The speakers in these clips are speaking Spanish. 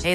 Hey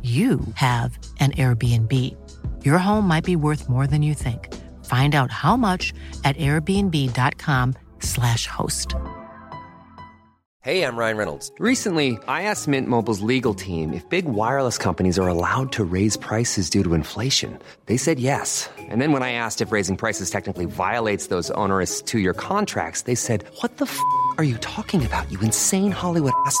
you have an Airbnb. Your home might be worth more than you think. Find out how much at airbnb.com/slash host. Hey, I'm Ryan Reynolds. Recently, I asked Mint Mobile's legal team if big wireless companies are allowed to raise prices due to inflation. They said yes. And then when I asked if raising prices technically violates those onerous two year contracts, they said, What the f are you talking about, you insane Hollywood ass? f-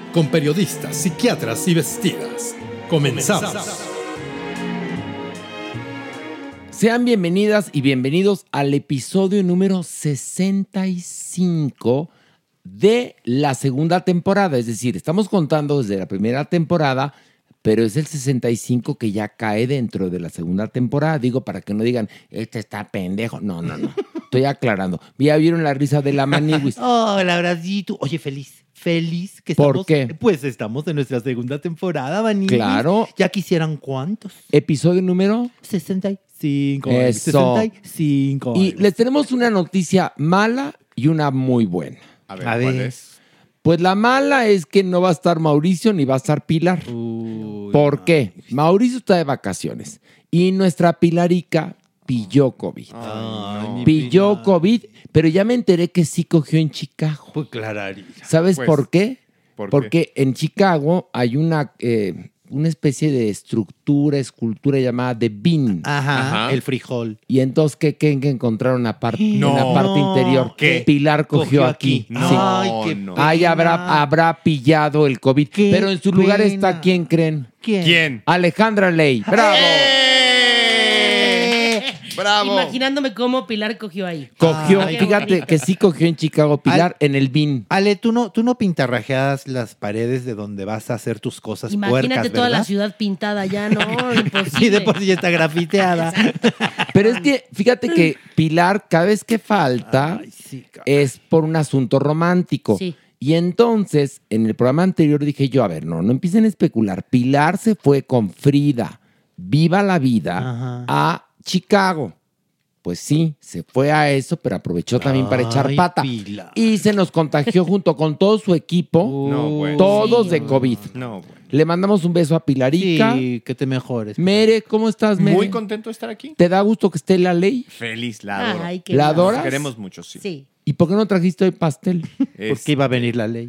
con periodistas, psiquiatras y vestidas. Comenzamos. Sean bienvenidas y bienvenidos al episodio número 65 de la segunda temporada. Es decir, estamos contando desde la primera temporada, pero es el 65 que ya cae dentro de la segunda temporada. Digo, para que no digan, este está pendejo. No, no, no. Estoy aclarando. Ya vieron la risa de la Maniwis. Hola, Bracito. Oye, feliz. Feliz que ¿Por estamos. qué? Pues estamos en nuestra segunda temporada, Vanini. Claro. Ya quisieran cuántos. Episodio número 65. Eso. 65. Y les tenemos una noticia mala y una muy buena. A ver, A ¿cuál ver. es? Pues la mala es que no va a estar Mauricio ni va a estar Pilar. Uy, ¿Por qué? Mauricio está de vacaciones y nuestra Pilarica pilló COVID. ay, mi pilló vida. COVID, pero ya me enteré que sí cogió en Chicago. Pues clararita. ¿Sabes Pues, por qué? ¿por qué? Porque en Chicago hay una, eh, una especie de estructura, escultura llamada The Bean. Ajá, Ajá. El frijol. Y entonces, ¿qué creen que encontraron aparte, en la No. parte interior? ¿Qué? Pilar cogió, aquí. No, Sí. Ay, qué No, no. pena. Ahí habrá, habrá pillado el COVID. Qué Pero en su lugar pena. está, ¿quién creen? ¿Quién? ¿Quién? Alejandra Ley. ¡Bravo! ¡Eh! ¡Bravo! Imaginándome cómo Pilar cogió ahí. Ah, Cogió, Ay, qué fíjate bonito. que sí cogió en Chicago Pilar en el BIN. Ale, tú no, tú no pintarrajeas las paredes de donde vas a hacer tus cosas Imagínate puercas, toda la ¿verdad? ciudad pues pintada ya, no, imposible. Sí, de por sí ya está grafiteada. Pero es que, fíjate que Pilar, cada vez que falta, Ay, sí, ca- es por un asunto romántico. Sí. Y entonces, en el programa anterior dije yo, a ver, no, no empiecen a especular. Pilar se fue con Frida, viva la vida, Ajá. a Chicago. Pues sí, se fue a eso, pero aprovechó también para echar Ay, pata. Pilar. Y se nos contagió junto con todo su equipo, No, bueno. todos Sí. de COVID. No, bueno. Le mandamos un beso a Pilarica. Sí, que te mejores. Mere, ¿cómo estás, Mere? Muy contento de estar aquí. ¿Te da gusto que esté la ley? Feliz, la adoro. Ay, qué ¿La guapo. adoras? Nos queremos mucho, sí. Sí. ¿Y por qué no trajiste hoy pastel? Es- Porque iba a venir la ley.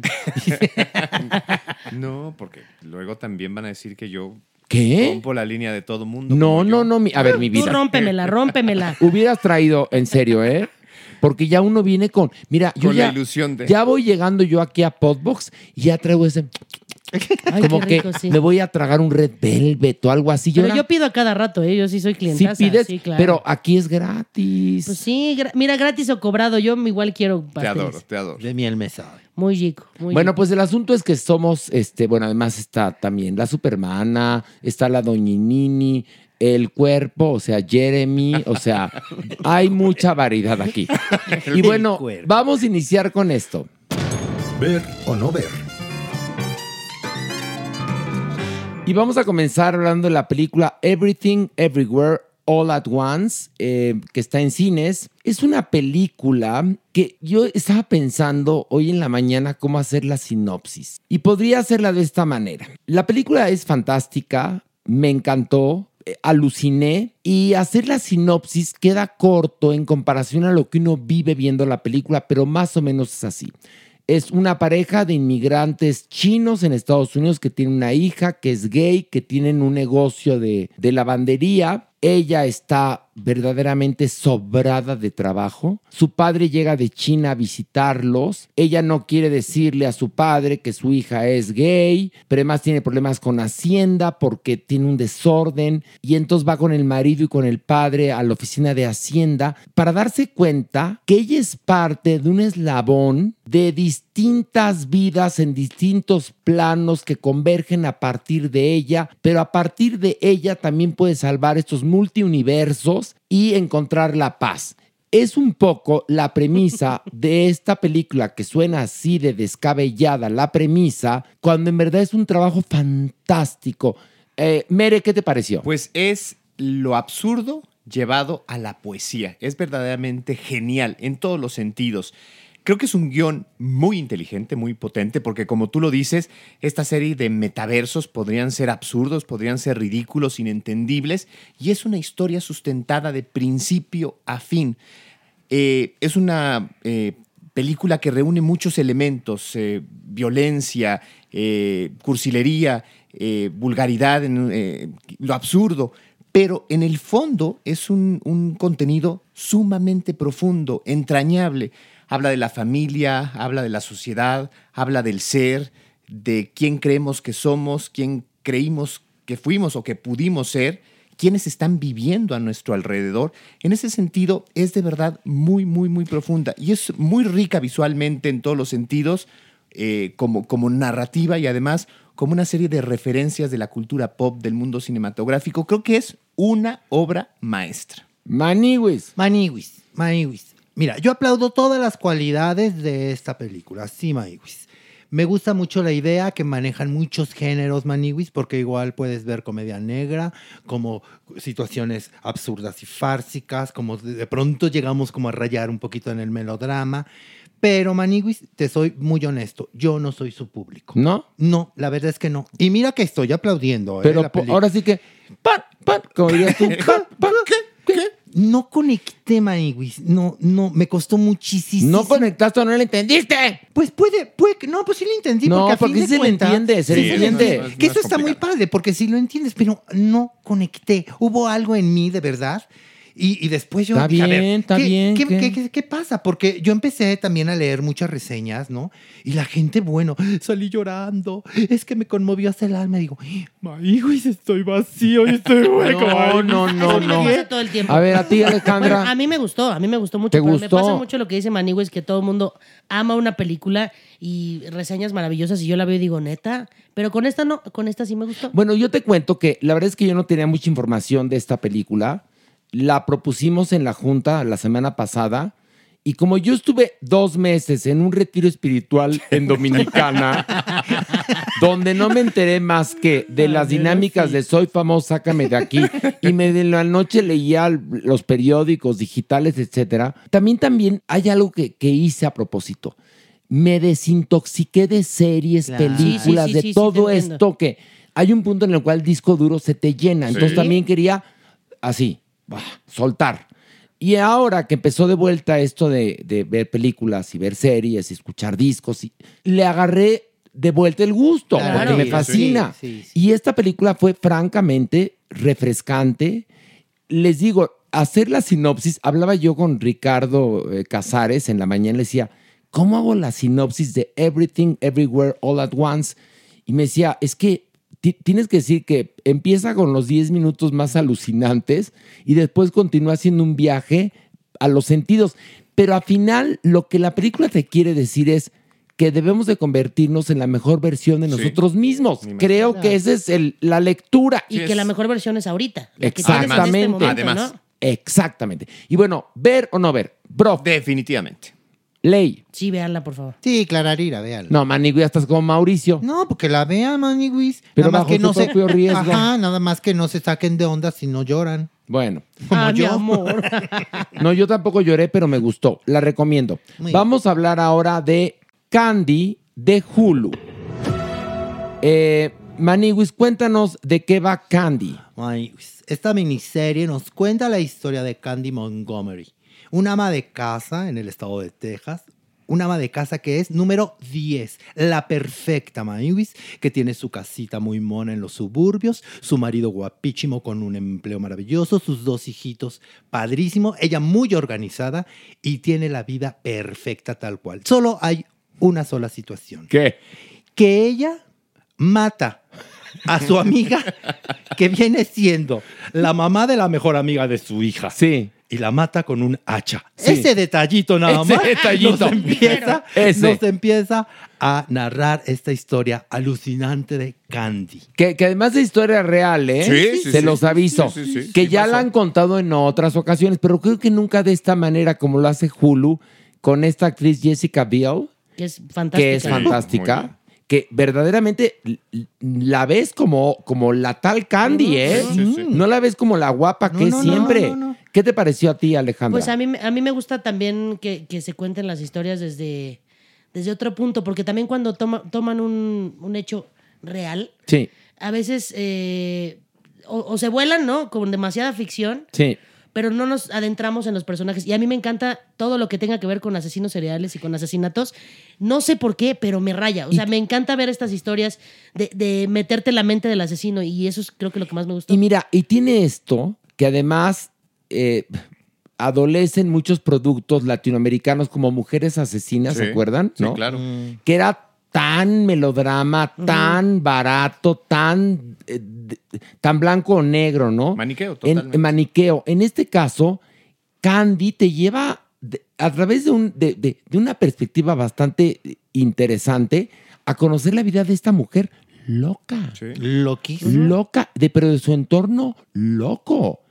No, porque luego también van a decir que yo ¿Qué? rompo la línea de todo mundo. No, como no, yo. no. mi- a ver, mi Tú vida. rómpemela, rómpemela. Hubieras traído, en serio, ¿eh? Porque ya uno viene con... Mira, yo Con la ya, ilusión de- ya voy llegando yo aquí a Podbox y ya traigo ese... Ay, como qué rico, que sí. me voy a tragar un Red Velvet o algo así. Yo Pero ahora- yo pido a cada rato, ¿eh? yo sí soy sí clientaza. pides, sí, claro. pero aquí es gratis. Pues sí, gra- mira, gratis o cobrado, yo igual quiero Te pasteles. adoro, te adoro. De miel me sabe. Muy rico, muy Bueno, rico. pues el asunto es que somos, este, bueno, además está también la Supermana, está la Doñinini, el cuerpo, o sea, Jeremy, o sea, hay mucha variedad aquí. Y bueno, cuerpo. vamos a iniciar con esto. Ver o no ver. Y vamos a comenzar hablando de la película Everything, Everywhere, All at Once, eh, que está en cines. Es una película que yo estaba pensando hoy en la mañana cómo hacer la sinopsis. Y podría hacerla de esta manera. La película es fantástica, me encantó, eh, aluciné y hacer la sinopsis queda corto en comparación a lo que uno vive viendo la película, pero más o menos es así. Es una pareja de inmigrantes chinos en Estados Unidos que tiene una hija que es gay, que tienen un negocio de, de lavandería. Ella está verdaderamente sobrada de trabajo. Su padre llega de China a visitarlos. Ella no quiere decirle a su padre que su hija es gay, pero además tiene problemas con Hacienda porque tiene un desorden. Y entonces va con el marido y con el padre a la oficina de Hacienda para darse cuenta que ella es parte de un eslabón de distintas vidas en distintos planos que convergen a partir de ella, pero a partir de ella también puede salvar estos multiuniversos y encontrar la paz. Es un poco la premisa de esta película que suena así de descabellada, la premisa, cuando en verdad es un trabajo fantástico. Eh, Mere, ¿qué te pareció? Pues es lo absurdo llevado a la poesía. Es verdaderamente genial en todos los sentidos. Creo que es un guión muy inteligente, muy potente, porque como tú lo dices, esta serie de metaversos podrían ser absurdos, podrían ser ridículos, inentendibles, y es una historia sustentada de principio a fin. Eh, es una eh, película que reúne muchos elementos, eh, violencia, eh, cursilería, eh, vulgaridad, en, eh, lo absurdo, pero en el fondo es un, un contenido sumamente profundo, entrañable. Habla de la familia, habla de la sociedad, habla del ser, de quién creemos que somos, quién creímos que fuimos o que pudimos ser quienes están viviendo a nuestro alrededor. En ese sentido, es de verdad muy, muy, muy profunda y es muy rica visualmente en todos los sentidos, eh, como, como narrativa y además como una serie de referencias de la cultura pop del mundo cinematográfico. Creo que es una obra maestra. Maniwis. Maniwis, Maniwis. Mira, yo aplaudo todas las cualidades de esta película, sí, Maniwis. Me gusta mucho la idea que manejan muchos géneros maniwis, porque igual puedes ver comedia negra, como situaciones absurdas y fársicas, como de de pronto llegamos como a rayar un poquito en el melodrama. Pero maniwis, te soy muy honesto, yo no soy su público. ¿No? No, la verdad es que no. Y mira que estoy aplaudiendo. ¿eh? Pero La po- película. ahora sí que. ¡Pan, pan! Como dirías tú. ¡Pan, pan! No conecté, Maniwis. No, no, me costó muchísimo. No conectaste o no lo entendiste. Pues puede, puede, que- no, pues sí lo entendí. No, porque, a porque fin sí de se le cuentas- entiende, se le Sí, entiende. entiende. No es- que no eso es está muy complicado. padre, porque sí lo entiendes, pero no conecté. Hubo algo en mí de verdad. Y, y después yo Está dije, a ver, bien, está ¿qué- bien, qué- ¿qué? qué- qué- qué pasa? Porque yo empecé también a leer muchas reseñas, ¿no? Y la gente, bueno, salí llorando. Es que me conmovió hasta el alma. Y digo, Maniwis, estoy vacío y estoy hueco. No, Ay, no, no, Eso me no. pasa todo el tiempo. A ver, a ti, Alejandra. Bueno, a mí me gustó, a mí me gustó mucho. ¿Te pero gustó? Me pasa mucho lo que dice Manigües, que todo el mundo ama una película y reseñas maravillosas y yo la veo y digo, neta, pero con esta no, con esta sí me gustó. Bueno, yo te cuento que la verdad es que yo no tenía mucha información de esta película. La propusimos en la junta la semana pasada. Y como yo estuve dos meses en un retiro espiritual en Dominicana, donde no me enteré más que de las dinámicas de soy famosa, sácame de aquí, y me de la noche leía los periódicos digitales, etcétera. También, también hay algo que, que hice a propósito. Me desintoxiqué de series, Claro. películas, Sí, sí, sí, de sí, sí, te todo entiendo. esto que hay un punto en el cual el disco duro se te llena. Entonces también quería así, bah, soltar. Y ahora que empezó de vuelta esto de, de ver películas y ver series y escuchar discos, y- le agarré de vuelta el gusto, Claro, porque me sí, fascina. sí, sí. Y esta película fue francamente refrescante. Les digo, hacer la sinopsis, hablaba yo con Ricardo eh, Casares en la mañana, le decía, ¿cómo hago la sinopsis de Everything, Everywhere, All at Once? Y me decía, es que ti- tienes que decir que empieza con los 10 minutos más alucinantes y después continúa haciendo un viaje a los sentidos. Pero al final lo que la película te quiere decir es que debemos de convertirnos en la mejor versión de nosotros mismos. me imagino. Creo que esa es el- la lectura. y sí que es- la mejor versión es ahorita. la que tienes En Exactamente. este momento, Además. ¿no? Exactamente. Y bueno, ver o no ver. Bro, Definitivamente. ley. Sí, véanla, por favor. Sí, Clararira, véanlo. No, Manigui, ya estás como Mauricio. No, porque la vean, Maniwis. Pero nada más bajo que su no se- propio riesgo. Ajá, nada más que no se saquen de onda si no lloran. Bueno. Ah, mi amor. No, yo tampoco lloré, pero me gustó. La recomiendo. Muy bien. Vamos a hablar ahora de Candy de Hulu. Eh, Maniwis, cuéntanos de qué va Candy. Ay, Esta miniserie nos cuenta la historia de Candy Montgomery, una ama de casa en el estado de Texas. Una ama de casa que es número 10, la perfecta Maiwis, que tiene su casita muy mona en los suburbios, su marido guapísimo con un empleo maravilloso, sus dos hijitos padrísimo, ella muy organizada y tiene la vida perfecta tal cual. Solo hay una sola situación. ¿Qué? Que ella mata a su amiga que viene siendo la mamá de la mejor amiga de su hija. Sí. Y la mata con un hacha. Sí. Ese detallito nada Ese más detallito. nos empieza, Ese. nos empieza a narrar esta historia alucinante de Candy. Que, que además de historia real, ¿eh? Sí, sí, Se sí. los aviso. Sí, sí, sí. que Sí ya pasó. la han contado en otras ocasiones, pero creo que nunca de esta manera como lo hace Hulu con esta actriz Jessica Biel. Que es fantástica. que es fantástica. Que verdaderamente l- l- la ves como, como la tal Candy, ¿eh? No la ves como la guapa que es no, no, siempre. no, ¿Qué te pareció a ti, Alejandra? Pues a mí, a mí me gusta también que, que se cuenten las historias desde, desde otro punto, porque también cuando toma- toman un, un hecho real, Sí, a veces eh, o, o se vuelan, ¿no? Con demasiada ficción, sí. pero no nos adentramos en los personajes. Y a mí me encanta todo lo que tenga que ver con asesinos seriales y con asesinatos. No sé por qué, pero me raya. O sea, me encanta ver estas historias de, de meterte en la mente del asesino y eso es creo que lo que más me gustó. Y mira, y tiene esto que además eh, adolecen muchos productos latinoamericanos como Mujeres Asesinas, ¿se Sí, acuerdan? sí, ¿No? claro. Que era tan melodrama, tan barato, tan, eh, de- tan blanco o negro, ¿no? Maniqueo, En- totalmente. en maniqueo. En este caso, Candy te lleva de- a través de, un- de- de- de una perspectiva bastante eh, interesante a conocer la vida de esta mujer loca. Loquísima. Loca, de, pero de su entorno loco.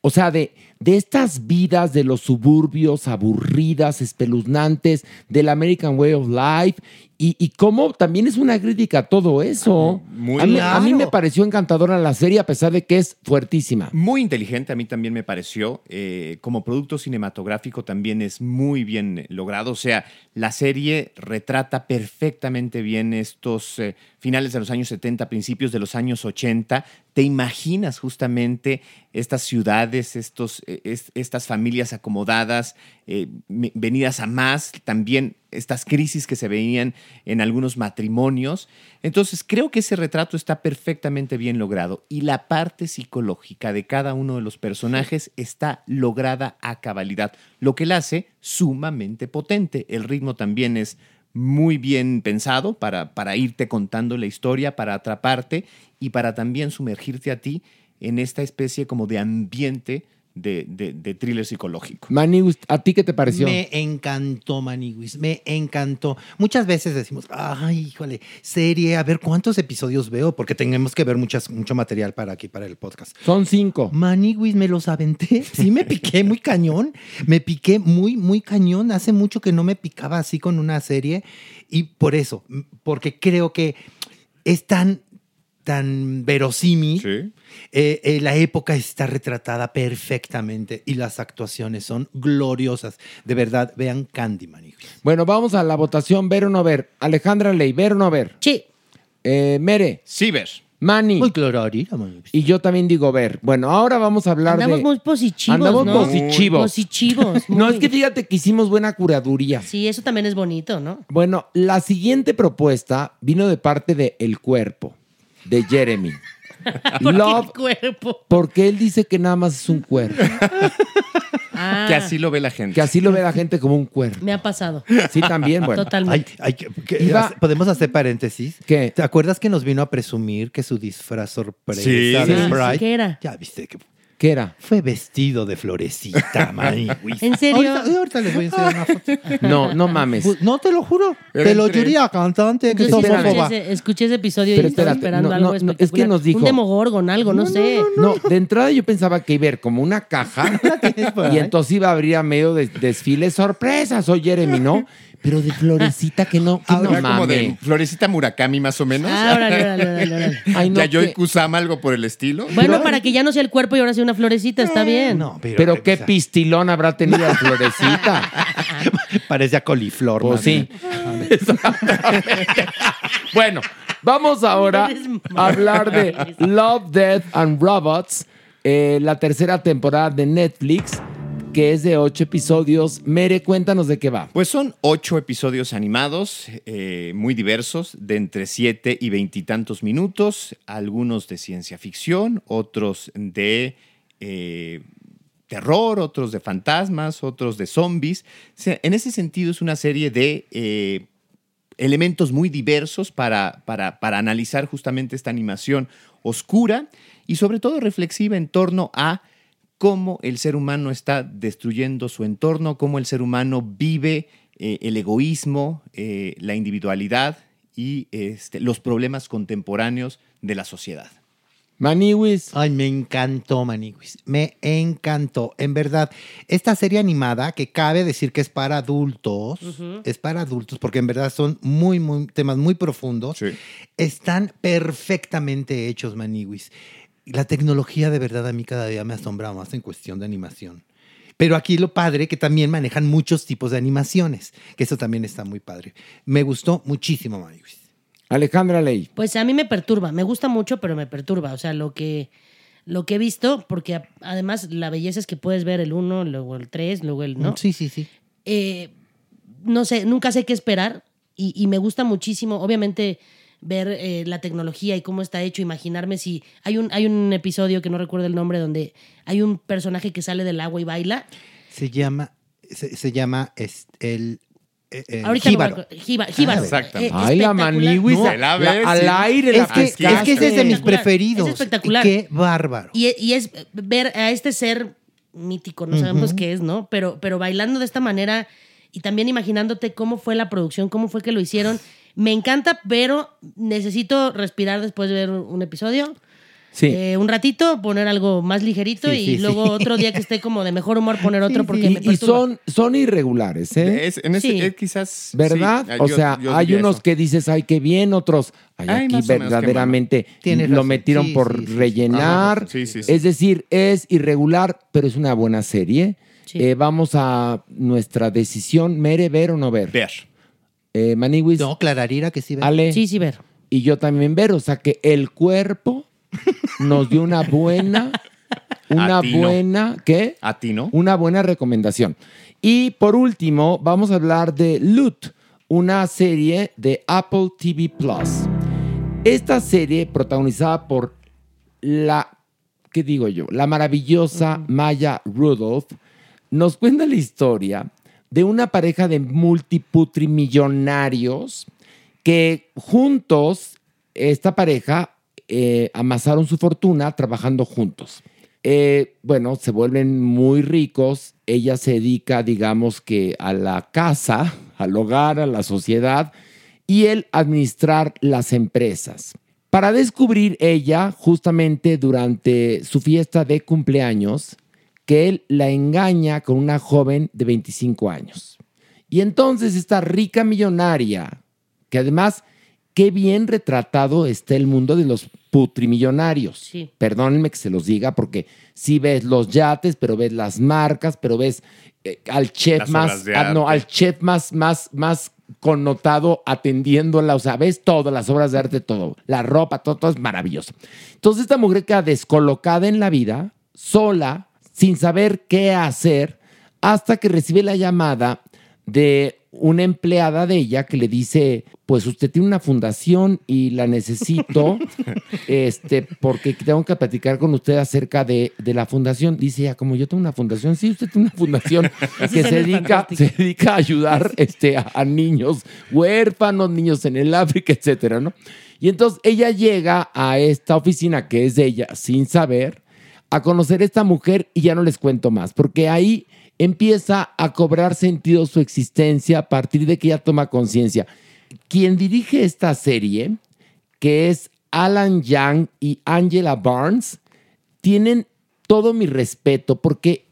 O sea, de, de estas vidas de los suburbios aburridas, espeluznantes, del American Way of Life, y, y cómo también es una crítica a todo eso. Muy a, mí, claro. a mí me pareció encantadora la serie, a pesar de que es fuertísima. Muy inteligente, a mí también me pareció. Eh, como producto cinematográfico también es muy bien logrado. O sea, la serie retrata perfectamente bien estos eh, finales de los años 70, principios de los años 80. Te imaginas justamente estas ciudades, estos, eh, es- estas familias acomodadas, eh, me- venidas a más, también estas crisis que se veían en algunos matrimonios. Entonces, creo que ese retrato está perfectamente bien logrado y la parte psicológica de cada uno de los personajes está lograda a cabalidad, lo que la hace sumamente potente. El ritmo también es muy bien pensado para, para irte contando la historia, para atraparte y para también sumergirte a ti en esta especie como de ambiente de, de- de thriller psicológico. Manny, ¿a ti qué te pareció? Me encantó, Maniwis, me encantó. Muchas veces decimos, ay, híjole, serie, a ver cuántos episodios veo, porque tenemos que ver muchas, mucho material para aquí, para el podcast. Son cinco. Maniwis, me los aventé, sí me piqué muy cañón, me piqué muy, muy cañón. Hace mucho que no me picaba así con una serie y por eso, m- porque creo que es tan tan verosímil, eh, eh, la época está retratada perfectamente y las actuaciones son gloriosas. De verdad, vean Candy, Maniwis. Bueno, vamos a la votación, ver o no ver. Alejandra Ley, ver o no ver. Sí. Eh, Mere. Sí, ver. Manny. Muy clarita, Manny. Y yo también digo ver. Bueno, ahora vamos a hablar Andamos de... muy positivos, Andamos ¿no? positivos. Positivos, no, muy. es que fíjate que hicimos buena curaduría. Sí, eso también es bonito, ¿no? Bueno, la siguiente propuesta vino de parte de El Cuerpo, de Jeremy. Porque Love, el cuerpo. porque él dice que nada más es un cuerpo. Ah, lo ve la gente. Que así lo ve la gente como un cuerpo. me ha pasado. Sí, también, bueno. Ay, Totalmente. ay, que- que- Iba- hace- ¿Podemos hacer paréntesis? ¿Qué? ¿Te acuerdas que nos vino a presumir que su disfraz sorpresa Sí. de Ah, sí, Sprite- ¿qué era? Ya viste que ¿Qué era? fue vestido de florecita, Maniwis. ¿En serio? Ahorita, ahorita les voy a enseñar una foto. No, no mames. Pues, no te lo juro. Era te lo entre- diría cantante que Yo sí soy espérame. escuché homófoba. ese, escuché ese episodio Pero y estaba espérate, esperando no, algo no, no, es que espectacular. nos dijo- Un demogorgon, algo, no, sé. No, de entrada yo pensaba que iba a ver como una caja tienes por y ahí. entonces iba a abrir a medio de desfile. ¡Sorpresa! Soy Jeremy, ¿no? pero de florecita que no, que Era no como mame. de Florecita Murakami, más o menos. Ah, órale, órale, órale, órale. Ay, no, Yayoi que- Kusama, algo por el estilo. Bueno, para que ya no sea el cuerpo y ahora sea una florecita, está bien. No, pero, pero qué o sea, pistilón habrá tenido la florecita. parecía coliflor. Pues más sí. bien. Exactamente. bueno, vamos ahora a hablar de Love, Death and Robots, eh, la tercera temporada de Netflix, que es de ocho episodios. Mere, cuéntanos de qué va. Pues son ocho episodios animados, eh, muy diversos, de entre siete y veintitantos minutos, algunos de ciencia ficción, otros de eh, terror, otros de fantasmas, otros de zombies. O sea, en ese sentido es una serie de eh, elementos muy diversos para, para, para analizar justamente esta animación oscura y sobre todo reflexiva en torno a cómo el ser humano está destruyendo su entorno, cómo el ser humano vive eh, el egoísmo, eh, la individualidad y este, los problemas contemporáneos de la sociedad. Maniwis. Ay, me encantó, Maniwis. Me encantó. En verdad, esta serie animada, que cabe decir que es para adultos, es para adultos, porque en verdad son muy, muy temas muy profundos, Sí. están perfectamente hechos, Maniwis. La tecnología de verdad a mí cada día me asombra más en cuestión de animación. Pero aquí lo padre que también manejan muchos tipos de animaciones, que eso también está muy padre. Me gustó muchísimo, Maniwis. Alejandra Ley. Pues a mí me perturba, me gusta mucho, pero me perturba. O sea, lo que, lo que he visto, porque a- además la belleza es que puedes ver el 1, luego el 3, luego el no. Mm, Sí, sí, sí. Eh, no sé, nunca sé qué esperar y, y me gusta muchísimo, obviamente, ver eh, la tecnología y cómo está hecho, imaginarme si hay un, hay un episodio que no recuerdo el nombre donde hay un personaje que sale del agua y baila. Se llama, se, se llama es- el, eh, eh, Ahorita no me jíbaro. acuerdo. Jíba- Ah, Jíbaro. exactamente. Eh, Ay, la espectacular. Maniwis. No, la- la- la ves, sí. al aire la Es que, es que ese es de mis Espectacular, preferidos. es espectacular. Qué bárbaro. Y, y es ver a este ser mítico, no sabemos qué es, ¿no? Pero, pero bailando de esta manera y también imaginándote cómo fue la producción, cómo fue que lo hicieron. Me encanta, pero necesito respirar después de ver un episodio. Sí. Eh, un ratito, poner algo más ligerito Sí, y sí, sí. luego otro día que esté como de mejor humor poner otro Sí, porque sí. me y, y perturba. son, son irregulares, ¿eh? Es- en ese, Sí. eh, quizás... ¿Verdad? sí, eh, o yo- sea, yo hay diría unos eso. que dices, ay, qué bien, otros, ay, Ay, aquí más o menos, qué verdaderamente Tienes lo razón. metieron Sí, por sí, sí, sí. rellenar. Sí, sí, sí. Es decir, es irregular, pero es una buena serie. Sí. Eh, vamos a nuestra decisión, Mere, ver o no ver. Ver. Eh, Maniwis, No, Clararira que sí ve. Ale Sí, sí, ver. y yo también ver. O sea, que el cuerpo nos dio una buena, una Ah, A ti no. buena, ¿qué? A ti, ¿no? Una buena recomendación. Y por último, vamos a hablar de Loot, una serie de Apple TV Plus. Esta serie protagonizada por la, ¿qué digo yo? La maravillosa Maya Rudolph nos cuenta la historia de una pareja de multiputrimillonarios que juntos, esta pareja, eh, amasaron su fortuna trabajando juntos. Eh, bueno, se vuelven muy ricos. Ella se dedica, digamos que, a la casa, al hogar, a la sociedad y él administrar las empresas. Para descubrir ella, justamente durante su fiesta de cumpleaños, que él la engaña con una joven de 25 años. Y entonces esta rica millonaria, que además, qué bien retratado está el mundo de los putrimillonarios. Sí. Perdónenme que se los diga, porque sí ves los yates, pero ves las marcas, pero ves eh, al chef Las más... obras de ah, no, arte. al chef más, más, más connotado atendiéndola, o sea, ves todo, las obras de arte, todo, la ropa, todo, todo es maravilloso. Entonces esta mujer queda descolocada en la vida, sola, sin saber qué hacer, hasta que recibe la llamada de una empleada de ella que le dice, pues usted tiene una fundación y la necesito, este, porque tengo que platicar con usted acerca de, de la fundación. Dice ella, como yo tengo una fundación, sí, usted tiene una fundación que se suena dedica, fantástico. se dedica a ayudar este, a, a niños huérfanos, niños en el África, etcétera, ¿no? Y entonces ella llega a esta oficina que es de ella sin saber a conocer a esta mujer y ya no les cuento más, porque ahí empieza a cobrar sentido su existencia a partir de que ella toma conciencia. Quien dirige esta serie, que es Alan Yang y Angela Barnes, tienen todo mi respeto porque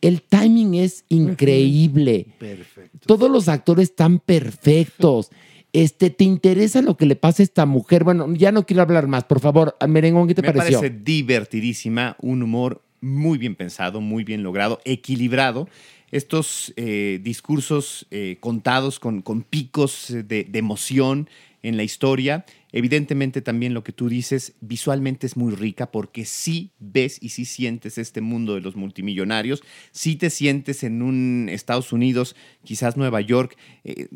El timing es increíble. Perfecto. Todos los actores están perfectos. Este, ¿te interesa lo que le pasa a esta mujer? Bueno, ya no quiero hablar más. Por favor, Merengón, ¿qué te Me pareció? parece divertidísima, un humor muy bien pensado, muy bien logrado, equilibrado. Estos eh, discursos eh, contados con, con picos eh, de, de emoción en la historia. Evidentemente también lo que tú dices visualmente es muy rica porque sí ves y sí sientes este mundo de los multimillonarios, sí te sientes en un Estados Unidos, quizás Nueva York, eh,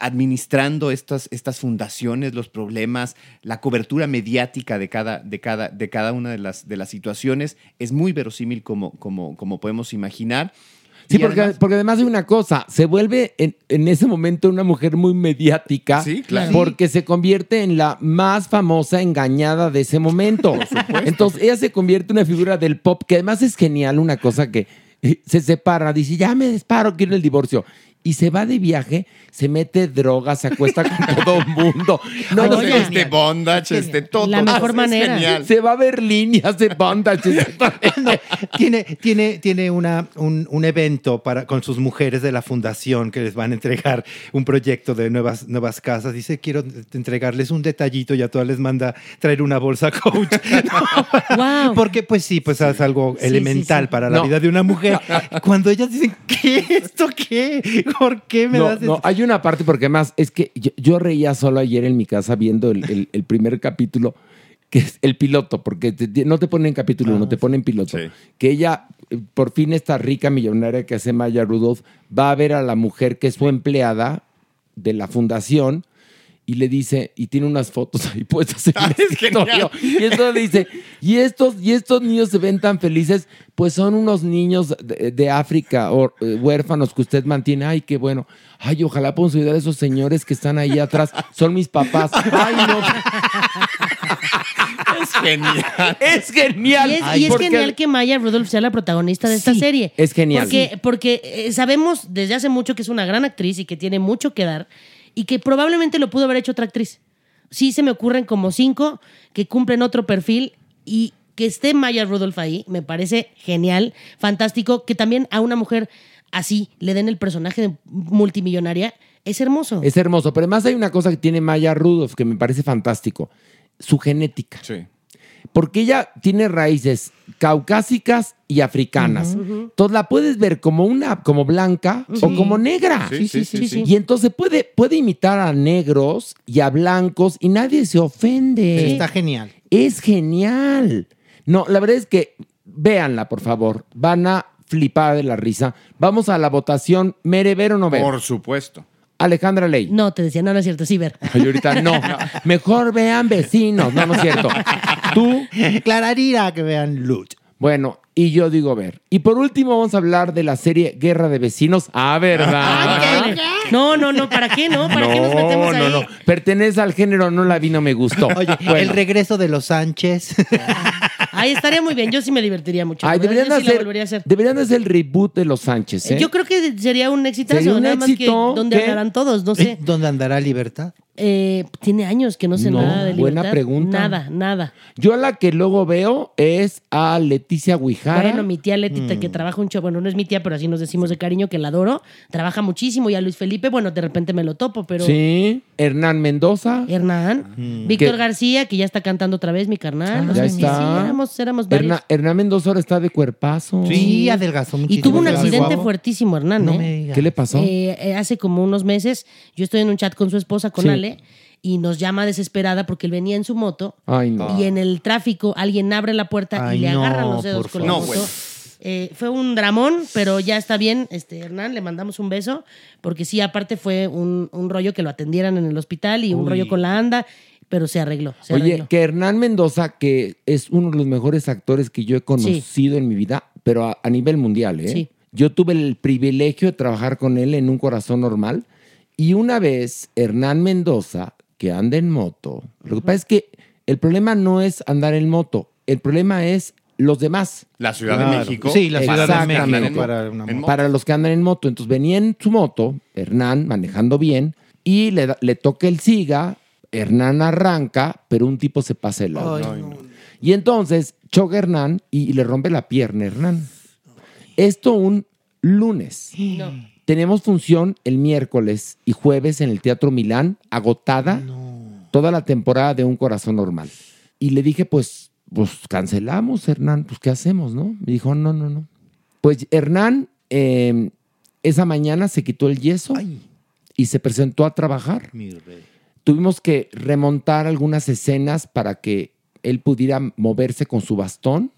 administrando estas, estas fundaciones, los problemas, la cobertura mediática de cada, de cada, de cada una de las, de las situaciones es muy verosímil como, como, como podemos imaginar. Sí, Y porque además- además, porque además de una cosa, se vuelve en, en ese momento una mujer muy mediática. Sí, claro. Porque se convierte en la más famosa engañada de ese momento. Entonces, ella se convierte en una figura del pop, que además es genial, una cosa que eh, se separa, dice, ya me disparo, quiero el divorcio. Y se va de viaje, se mete drogas, se acuesta con todo el mundo. No, Oye, no, Oigan. este bondage, este todo. La mejor es manera. genial. se va a Berlín y hace bondage. tiene tiene, tiene una, un, un evento para, con sus mujeres de la fundación que les van a entregar un proyecto de nuevas, nuevas casas. Dice, quiero entregarles un detallito y a todas les manda traer una bolsa coach. No, Wow. Porque pues sí, pues es algo Sí, elemental sí, sí. para la No. vida de una mujer. Cuando ellas dicen, ¿qué? ¿Esto qué? ¿Por qué me No, das no, esto? hay una parte porque además es que yo, yo reía solo ayer en mi casa viendo el, el- el primer capítulo, que es el piloto, porque te- te- no te ponen capítulo uno, te ponen piloto. Sí. Que ella, eh, por fin esta rica millonaria que hace Maya Rudolph, va a ver a la mujer que es su empleada de la fundación y le dice, y tiene unas fotos ahí puestas en el Ah, es genial. escritorio. Y entonces le dice, y estos, y estos niños se ven tan felices, pues son unos niños de, de África, o, eh, huérfanos que usted mantiene. Ay, qué bueno. Ay, ojalá podamos ayudar a esos señores que están ahí atrás. Son mis papás. Ay, no. Es genial. Es genial. Y es, Ay, y es porque- genial que Maya Rudolph sea la protagonista de esta Sí, serie. es genial. Porque, porque eh, sabemos desde hace mucho que es una gran actriz y que tiene mucho que dar y que probablemente lo pudo haber hecho otra actriz. Sí se me ocurren como cinco que cumplen otro perfil y que esté Maya Rudolph ahí me parece genial, fantástico, que también a una mujer así le den el personaje de multimillonaria. Es hermoso. Es hermoso. Pero además hay una cosa que tiene Maya Rudolph que me parece fantástico. Su genética. Sí. porque ella tiene raíces caucásicas y africanas. Entonces la puedes ver como una, como blanca o como negra. Sí, sí, sí, sí. Y entonces puede, puede imitar a negros y a blancos y nadie se ofende. Está genial. Es genial. No, la verdad es que véanla, por favor. Van a flipar de la risa. Vamos a la votación. Mere, ver o no ver. Por supuesto. Alejandra Ley. No, te decía, no, no es cierto, sí, ver. Ay, ahorita no. Mejor vean vecinos. No, no es cierto. Tú, Clararira, que vean Lut. Bueno, y yo digo ver. Y por último vamos a hablar de la serie Guerra de Vecinos. Ah, Ah, ¿verdad? No, no, no, ¿para qué no? ¿Para qué nos metemos ahí? Pertenece al género no la vi, no me gustó. Oye, Bueno. el regreso de los Sánchez. Ahí estaría muy bien. Yo sí me divertiría mucho. Ay, la verdad, deberían, yo sí la hacer, volvería a hacer. deberían hacer el reboot de Los Sánchez, ¿eh? Yo creo que sería un exitazo. Sería un nada más éxito que donde que- andarán todos, no sé. ¿Eh? ¿Dónde andará libertad? Eh, tiene años que no sé No, nada de libertad. buena pregunta. Nada, nada. Yo la que luego veo es a Leticia Guijara. Bueno, mi tía Letita, Mm. que trabaja un show, bueno, no es mi tía, pero así nos decimos de cariño que la adoro, trabaja muchísimo. Y a Luis Felipe, bueno, de repente me lo topo, pero Sí, Hernán Mendoza. Hernán, Eh, Mm. Víctor Que- García, que ya está cantando otra vez, mi carnal. Ah, O ya sea, sí, está. sí, éramos, éramos varios. Herna- Hernán Mendoza ahora está de cuerpazo. Sí, adelgazó y muchísimo. tuvo un Está muy accidente guapo. fuertísimo, Hernán. No ¿eh? me digas. ¿Qué le pasó? Eh, eh, hace como unos meses, yo estoy en un chat con su esposa, con Sí. Ale, y nos llama desesperada porque él venía en su moto Ay, no. y en el tráfico alguien abre la puerta Ay, y le no, agarra los dedos por con la favor. No, moto. bueno. Eh, fue un dramón, pero ya está bien, este Hernán, le mandamos un beso, porque sí, aparte fue un, un rollo que lo atendieran en el hospital y un rollo con la anda, pero se arregló. se Oye, arregló. que Hernán Mendoza, que es uno de los mejores actores que yo he conocido en mi vida, pero a, a nivel mundial, ¿eh? Sí. Yo tuve el privilegio de trabajar con él en Un Corazón Normal. Y una vez, Hernán Mendoza, que anda en moto, lo que pasa es que el problema no es andar en moto, el problema es los demás. La Ciudad de Claro. México. Sí, la Ciudad de México Exactamente. para una En moto. moto. Para los que andan en moto. Entonces venía en su moto, Hernán manejando bien, y le, da- le toca el siga, Hernán arranca, pero un tipo se pasa el lado. Y entonces choca Hernán y, y le rompe la pierna a Hernán. Esto un lunes. No. Tenemos función el miércoles y jueves en el Teatro Milán, agotada toda la temporada de Un Corazón Normal. Y le dije, pues, pues cancelamos, Hernán, pues, ¿qué hacemos, no? Me dijo, no, no, no. Pues Hernán, eh, esa mañana se quitó el yeso y se presentó a trabajar. Mi rey. Tuvimos que remontar algunas escenas para que él pudiera moverse con su bastón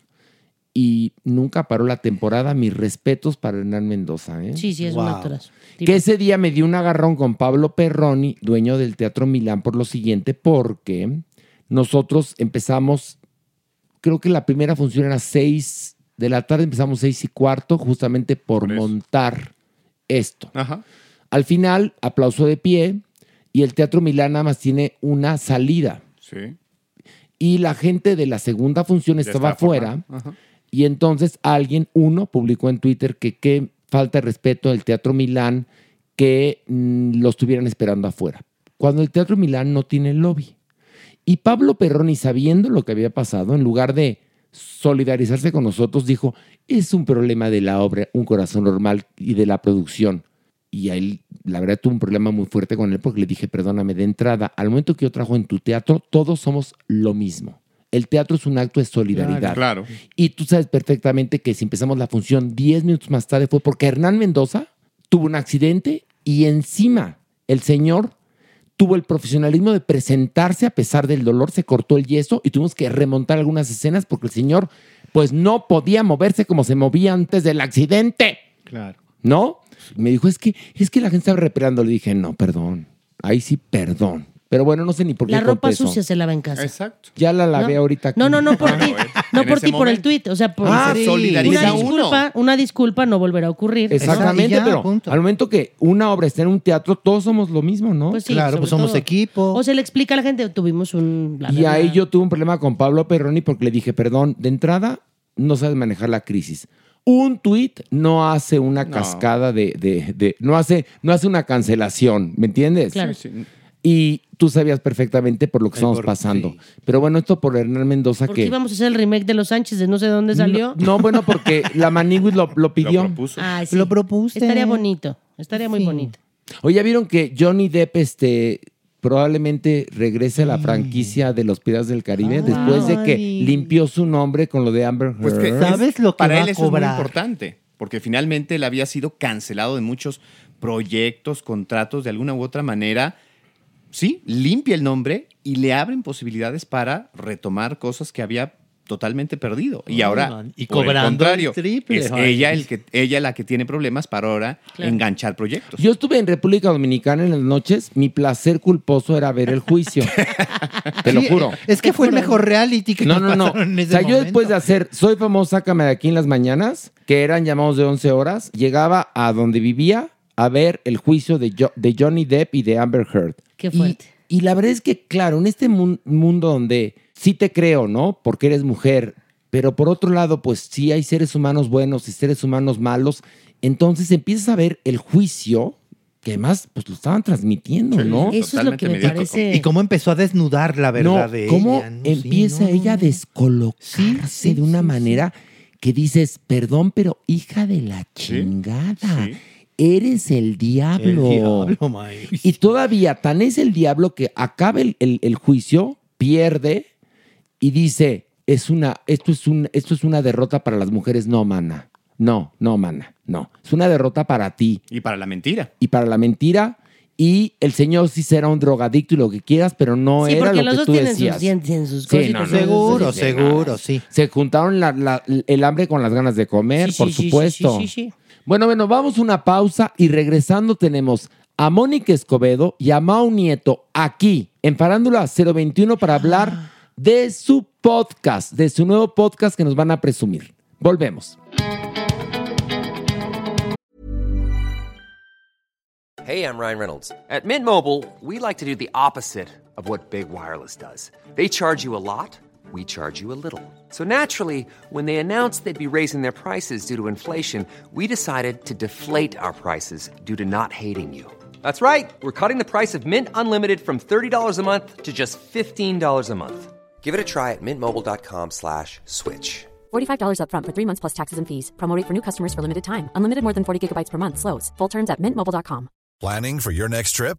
y nunca paró la temporada. Mis respetos para Hernán Mendoza. ¿eh? Sí, sí, es un Wow. actorazo. Que ese día me dio un agarrón con Pablo Perroni, dueño del Teatro Milán, por lo siguiente, porque nosotros empezamos, creo que la primera función era seis de la tarde, empezamos seis y cuarto, justamente por Por eso. montar esto. Ajá. Al final, aplauso de pie, y el Teatro Milán nada más tiene una salida. Sí. Y la gente de la segunda función Ya estaba está afuera. formado. Ajá. Y entonces alguien, uno, publicó en Twitter que qué falta de respeto al Teatro Milán que mm, lo estuvieran esperando afuera. Cuando el Teatro Milán no tiene lobby. Y Pablo Perroni, sabiendo lo que había pasado, en lugar de solidarizarse con nosotros, dijo, es un problema de la obra, un corazón normal y de la producción. Y a él, la verdad, tuve un problema muy fuerte con él porque le dije, perdóname, de entrada, al momento que yo trabajo en tu teatro, todos somos lo mismo. El teatro es un acto de solidaridad. Claro. Y tú sabes perfectamente que si empezamos la función 10 minutos más tarde fue porque Hernán Mendoza tuvo un accidente y encima el señor tuvo el profesionalismo de presentarse a pesar del dolor, se cortó el yeso y tuvimos que remontar algunas escenas porque el señor pues no podía moverse como se movía antes del accidente. Claro. ¿No? Me dijo, es que, es que la gente estaba reparando. Le dije, no, perdón. Ahí sí, perdón. Pero bueno, no sé ni por qué La ropa conté eso. sucia se lava en casa. Exacto. Ya la lavé No. ahorita. aquí. No, no, no por Ah, ti. bueno. No En por ese ti, por el momento. tweet. O sea, por Ah, sí. una solidariza uno. disculpa, una disculpa no volverá a ocurrir. ¿no? Exactamente, Y ya, pero punto. al momento que una obra está en un teatro, todos somos lo mismo, ¿no? Pues sí, Claro, sobre pues somos todo. equipo. O se le explica a la gente, tuvimos un... bla, bla, y ahí bla. yo tuve un problema con Pablo Perroni porque le dije, perdón, de entrada no sabes manejar la crisis. Un tuit no hace una cascada de, de- de- no hace, no hace una cancelación, ¿me entiendes? Claro. Y tú sabías perfectamente por lo que El estamos por- pasando. sí. Pero bueno, esto por Hernán Mendoza Porque que. íbamos a hacer el remake de Los Sánchez, de no sé dónde salió. No, bueno, porque la Maniguis lo, lo Lo pidió. propuso. Ay, sí. Lo propuse. Estaría bonito, estaría muy bonito. Oye, ¿ya vieron que Johnny Depp este, probablemente regrese a la franquicia de los Piratas del Caribe después de que Ay. limpió su nombre con lo de Amber Heard? Pues que es- ¿Sabes lo que para va él a eso es muy cobrar? importante, porque finalmente él había sido cancelado de muchos proyectos, contratos, de alguna u otra manera. Sí, limpia el nombre y le abren posibilidades para retomar cosas que había totalmente perdido. Y ahora, Oigan, Ah, y por el cobrando el contrario, triple. es Ay. ella, el que, ella la que tiene problemas para ahora Claro. enganchar proyectos. Yo estuve en República Dominicana en las noches. Mi placer culposo era ver el juicio. Te lo Sí, eh, juro. Es que fue el mejor reality que No, no, nos no. pasaron en O ese sea, yo después de momento. hacer Soy famosa, sácame de aquí en las mañanas, que eran llamados de 11 horas, llegaba a donde vivía a ver el juicio de, Jo- de Johnny Depp y de Amber Heard. Qué Y- fuerte. Y, la verdad es que, claro, en este mun- mundo donde sí te creo, ¿no? Porque eres mujer, pero por otro lado, pues sí hay seres humanos buenos y seres humanos malos. Entonces empiezas a ver el juicio, que además, pues lo estaban transmitiendo, ¿no? Eso es lo Totalmente que me mediático. parece... Y cómo empezó a desnudar la verdad no, de ¿Cómo ella. No sé, empieza no, no, ella a no. descolocarse Sí, sí, de una sí, manera que dices, perdón, pero hija de la chingada, sí. eres el diablo. El diablo, Mike. Y todavía tan es el diablo que acaba el, el- el juicio, pierde y dice, es una, esto, es un, esto es una derrota para las mujeres, no, mana. No, no, mana, no. Es una derrota para ti Y para la mentira. y para la mentira. Y el señor sí será un drogadicto y lo que quieras, pero no sí, era porque lo los que dos tú tienen decías. sus, tienen sus Sí, cositas. no, no, sus- Seguro, sí, sí, seguro, no. sí. Se juntaron la- la- el hambre con las ganas de comer, Sí, por sí, sí, supuesto. sí, sí, sí. Bueno, bueno, vamos una pausa y regresando tenemos a Mónica Escobedo y a Mau Nieto aquí en Farándula 021 para hablar de su podcast, de su nuevo podcast que nos van a presumir. Volvemos. Hey, I'm Ryan Reynolds. At Mint Mobile, we like to do the opposite of what Big Wireless does. They charge you a lot, we charge you a little. So naturally, when they announced they'd be raising their prices due to inflation, we decided to deflate our prices due to not hating you. That's right. We're cutting the price of Mint Unlimited from $30 a month to just $15 a month. Give it a try at mintmobile.com slash switch. $45 upfront for three months plus taxes and fees. Promo rate for new customers for limited time. Unlimited more than 40 gigabytes per month. Slows. Full terms at mintmobile.com. Planning for your next trip?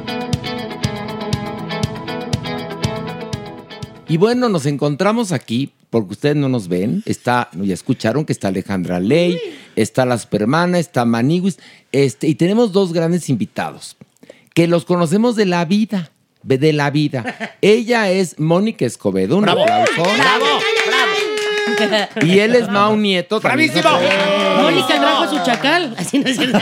Y bueno, nos encontramos aquí, porque ustedes no nos ven. Está, ya escucharon que está Alejandra Ley, está la Supermana, está Maniguis, este, y tenemos dos grandes invitados, que los conocemos de la vida, ve- de la vida. Ella es Mónica Escobedo, un aplauso. Y él es Mau Nieto. también. Mónica trajo su chacal. Así no es cierto.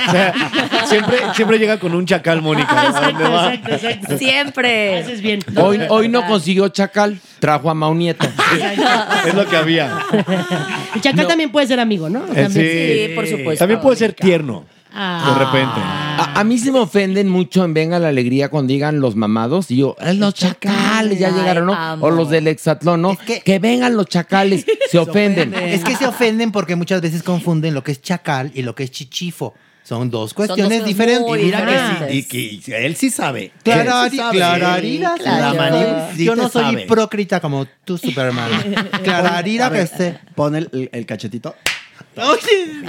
Siempre, siempre llega con un chacal, Mónica. ¿a dónde Exacto, va? exacto, exacto. Siempre. Haces bien. Hoy, hoy no consiguió Chacal, trajo a Mau Nieto. Es lo que había. El chacal también puede ser amigo, ¿no? Eh, También. Sí. Sí, por supuesto. También puede ser tierno, de Ah. repente. A, a mí sí me ofenden mucho en Venga la Alegría cuando digan los mamados y yo, "Eh, los chacales ya Ay, llegaron, ¿no? amo. O los del hexatlón, ¿no? que, vengan los chacales, se ofenden. Es que se ofenden porque muchas veces confunden lo que es chacal y lo que es chichifo. Son dos cuestiones cosas diferentes. muy Y mira que diferentes. sí. Ah. Y que él sí sabe. Clarari- Él sí sabe. clararira, Sí, claro. la mani- Sí Yo te no soy sabe. hipócrita como tú, Superman. Clararira que sé. Pon el, el- el cachetito. Oye,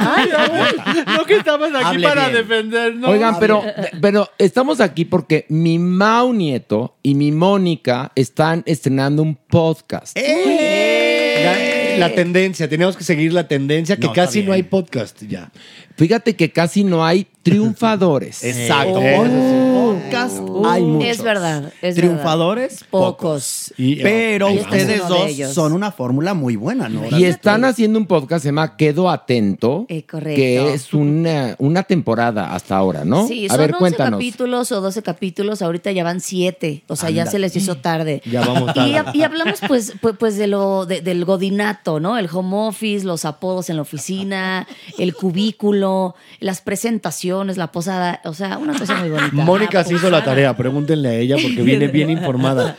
no que estabas aquí Hable para bien. defendernos. Oigan, pero, Eh, pero estamos aquí porque mi Mau Nieto y mi Mónica están estrenando un podcast. ¡Eh! Eh, eh, La, la tendencia, tenemos que seguir la tendencia que No, está casi no bien. hay podcast ya. Fíjate que casi no hay triunfadores. Exacto. Eh, Podcast Ah, oh, oh. hay muchos. Es verdad, Oh, es Triunfadores, verdad. Pocos. Y- eh, Pero Y este es ustedes uno de dos ellos. son una fórmula muy buena, ¿no? Y están haciendo un podcast, se llama Quedo Atento, Eh, correcto. que es una, una temporada hasta ahora, ¿no? Sí, A son ver, 11 cuéntanos. capítulos o 12 capítulos, ahorita ya van 7, o sea, ya se les hizo tarde. Ya vamos Y, tarde. y hablamos pues, pues, pues de lo, de- del godinato, ¿no? El home office, los apodos en la oficina, el cubículo, las presentaciones, la posada, o sea, una cosa muy bonita. Mónica se hizo la tarea, pregúntenle a ella porque viene bien informada.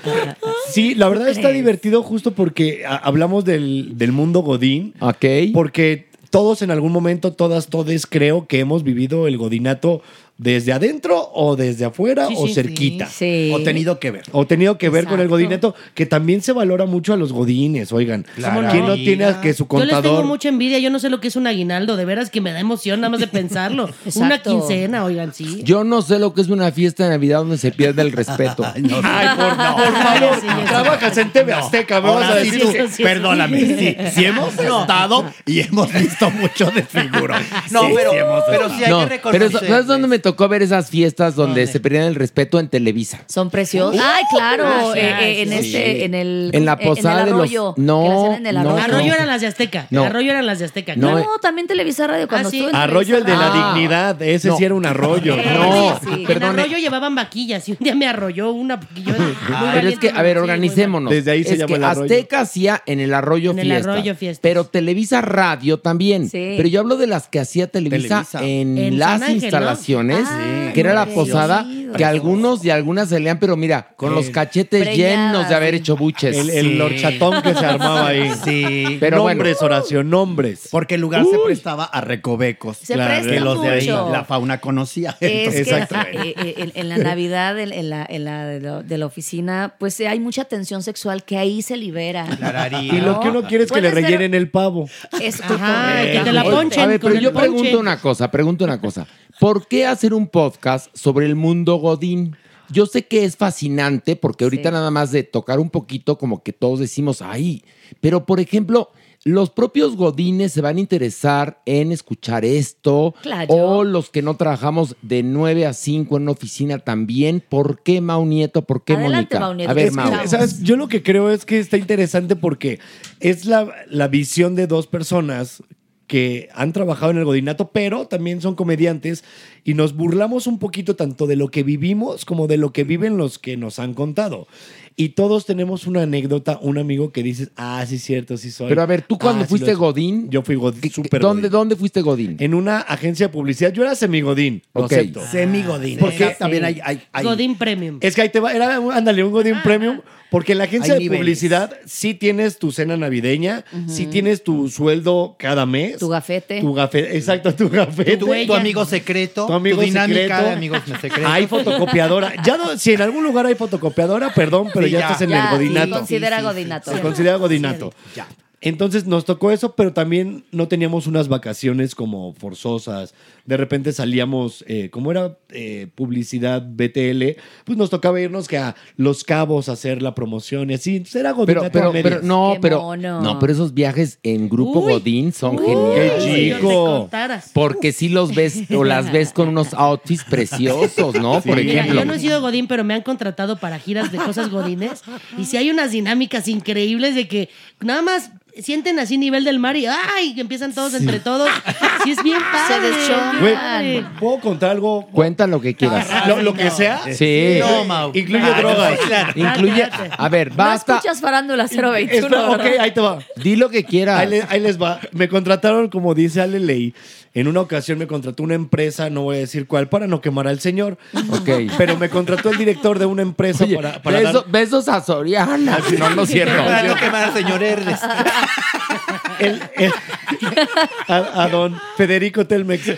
Sí, la verdad está divertido justo porque a- hablamos del, del mundo Godín. Ok. Porque todos en algún momento, todas, todes, creo que hemos vivido el godinato desde adentro o desde afuera Sí, o sí, cerquita. Sí. O tenido que ver. O tenido que ver con el Exacto. godinato, que también se valora mucho a los godines, oigan. Claro. ¿Quién no Sí. tiene a que su Yo les tengo contador... mucha envidia, yo no sé lo que es un aguinaldo, de veras que me da emoción nada más de pensarlo. Una Exacto. quincena, oigan, sí. Yo no sé lo que es una fiesta de Navidad donde se pierde el respeto. Ay, no. Ay, por, Ah, no, por favor, trabajas en TV Azteca, me vas a Ahora sí, decir... tú, sí, eso sí, perdóname, eso sí, sí. sí hemos estado y hemos visto mucho desfiguro. No, Sí, pero, sí hemos pero estado. sí hay No, que pero reconocer. ¿sabes dónde me tocó ver esas fiestas donde se perdían el respeto en Televisa? Son preciosos. Ay, claro. Gracias. eh, eh, en Sí. este, en el. En la eh, posada En de el los- arroyo. No, que la hacían en el no, arroyo. Arroyo eran las de Azteca. No. Arroyo eran las de Azteca. No, No, eh. también Televisa Radio cuando Ah, sí. estuve en Arroyo el de la Ah. Televisa Radio. dignidad, eh. ese sí era un arroyo. No, sí, sí. En perdón. Arroyo llevaban vaquillas y un día me arrolló una porque yo. muy Pero es valiente, que, a ver, sí, muy organicémonos. Desde ahí se Es llama que el arroyo. Azteca hacía en el arroyo En el fiestas. arroyo fiestas. Pero Televisa Radio también. Sí. Pero yo hablo de las que hacía Televisa, Televisa. en, En las San Ángel, ¿no? instalaciones ¿sabes? Ah, que era la qué posada chido. que algunos y algunas salían, pero mira, con los cachetes Preñadas, llenos de haber sí. hecho buches. El, el horchatón que se armaba ahí. Sí. Pero nombres, Horacio, nombres. Porque el lugar se prestaba a recovecos. Se presta que los de ahí, mucho. la fauna conocía. Es Entonces, que eh, eh, en, en la Navidad, en, en la, en la de, lo- de la oficina, pues eh, hay mucha tensión sexual que ahí se libera. Y lo que uno quiere es Oh. que Puede le ser- Ah, rellenen el pavo. Es Ajá, que te la Eh, Oye, ponchen. a ver, con pero el yo ponche. pregunto una cosa, pregunto una cosa. ¿Por qué hacer un podcast sobre el mundo Godín? Yo sé que es fascinante porque ahorita Sí. nada más de tocar un poquito como que todos decimos, ay, pero por ejemplo, los propios Godines se van a interesar en escuchar esto Claro. o los que no trabajamos de 9 a 5 en una oficina también. ¿Por qué Mau Nieto? ¿Por qué Adelante, Mónica? Mau Nieto, a ver, te Mau. escuchamos. ¿Sabes? Yo lo que creo es que está interesante porque es la, la visión de dos personas que han trabajado en el godinato, pero también son comediantes y nos burlamos un poquito tanto de lo que vivimos como de lo que viven los que nos han contado. Y todos tenemos una anécdota, un amigo que dices, ah, sí, cierto, sí soy. Pero a ver, tú cuando Ah, sí fuiste lo- Godín, Yo fui Godín, ¿qué- qué- súper ¿dónde, Godín. ¿dónde fuiste Godín? En una agencia de publicidad, yo era semigodín, lo Ok. acepto. Semigodín. Porque- Porque ¿eh? también hay, hay, hay- Ah. Godín Premium. Es que ahí te va, era un, ándale, un Ah, Godín Premium, porque en la agencia Hay de niveles. publicidad sí tienes tu cena navideña, sí tienes tu sueldo cada mes. Tu gafete. Tu gafete, exacto, tu gafete. tu, tu amigo secreto, Tu tu, amigo dinámica secreto. de amigos secretos. Hay fotocopiadora. Ya no, si en algún lugar hay fotocopiadora, perdón, pero Sí, ya, ya. estás en Ya, el godinato. sí, considera godinato. Se considera godinato. Ya. Entonces nos tocó eso, pero también no teníamos unas vacaciones como forzosas. De repente salíamos, eh, como era eh, publicidad BTL, pues nos tocaba irnos que a Los Cabos a hacer la promoción y así. Entonces era pero, godinato pero, a medias. pero, no, Qué pero, mono. no, pero esos viajes en grupo Uy. Godín son Uy, geniales. si yo te chico. contaras. Porque sí los ves o las ves con unos outfits preciosos, ¿no? Por Mira, ejemplo. yo no he sido Godín, pero me han contratado para giras de cosas Godines. Y si hay unas dinámicas increíbles de que nada más sienten así nivel del mar y ¡ay! que empiezan todos entre todos. Sí, es bien Se padre. deschongan. Güey, Ay. ¿puedo contar algo? Cuenta lo que quieras. Lo, lo que sea. Sí. No, Mau. Incluye Ah, no, drogas. claro. Incluye. A ver, No basta. escuchas farándula Eh, 021. Espera, ok, ¿verdad? ahí te va. Di lo que quieras. Ahí, le- ahí les va. Me contrataron, como dice Ale Ley, en una ocasión me contrató una empresa, no voy a decir cuál, para no quemar al señor. Ok. Pero me contrató el director de una empresa Oye, para, para beso- dar- besos a Soriana. No, no es cierto. Para no quemar al señor Herles. el- el- a, a don Federico Telmex.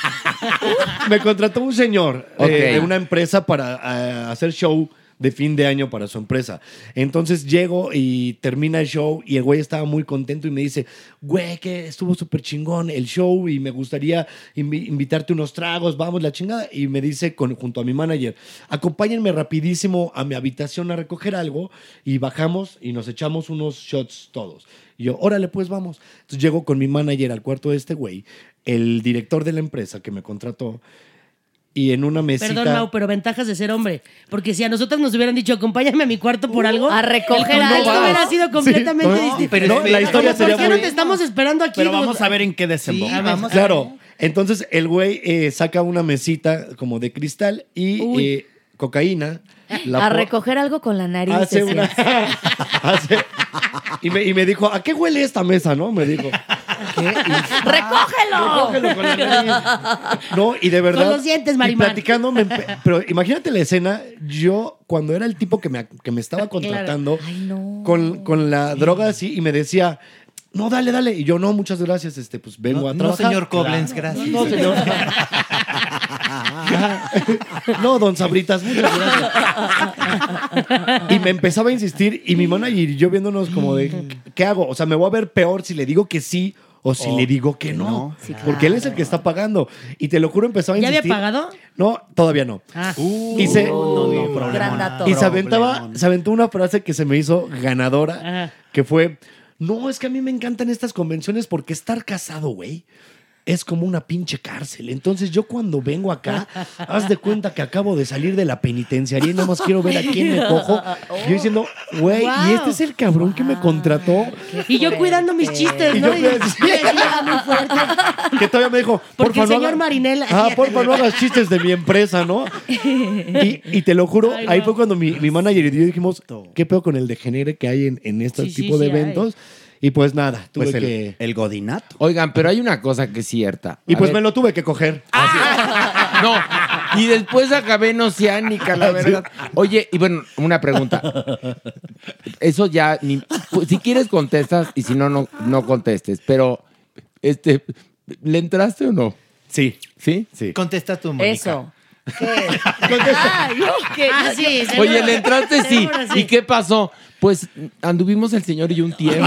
me contrató un señor eh, Ok. de una empresa para eh, hacer show de fin de año para su empresa. Entonces llego y termina el show y el güey estaba muy contento y me dice, güey, que estuvo súper chingón el show y me gustaría invi- invitarte unos tragos, vamos, la chingada. Y me dice con, junto a mi manager, acompáñenme rapidísimo a mi habitación a recoger algo y bajamos y nos echamos unos shots todos. Y yo, órale, pues vamos. Entonces llego con mi manager al cuarto de este güey, el director de la empresa que me contrató, y en una mesita. Perdón, Mau, pero ventajas de ser hombre. Porque si a nosotras nos hubieran dicho, acompáñame a mi cuarto por algo. a recoger el contexto algo. hubiera sido completamente Sí. No, distinto. pero No, la historia Como, sería ¿Por qué muy- no te estamos esperando aquí? Pero Como- vamos a ver en qué Sí, desemboca. vamos a claro. Entonces el güey eh, saca una mesita como de cristal y Uy. eh, cocaína. a po- recoger algo con la nariz. Hace decías. una. hace- y, me, y me dijo, ¿a qué huele esta mesa? ¿No? Me dijo. ¡Recógelo! Cógelo con la nariz. No, y de verdad. Con los dientes, Marimar. Y platicando, me empe- pero imagínate la escena. Yo, cuando era el tipo que me, que me estaba contratando, Ay, no. con, con la droga así, y me decía, no, dale, dale. Y yo, no, muchas gracias, este, pues vengo No, a no, trabajar. señor Koblenz, gracias. No, señor. no, don Sabritas, muchas gracias. Y me empezaba a insistir y mi manager y yo viéndonos como de, ¿qué hago? O sea, me voy a ver peor si le digo que sí o si Oh, le digo que no. Porque él es el que está pagando. Y te lo juro, empezaba a ¿Ya había insistir. pagado? No, todavía no. Ah. y se, Gran dato. y se, aventaba, se aventó una frase que se me hizo ganadora, Ajá. que fue, no, es que a mí me encantan estas convenciones porque estar casado, güey, es como una pinche cárcel. Entonces yo cuando vengo acá, haz de cuenta que acabo de salir de la penitenciaría y nada más quiero ver a quién me cojo. Y yo diciendo, güey, y Wow. este es el cabrón que me contrató. Y yo cuidando mis chistes, Y ¿no? yo Y- cuidando- Sí, era muy fuerte. Que todavía me dijo, Porque porfa, el no señor haga- Marinela. Ah, porfa, no hagas chistes de mi empresa, ¿no? Y, y te lo juro, Ay, ahí no. fue cuando mi, mi manager y yo dijimos, ¿qué pedo con el degenere que hay en, en este Sí, sí, tipo de sí hay. eventos? Y pues nada, tuve Pues el, que. el godinato. Oigan, pero hay una cosa que es cierta. Y A pues ver, Ah, me lo tuve que coger. No. Y después acabé en Oceánica, la verdad. Oye, y bueno, una pregunta. Eso ya, ni- pues, si quieres contestas y si no, no, no contestes. Pero, este, ¿le entraste o no? Sí. ¿Sí? Sí. Contesta tu Mónica. Eso. Ah, yo que. Ah, yo- sí, yo- Oye, le entraste sí. Seguro sí. ¿Y qué pasó? Pues anduvimos el señor y yo un tiempo.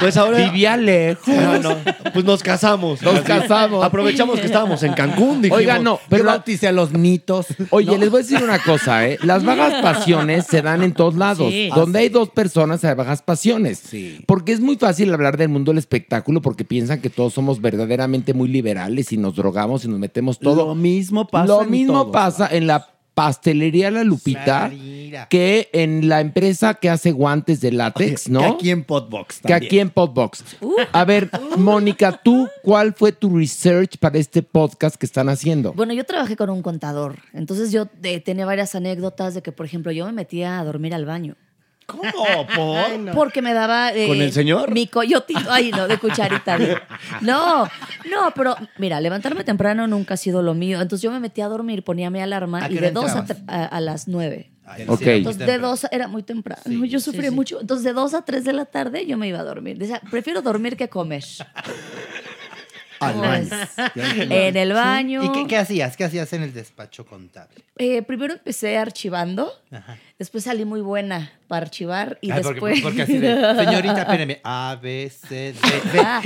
Pues ahora. Vivía lejos. Ah, no. Pues nos casamos. Nos casamos. Aprovechamos que estábamos en Cancún. Dijimos, Oiga, no, pero la- a los mitos. Oye, les voy a decir una cosa, ¿eh? Las bajas pasiones se dan en todos lados. Sí. Donde hay dos personas hay bajas pasiones. Sí. Porque es muy fácil hablar del mundo del espectáculo porque piensan que todos somos verdaderamente muy liberales y nos drogamos y nos metemos todo. Lo mismo pasa Lo en mismo todos pasa en la pastelería La Lupita Sarira. que en la empresa que hace guantes de látex, ¿no? Que aquí en Podbox que también. aquí en Podbox. A ver, Mónica, ¿tú cuál fue tu research para este podcast que están haciendo? Bueno, yo trabajé con un contador, entonces yo eh, tenía varias anécdotas de que, por ejemplo, yo me metía a dormir al baño. ¿Cómo? ¿Por? Porque me daba. eh, ¿Con el señor? Mi coyotito. Ay, no, de cucharita. digo. No, no, pero mira, levantarme temprano nunca ha sido lo mío. Entonces yo me metía a dormir, ponía mi alarma ¿A y qué de hora dos a, entrabas? tre- a- a las nueve. Ok. Entonces de dos era muy temprano. yo sufrí mucho. Entonces de dos a tres de la tarde yo me iba a dormir. Decía, prefiero dormir que comer. ¿Cómo ves? En el baño. ¿Y qué, qué hacías? ¿Qué hacías en el despacho contable? Eh, primero empecé archivando, después salí muy buena para archivar y Ay, porque, después. porque así de, señorita, espéreme, A, B, C, D, D. Ah,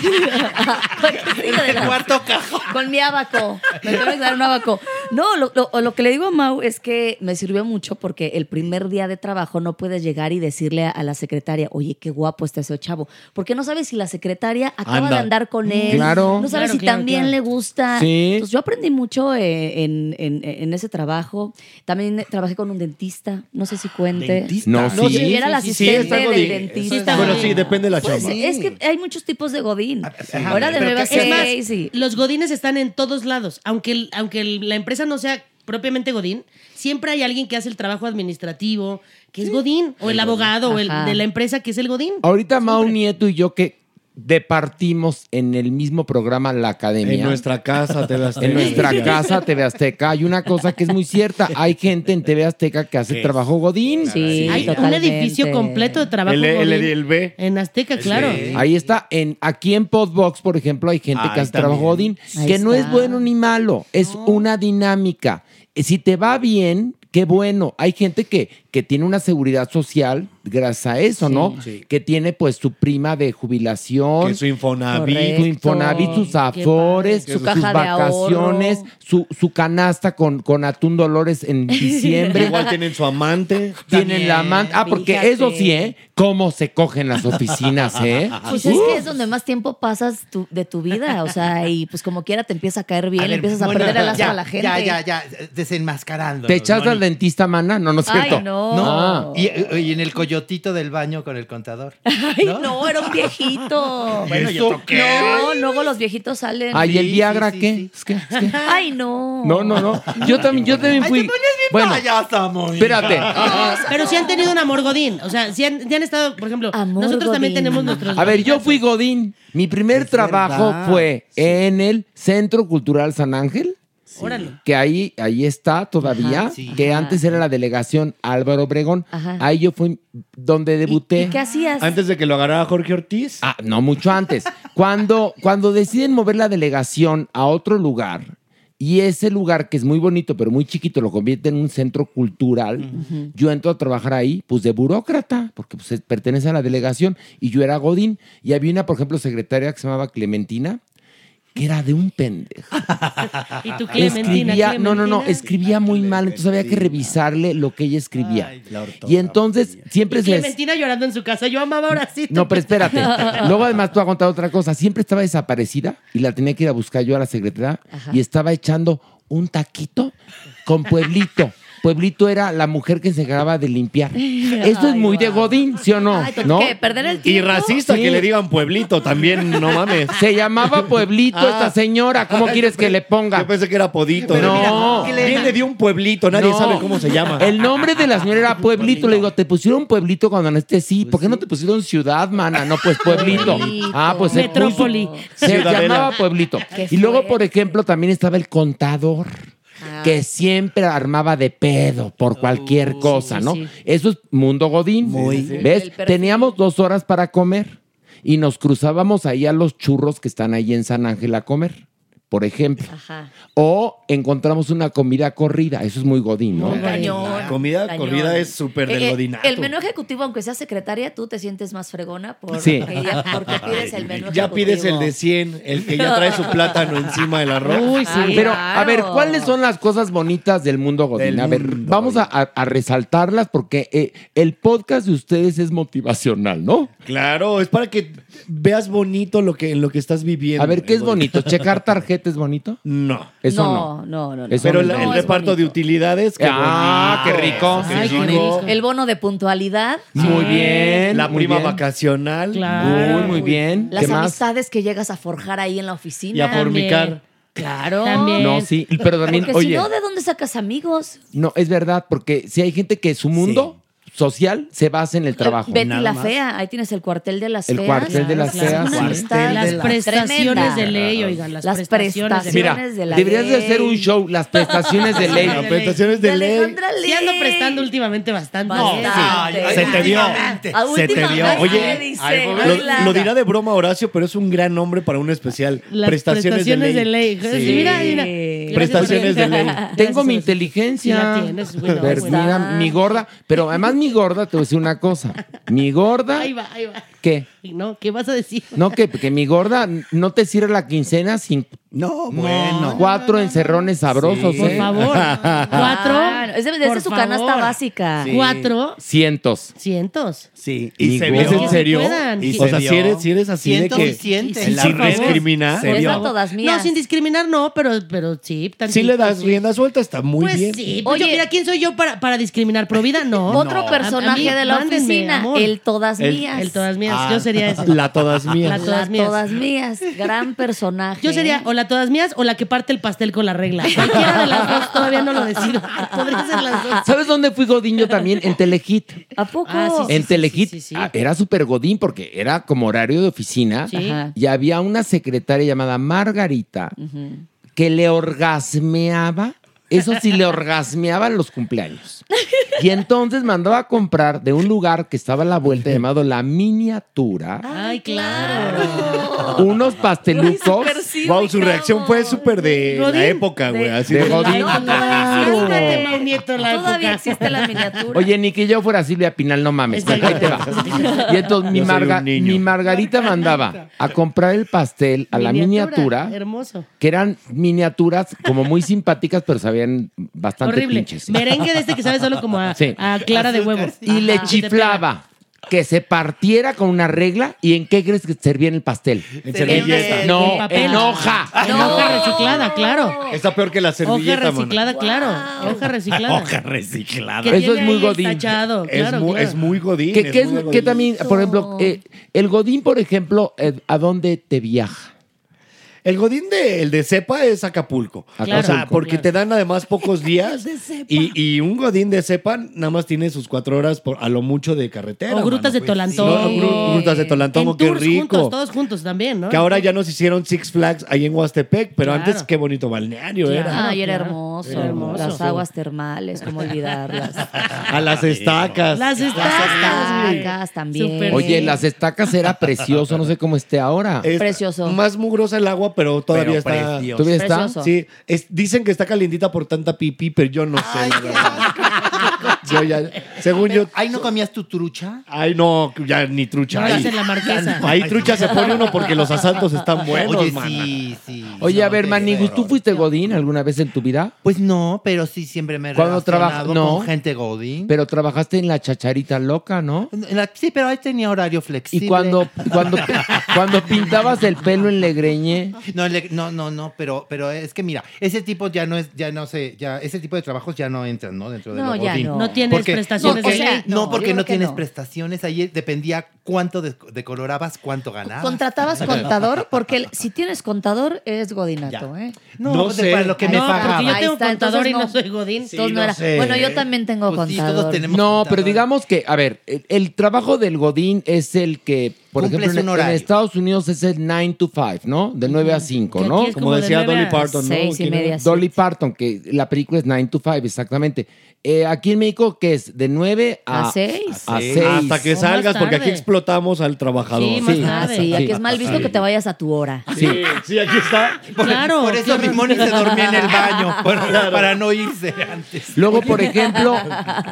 güey. Con- El cuarto cajón. Con mi abaco. Me tengo que dar un abaco. No, lo, lo- lo que le digo a Mau es que me sirvió mucho porque el primer día de trabajo no puedes llegar y decirle a, a la secretaria, oye, qué guapo está ese chavo. Porque no sabes si la secretaria acaba Anda. de andar con él. Claro. No sabes Claro, si claro, también claro. le gusta. Sí. Entonces, yo aprendí mucho eh, en, en- en ese trabajo. También trabajé con un dentista. No sé si cuente. No, No, sí. si yo era la Sí, sí, asistente es algo del de- dentista. está Bueno, bien. sí, depende de la Pues, chamba. es que hay muchos tipos de godín. ajá, Ahora de pero nueva que- Es más, seis y- los godines están en todos lados. Aunque, el- aunque el- la empresa no sea propiamente godín, siempre hay alguien que hace el trabajo administrativo, que es godín, o el, abogado, o el Ajá. de la empresa que es el godín. Ahorita Mau Nieto y yo que departimos en el mismo programa La Academia. En nuestra casa te las en nuestra casa TV Azteca hay una cosa que es muy cierta. Hay gente en TV Azteca que hace trabajo godín. Sí, hay totalmente. un edificio completo de trabajo El, el, godín. el- el B. en Azteca, claro. Ahí está. En, aquí en Podbox, por ejemplo, hay gente Ahí que hace también. trabajo godín, Ahí que no está. es bueno ni malo. Es una dinámica. Eh, Si te va bien, qué bueno. Hay gente que, que tiene una seguridad social gracias a eso, ¿no? Que tiene pues su prima de jubilación. Que su Infonavit. Correcto. su Infonavit, sus Qué afores, padre. sus Su caja de vacaciones, ahorro. su, su canasta con, con atún Dolores en diciembre. Igual tienen su amante. Tienen la manta. Ah, porque fíjate. eso sí, ¿eh? ¿Cómo se cogen las oficinas, eh? Pues es que es donde más tiempo pasas tu- de tu vida, o sea, y pues como quiera te empieza a caer bien, A ver, empiezas a bueno, perder el lazo ya, a la gente. Ya, ya, ya, desenmascarando. ¿Te echas al dentista, mana? No, no es Ay, cierto. no. Ah. Y, y en el coyotito del baño con el contador. Ay, ¿No? era un viejito. Bueno, ¿y eso qué? No, luego los viejitos salen. Ay, el Sí, Viagra, sí, sí, ¿qué? sí. Es que- es que- Ay, no. No, no, no. Yo también, yo también fui. Bueno, espérate. Pero sí han tenido un amor godín. O sea, sí han, sí han estado, por ejemplo, Amor nosotros también godín. tenemos nuestros... A ver, yo fui Godín. Mi primer trabajo verdad. fue en el Centro Cultural San Ángel. Órale. que ahí, ahí está todavía, Ajá, sí. que Ajá. antes era la delegación Álvaro Obregón. Ajá. Ahí yo fui donde ¿Y- debuté. ¿Y, qué hacías? Antes de que lo agarrara Jorge Ortiz. Ah, no, mucho antes. cuando, cuando deciden mover la delegación a otro lugar, y ese lugar que es muy bonito, pero muy chiquito, lo convierte en un centro cultural, yo entro a trabajar ahí, pues de burócrata, porque pues, es- pertenece a la delegación, y yo era Godín, y había una, por ejemplo, secretaria que se llamaba Clementina, que era de un pendejo. Ah, Y tu Clementina. Escribía- no, no, no, Clementina. escribía muy mal, entonces había que revisarle lo que ella escribía. y entonces siempre Y se... Clementina llorando en su casa. Yo amaba ahora sí. Pues, No, pero espérate. Luego además tú has contado otra cosa. Siempre estaba desaparecida y la tenía que ir a buscar yo a la secretaria Ajá. y estaba echando un taquito con pueblito. Pueblito era la mujer que se encargaba de limpiar. Esto es Ay, muy de Godín, ¿sí o no? Ay, ¿por ¿No? qué? ¿Perder el Y tiempo? racista, que le digan pueblito también, no mames. Se llamaba Pueblito Ah. esta señora. ¿Cómo Ay, quieres yo que pe- le ponga? Yo pensé que era Podito. Pero no, mira, que le- viene de un pueblito, nadie No. sabe cómo se llama. El nombre de la señora era Pueblito. Le digo, te pusieron Pueblito cuando naciste, sí. ¿Por qué no te pusieron Ciudad, mana? No, pues Pueblito. Ah, pues se puso- Metrópoli. Se Ciudadela. llamaba Pueblito. Qué Y luego, por ejemplo, también estaba el contador. Que siempre armaba de pedo por cualquier cosa, ¿no? Eso es mundo Godín. Muy. Sí, sí. ¿Ves? El perfil. Teníamos dos horas para comer y nos cruzábamos ahí a los churros que están ahí en San Ángel a comer, por ejemplo. Ajá. O encontramos una comida corrida. Eso es muy godín, ¿no? Muy cañón, La comida cañón. corrida es súper del Eh, eh, godinato. El menú ejecutivo, aunque sea secretaria, tú te sientes más fregona por- Sí. porque, ya- porque pides el menú Ya pides el ejecutivo. de 100, el que ya trae su plátano encima del arroz. Uy, sí. Pero, a ver, ¿cuáles son las cosas bonitas del mundo Godín? Del a ver, mundo vamos a, a- a resaltarlas porque eh, el podcast de ustedes es motivacional, ¿no? Claro, es para que veas bonito lo que, en lo que estás viviendo. A ver, ¿qué es bonito? ¿Checar tarjeta es bonito? No. Eso no, no. no, no. no. Eso Pero no. la- No, el es reparto de utilidades. Ah, bonito. qué rico. Qué Ay, qué rico. rico. El bono de puntualidad. Muy bien. La muy prima bien. vacacional. Claro. Uy, muy bien. Las ¿Qué más? amistades que llegas a forjar ahí en la oficina. Y a formicar. Claro. También. No, sí, pero también, Porque si oye. no, ¿de dónde sacas amigos? No, es verdad, porque si hay gente que su mundo social se basa en el trabajo. Betty la fea, ahí tienes el cuartel de las El feas. cuartel de las feas, Una sí. amistad Las prestaciones tremenda. de ley, oigan, las prestaciones de ley. Mira, de la deberías de ley. hacer un show, las prestaciones de ley. Las prestaciones de ley. Alejandra Sí ando prestando últimamente bastante. Bastante. Se te vio. Ah, Se te vio. últimamente, Oye, dice, algo- ay, lo, Lara. lo dirá de broma Horacio, pero es un gran nombre para un especial. Las prestaciones, de ley. Sí. Mira, mira. Prestaciones de ley. Tengo mi inteligencia. Sí la tienes, güey, no, Ver, güey. mira, mi gorda. Pero además mi gorda, te voy a decir una cosa. Mi gorda, Ahí va, ahí va. ¿qué? No, ¿qué vas a decir? No, que, que mi gorda no te sirve la quincena sin no, bueno. cuatro encerrones sabrosos, Por ¿eh? favor. Cuatro. Claro, ese- esa por es su canasta favor. básica. Sí. Cuatro. Cientos. Cientos. Sí, Mi y se gorda. vio. ¿Es en serio? puedan. Y Sí. o sea, Se si vio. eres, si eres así Cientos de y que. cientos. sin Sí, por favor. discriminar. Se vio. Pues, a todas mías. No, sin discriminar no, pero, pero sí. Si tantito, le das sí. rienda suelta, está muy pues bien. sí. Oye. Oye, mira, ¿quién soy yo para, para discriminar? ¿Provida? No. Otro No. A- a personaje mí, de la mándenme, oficina, amor. el todas El- mías. El todas mías. Ah, yo sería ese. La todas mías. La La todas mías. todas mías, gran personaje. Yo sería o la todas mías o la que parte el pastel con la regla. Cualquiera de las dos, todavía no lo decido. Podría ser las dos. ¿Sabes dónde fui Godiño también? En Telehit. ¿A poco? Ah, sí, sí. En Telehit sí. ah, era súper Godín porque era como horario de oficina Sí. Ajá. y había una secretaria llamada Margarita que le orgasmeaba, eso sí, le orgasmeaban los cumpleaños. Y entonces mandaba a comprar de un lugar que estaba a la vuelta llamado La Miniatura Ay, claro. unos pastelucos. Wow, su reacción fue súper de Godín. la época, güey. Así de de- Godín. Siéntate, Mau Nieto, la Todavía época. existe la miniatura. Oye, ni que yo fuera Silvia Pinal, no mames. Exacto. Ahí te va. Y entonces mi, Yo soy Marga- un niño. mi Margarita mandaba a comprar el pastel a la miniatura. Hermoso. que eran miniaturas como muy simpáticas, pero sabían bastante Horrible. pinches. Merengue de este que sabe solo como a, Sí. a clara de huevos. Y le Ajá. chiflaba que se partiera con una regla y en qué crees que servían el pastel. En servilleta. No, En papel. en hoja. En hoja reciclada, claro. Está peor que la Hoja servilleta, mano. reciclada, claro. Hoja reciclada. reciclada. Que Eso tiene es muy ahí el godín. tachado, Es, claro, muy, claro. es muy godín. Que, que es- muy que godín. también, por ejemplo, eh, el Godín, por ejemplo, eh, ¿a dónde te viaja? El godín de, el de cepa es Acapulco. Claro. o sea, Acapulco. porque te dan además pocos días. y, y un godín de cepa nada más tiene sus cuatro horas por, a lo mucho de carretera. O grutas mano. de Tolantomo. No, gru- grutas de Tolantomo, En qué tours rico. Juntos, todos juntos también, ¿no? Que ahora ya nos hicieron Six Flags ahí en Huastepec, pero Claro. antes qué bonito balneario ¿eh? era. Ay, era Claro. hermoso. Era hermoso. Las aguas termales, cómo olvidarlas. A las estacas. Las estacas, güey. Estacas también. Súper Oye, Sí. las estacas era precioso, no sé cómo esté ahora. Es Precioso. Más mugrosa el agua, pero todavía está. ¿Todavía está? Precioso. Sí, es- dicen que está calientita por tanta pipí, pero yo no sé. la verdad. Yo ya- según yo, Ahí no comías tu trucha. ay no, ya ni trucha. Estás ahí. en la marquesa. Ahí trucha se pone uno porque los asaltos están buenos, Oye, mana. sí, sí. Oye, a ver, te Manigus, ¿tú creo. fuiste Godín alguna vez en tu vida? Pues no, pero sí siempre me he ¿Cuándo relacionado trabaja- no? con gente godín. Pero trabajaste en la chacharita loca, ¿no? En la- sí, pero ahí tenía horario flexible. Y cuando, cuando, cuando pintabas el pelo en Legreñe, No, le- no, no, no, pero, pero es que mira, ese tipo ya no es, ya no sé, ya, ese tipo de trabajos ya no entran, ¿no? Dentro de No, lo ya godín. no. No tienes prestaciones no, de porque- ley. no, No, yo porque creo no que tienes no. prestaciones. Ahí dependía cuánto de- decolorabas, cuánto ganabas. Contratabas contador, porque el- si tienes contador, eres godinato, ¿eh? No, No pues, sé. para lo que me No, porque pagaban. yo tengo contador entonces y no soy godín. Entonces Sí, no no era. sé. Pues Bueno, yo también tengo contador. No, pero digamos que, a ver, el, el trabajo del Godín es el que, por Cumples ejemplo, en, un en horario. Estados Unidos es el 9 to 5, ¿no? De 9 a 5, Que ¿no? aquí es Como como de decía 9 a Dolly Parton, ¿no? seis y ¿Quién era? media, Dolly Parton, que la película es 9 to 5, exactamente. Eh, aquí en México, ¿qué es? De 9 a, A seis. a Sí. seis. Hasta O que más salgas, porque aquí tarde. explotamos al trabajador. Ah, sí, aquí es mal visto que te vayas a tu hora. Sí, sí, aquí está. Claro, Por eso claro. mi Moni se dormía en el baño, para, Claro. para no irse antes. Luego, por ejemplo,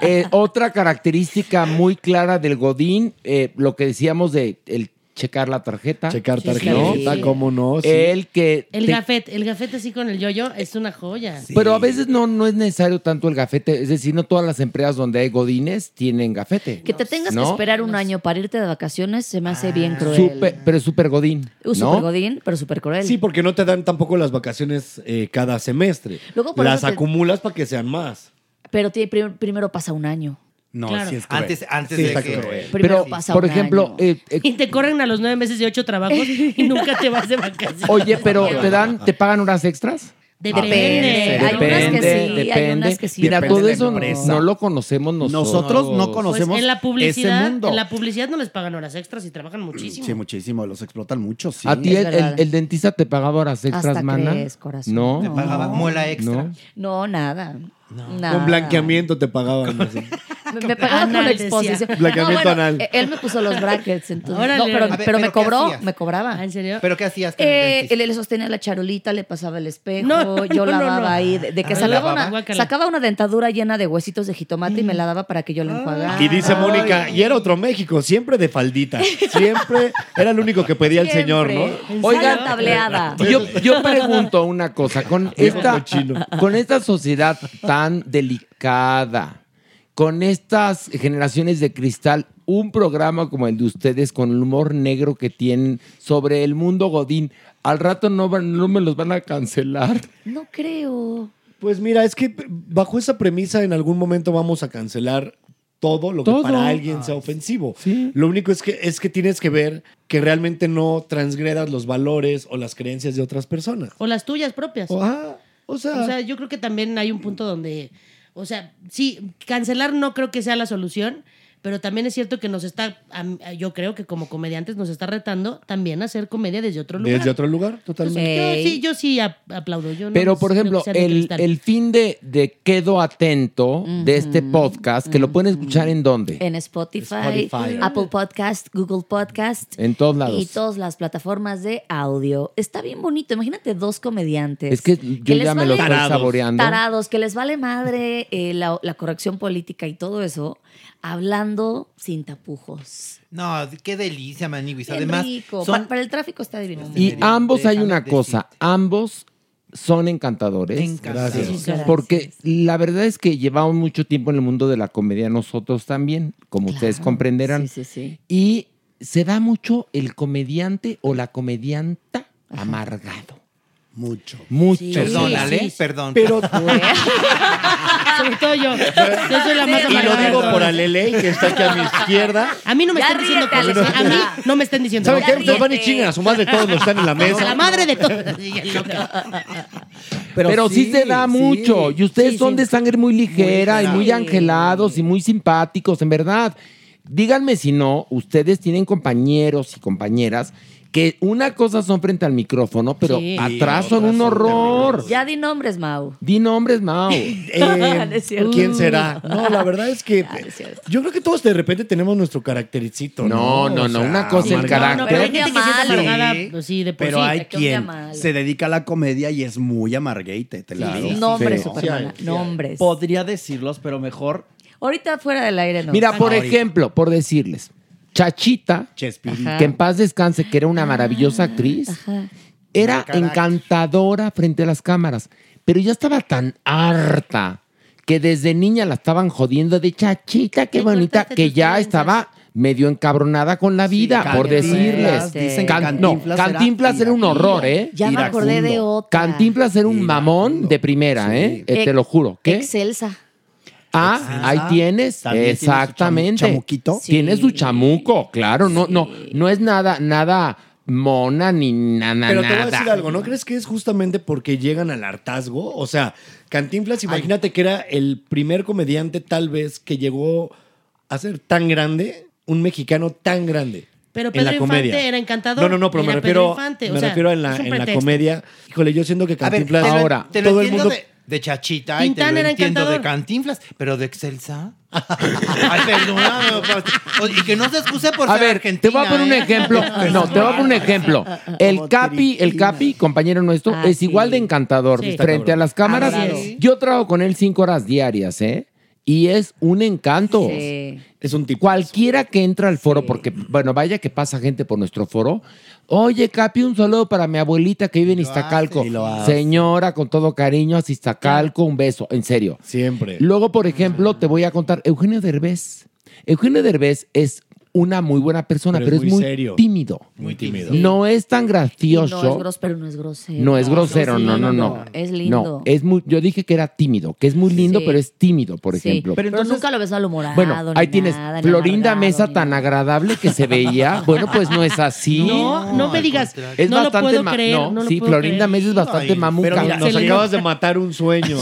eh, otra característica muy clara del Godín, eh, lo que decíamos de el checar la tarjeta. Checar tarjeta, tarjeta, cómo no, sí. El que... El te- gafet, el gafet así con el yoyo es una joya. Pero a veces no, no es necesario tanto el gafete. Es decir, no todas las empresas donde hay godines tienen gafete. Que te tengas ¿No? que esperar un año para irte de vacaciones se me hace bien cruel. Súper- pero es súper godín. Un ¿no? super godín, pero super cruel. Sí, porque no te dan tampoco las vacaciones eh, cada semestre. Luego, por las eso te- acumulas para que sean más. Pero ti- prim- primero pasa un año. No, Claro. sí es cruel. Antes- antes Sí de está que- cruel. Primero Pero, pasa por un ejemplo, año. eh, eh, Y te corren a los nueve meses y ocho trabajos y nunca te vas de vacaciones. oye, pero ¿te dan, te pagan horas extras? Depende. Hay unas que sí, hay unas que sí. Mira, Depende todo de eso la no, empresa. no lo conocemos nosotros. Nosotros no Pues conocemos en la publicidad, ese mundo. en la publicidad no les pagan horas extras y trabajan muchísimo. Sí, muchísimo. Los explotan mucho, sí. A ti el, el- el dentista te pagaba horas extras, Hasta mana. crees, corazón. No. Te pagaba muela extra. No. No, nada. nada. Con blanqueamiento te pagaban. así. Me, me pagaba Anal, con decía. exposición. Blanqueamiento No, bueno, anal. eh, Él me puso los brackets, entonces. Órale. No, pero, A ver, pero me ¿pero qué cobró, hacías? me cobraba. Ah, ¿En serio? ¿Pero qué hacías con el Eh, dentista? él le sostenía la charolita, le pasaba el espejo, No, yo no, no, lavaba no. ahí, de, de que Ah, sacaba ¿lavaba? una, Guácala. Mm. sacaba una dentadura llena de huesitos de jitomate y me la daba para que yo Ah. la enjuagara. Y dice Mónica, y era otro México, siempre de faldita. Siempre era el único que pedía el Siempre. señor, ¿no? Oigan. Sala tableada. Yo, yo pregunto una cosa, con esta, con esta sociedad tan delicada, con estas generaciones de cristal, un programa como el de ustedes, con el humor negro que tienen sobre el mundo Godín, al rato no, van- no me los van a cancelar. No creo. Pues mira, es que bajo esa premisa en algún momento vamos a cancelar todo lo que Todo. para alguien sea ofensivo. Lo único es que, es que tienes que ver que realmente no transgredas los valores o las creencias de otras personas. O las tuyas propias. O, ah, o sea, O sea, yo creo que también hay un punto donde, o sea, sí, cancelar no creo que sea la solución, pero también es cierto que nos está, a- a- yo creo que como comediantes nos está retando también a hacer comedia desde otro lugar. desde otro lugar, totalmente. Entonces, Ey. Yo sí, yo sí ap- aplaudo. Yo no Pero, necesito por que ejemplo, sean de el, cristal. el fin de, de Quedo Atento de este podcast, que lo pueden escuchar en dónde? En Spotify, Spotify. Apple Podcast, Google Podcast. En todos lados. Y todas las plataformas de audio. Está bien bonito. Imagínate dos comediantes. Es que yo les ya me lo estoy vale- saboreando. Tarados, que les vale madre eh, la, la corrección política y todo eso, hablando sin tapujos. No, qué delicia, Maniwis. Bien Además, rico. son Este, Pa- para el tráfico está divino. Y Deberían ambos hay dejar una de cosa, decirte. ambos son encantadores. Encantadores. Gracias. Gracias. Porque la verdad es que llevamos mucho tiempo en el mundo de la comedia nosotros también, como ustedes Claro. comprenderán. Sí, sí, sí. Y se da mucho el comediante o la comedianta amargado. Mucho. Mucho. Sí. Perdónale, Sí, sí. perdón. Pero Sobre todo yo. Yo soy la más y lo amargada de digo todas. por Aleley, que está aquí a mi izquierda. A mí no me Ya están diciendo ríete, cosas. A mí Alejandra. no me están diciendo ¿Saben qué? cosas. Ustedes van y chingan a su madre todos los que están en la A la mesa. madre de todos. Y ya loca. Pero, sí, se da sí. mucho. Y ustedes Sí, son sí. de sangre muy ligera y ligera. muy Sí. angelados y muy simpáticos, en verdad. Díganme si no, ustedes tienen compañeros y compañeras que una cosa son frente al micrófono, pero Sí. atrás son un horror. Ya di nombres, Mau. Di nombres, Mao. Eh, No es cierto. Uh. ¿Quién será? No, la verdad es que Ah, no es cierto. yo creo que todos de repente tenemos nuestro caractericito. No, No, no, O no. sea, Una cosa el amargado. No, no, pero hay carácter. gente que sí es Mal. amargada. Sí. pues Sí, de por Pero sí. hay que quien está mal. se dedica a la comedia y es muy amarguete. Te la digo. Nombres, Sí. Supermana. Nombres. Podría decirlos, pero mejor Ahorita fuera del aire no. Ah, Mira, por Ahorita. ejemplo, por decirles, Chachita, Chespirito. Ajá. que en paz descanse, que era una maravillosa actriz, era encantadora frente a las cámaras, pero ya estaba tan harta que desde niña la estaban jodiendo de chachita, qué Te bonita, cortaste que tus ya trenzas. estaba medio encabronada con la vida, por decirles. Cantinflas, dicen que Can- no, Cantinflas era Cantinflas era un horror, ¿eh? Ya me acordé de otra. Cantinflas era un mamón de primera, ¿eh? Eh, Te Ex- lo juro. ¿Qué? Excelsa. Ah, ahí tienes. También tiene su Exactamente. chamu- chamuquito. Tiene su chamuco, claro. No, no, no es nada, nada mona ni na- na- nada. Pero te voy a decir algo, ¿no crees que es justamente porque llegan al hartazgo? O sea, Cantinflas, imagínate que era el primer comediante tal vez que llegó a ser tan grande, un mexicano tan grande. Pero en Pedro la comedia. Infante era encantador. No, no, no, pero y me era refiero, Pedro Infante, o me sea, refiero en, la, es un en la pretexto. comedia. Híjole, yo siento que A ver, Cantinflas te lo- ahora te lo todo el entiendo mundo de, de Chachita y te Tintán lo era entiendo de encantador. Cantinflas, pero de Excelsa. Ay, perdóname, papá. Oye, Y que no se excuse por a ser ver, argentina. te voy a poner un ¿eh? ejemplo. No, te voy a poner un ejemplo. El Capi, el Capi, compañero nuestro, Ah, es sí. igual de encantador Sí. Está frente a cabrón. las cámaras. Ah, claro. Yo trabajo con él cinco horas diarias, ¿eh? Y es un encanto. Sí. Es un tipo. Cualquiera que entra al foro, porque, bueno, vaya que pasa gente por nuestro foro. Oye, Capi, un saludo para mi abuelita que vive en Iztacalco. Señora, con todo cariño, a Iztacalco, un beso, en serio. Siempre. Luego, por ejemplo, te voy a contar Eugenio Derbez. Eugenio Derbez es una muy buena persona, Pero pero, es es muy muy serio. tímido. Muy tímido. No es tan Y No es gracioso. grosero, pero no es grosero. No es grosero, no, no, no. Es lindo. No, es muy, yo dije que era tímido, que es muy lindo, Sí. pero es tímido, por Sí, ejemplo. Pero, nunca lo ves malhumorado. Bueno, ni ahí tienes nada, ni Florinda amargado, Mesa ni- tan agradable que se veía. Bueno, pues no es así. No, no me digas. Es no bastante lo puedo ma- creer. no, no lo sí, puedo Florinda creer. Mesa es bastante mamuca. Pero mira, nos Se le- acabas de matar un sueño.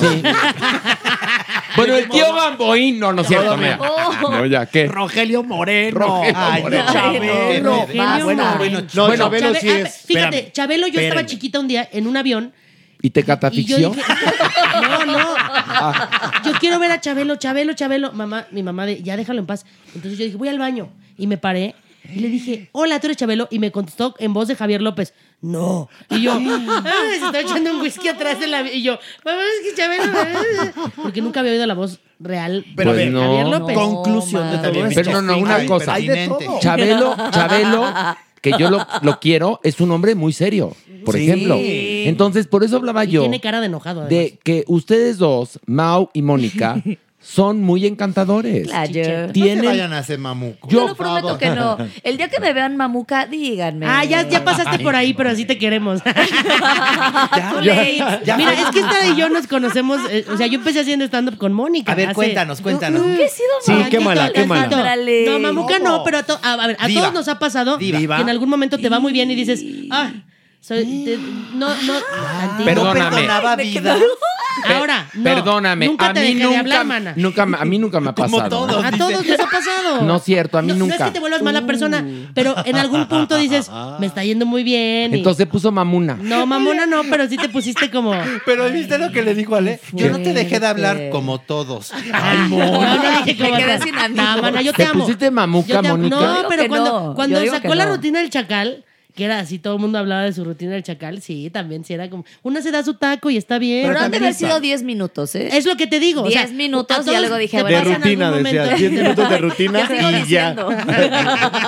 Bueno, el tío Gamboín, no, no es cierto, mira. Oh. No, ya, ¿qué? Rogelio Moreno. Rogelio Ay, Moreno. Chabelo. Rogelio Ah, bueno, Moreno. bueno, no, Bueno, Chabelo Chabe- sí ah, es. Fíjate, Espérame, Chabelo, yo estaba espérenme. chiquita un día en un avión ¿Y te y yo catafixió? dije, no, no, Ah. yo quiero ver a Chabelo, Chabelo, Chabelo, mamá, mi mamá de, ya déjalo en paz. Entonces yo dije, voy al baño y me paré y le dije, hola, tú eres Chabelo y me contestó en voz de Javier López, no. Y yo, "Ah, se está echando un whisky atrás de la y yo, mamá, es que Chabelo, ah". porque nunca había oído la voz real Pero de a ver, Javier no. López. Conclusión de todo Pero esto. no, no, una Ay, cosa. hay de todo. Chabelo, Chabelo, que yo lo, lo quiero, es un hombre muy serio, por Sí. ejemplo. Entonces, por eso hablaba Y yo tiene cara de enojado. además. de que ustedes dos, Mau y Mónica, son muy encantadores. Claro. No se Tienen vayan a hacer mamuco. Yo, lo Por prometo favor. que no. El día que me vean mamuca, díganme. Ah, ya, ya pasaste por ahí, pero así te queremos. Too late. Mira, es que esta y yo nos conocemos. eh, o sea, yo empecé haciendo stand-up con Mónica. A ver, hace- mm, cuéntanos, cuéntanos. Nunca he sido Sí, mamuca. qué mala, qué mala. Órale. No, mamuca no, pero a, to- a- a ver, a Diva. todos nos ha pasado Diva. que en algún momento te va muy bien y dices, ah, soy- te- no, no, tantito. Perdóname. Ah. perdonaba Me quedó- vida. Pe- Ahora, no, Perdóname, nunca a te mí dejé de nunca, hablar, mana. nunca me- a mí nunca me ha Como pasado. todos. A todos nos ha pasado. No es cierto, a mí No- No es nunca. Uh. que te vuelvas mala persona, Uh. pero en algún punto dices, me está yendo muy bien. y- Entonces puso mamuna. no, mamona no, pero sí te pusiste como... Pero viste lo que le dijo Ale. Yo no te dejé de hablar como todos. Este. Ay, Mona. No, no dije Me como- quedé sin No, amigos. mana, yo ¿Te te amo. pusiste mamuca, Yo te amo. Mónica? Yo No, digo pero que cuando, no. cuando Yo digo sacó que la no. rutina del chacal, que era así, todo el mundo hablaba de su rutina del chacal, sí, también, sí, era como, una se da su taco y está bien. Pero han de también haber está- sido 10 minutos, ¿eh? Es lo que te digo. o sea, 10 minutos a y todos luego dije, te bueno, De pasa en rutina, algún decía. momento. 10 minutos de rutina sigo y ya. diciendo.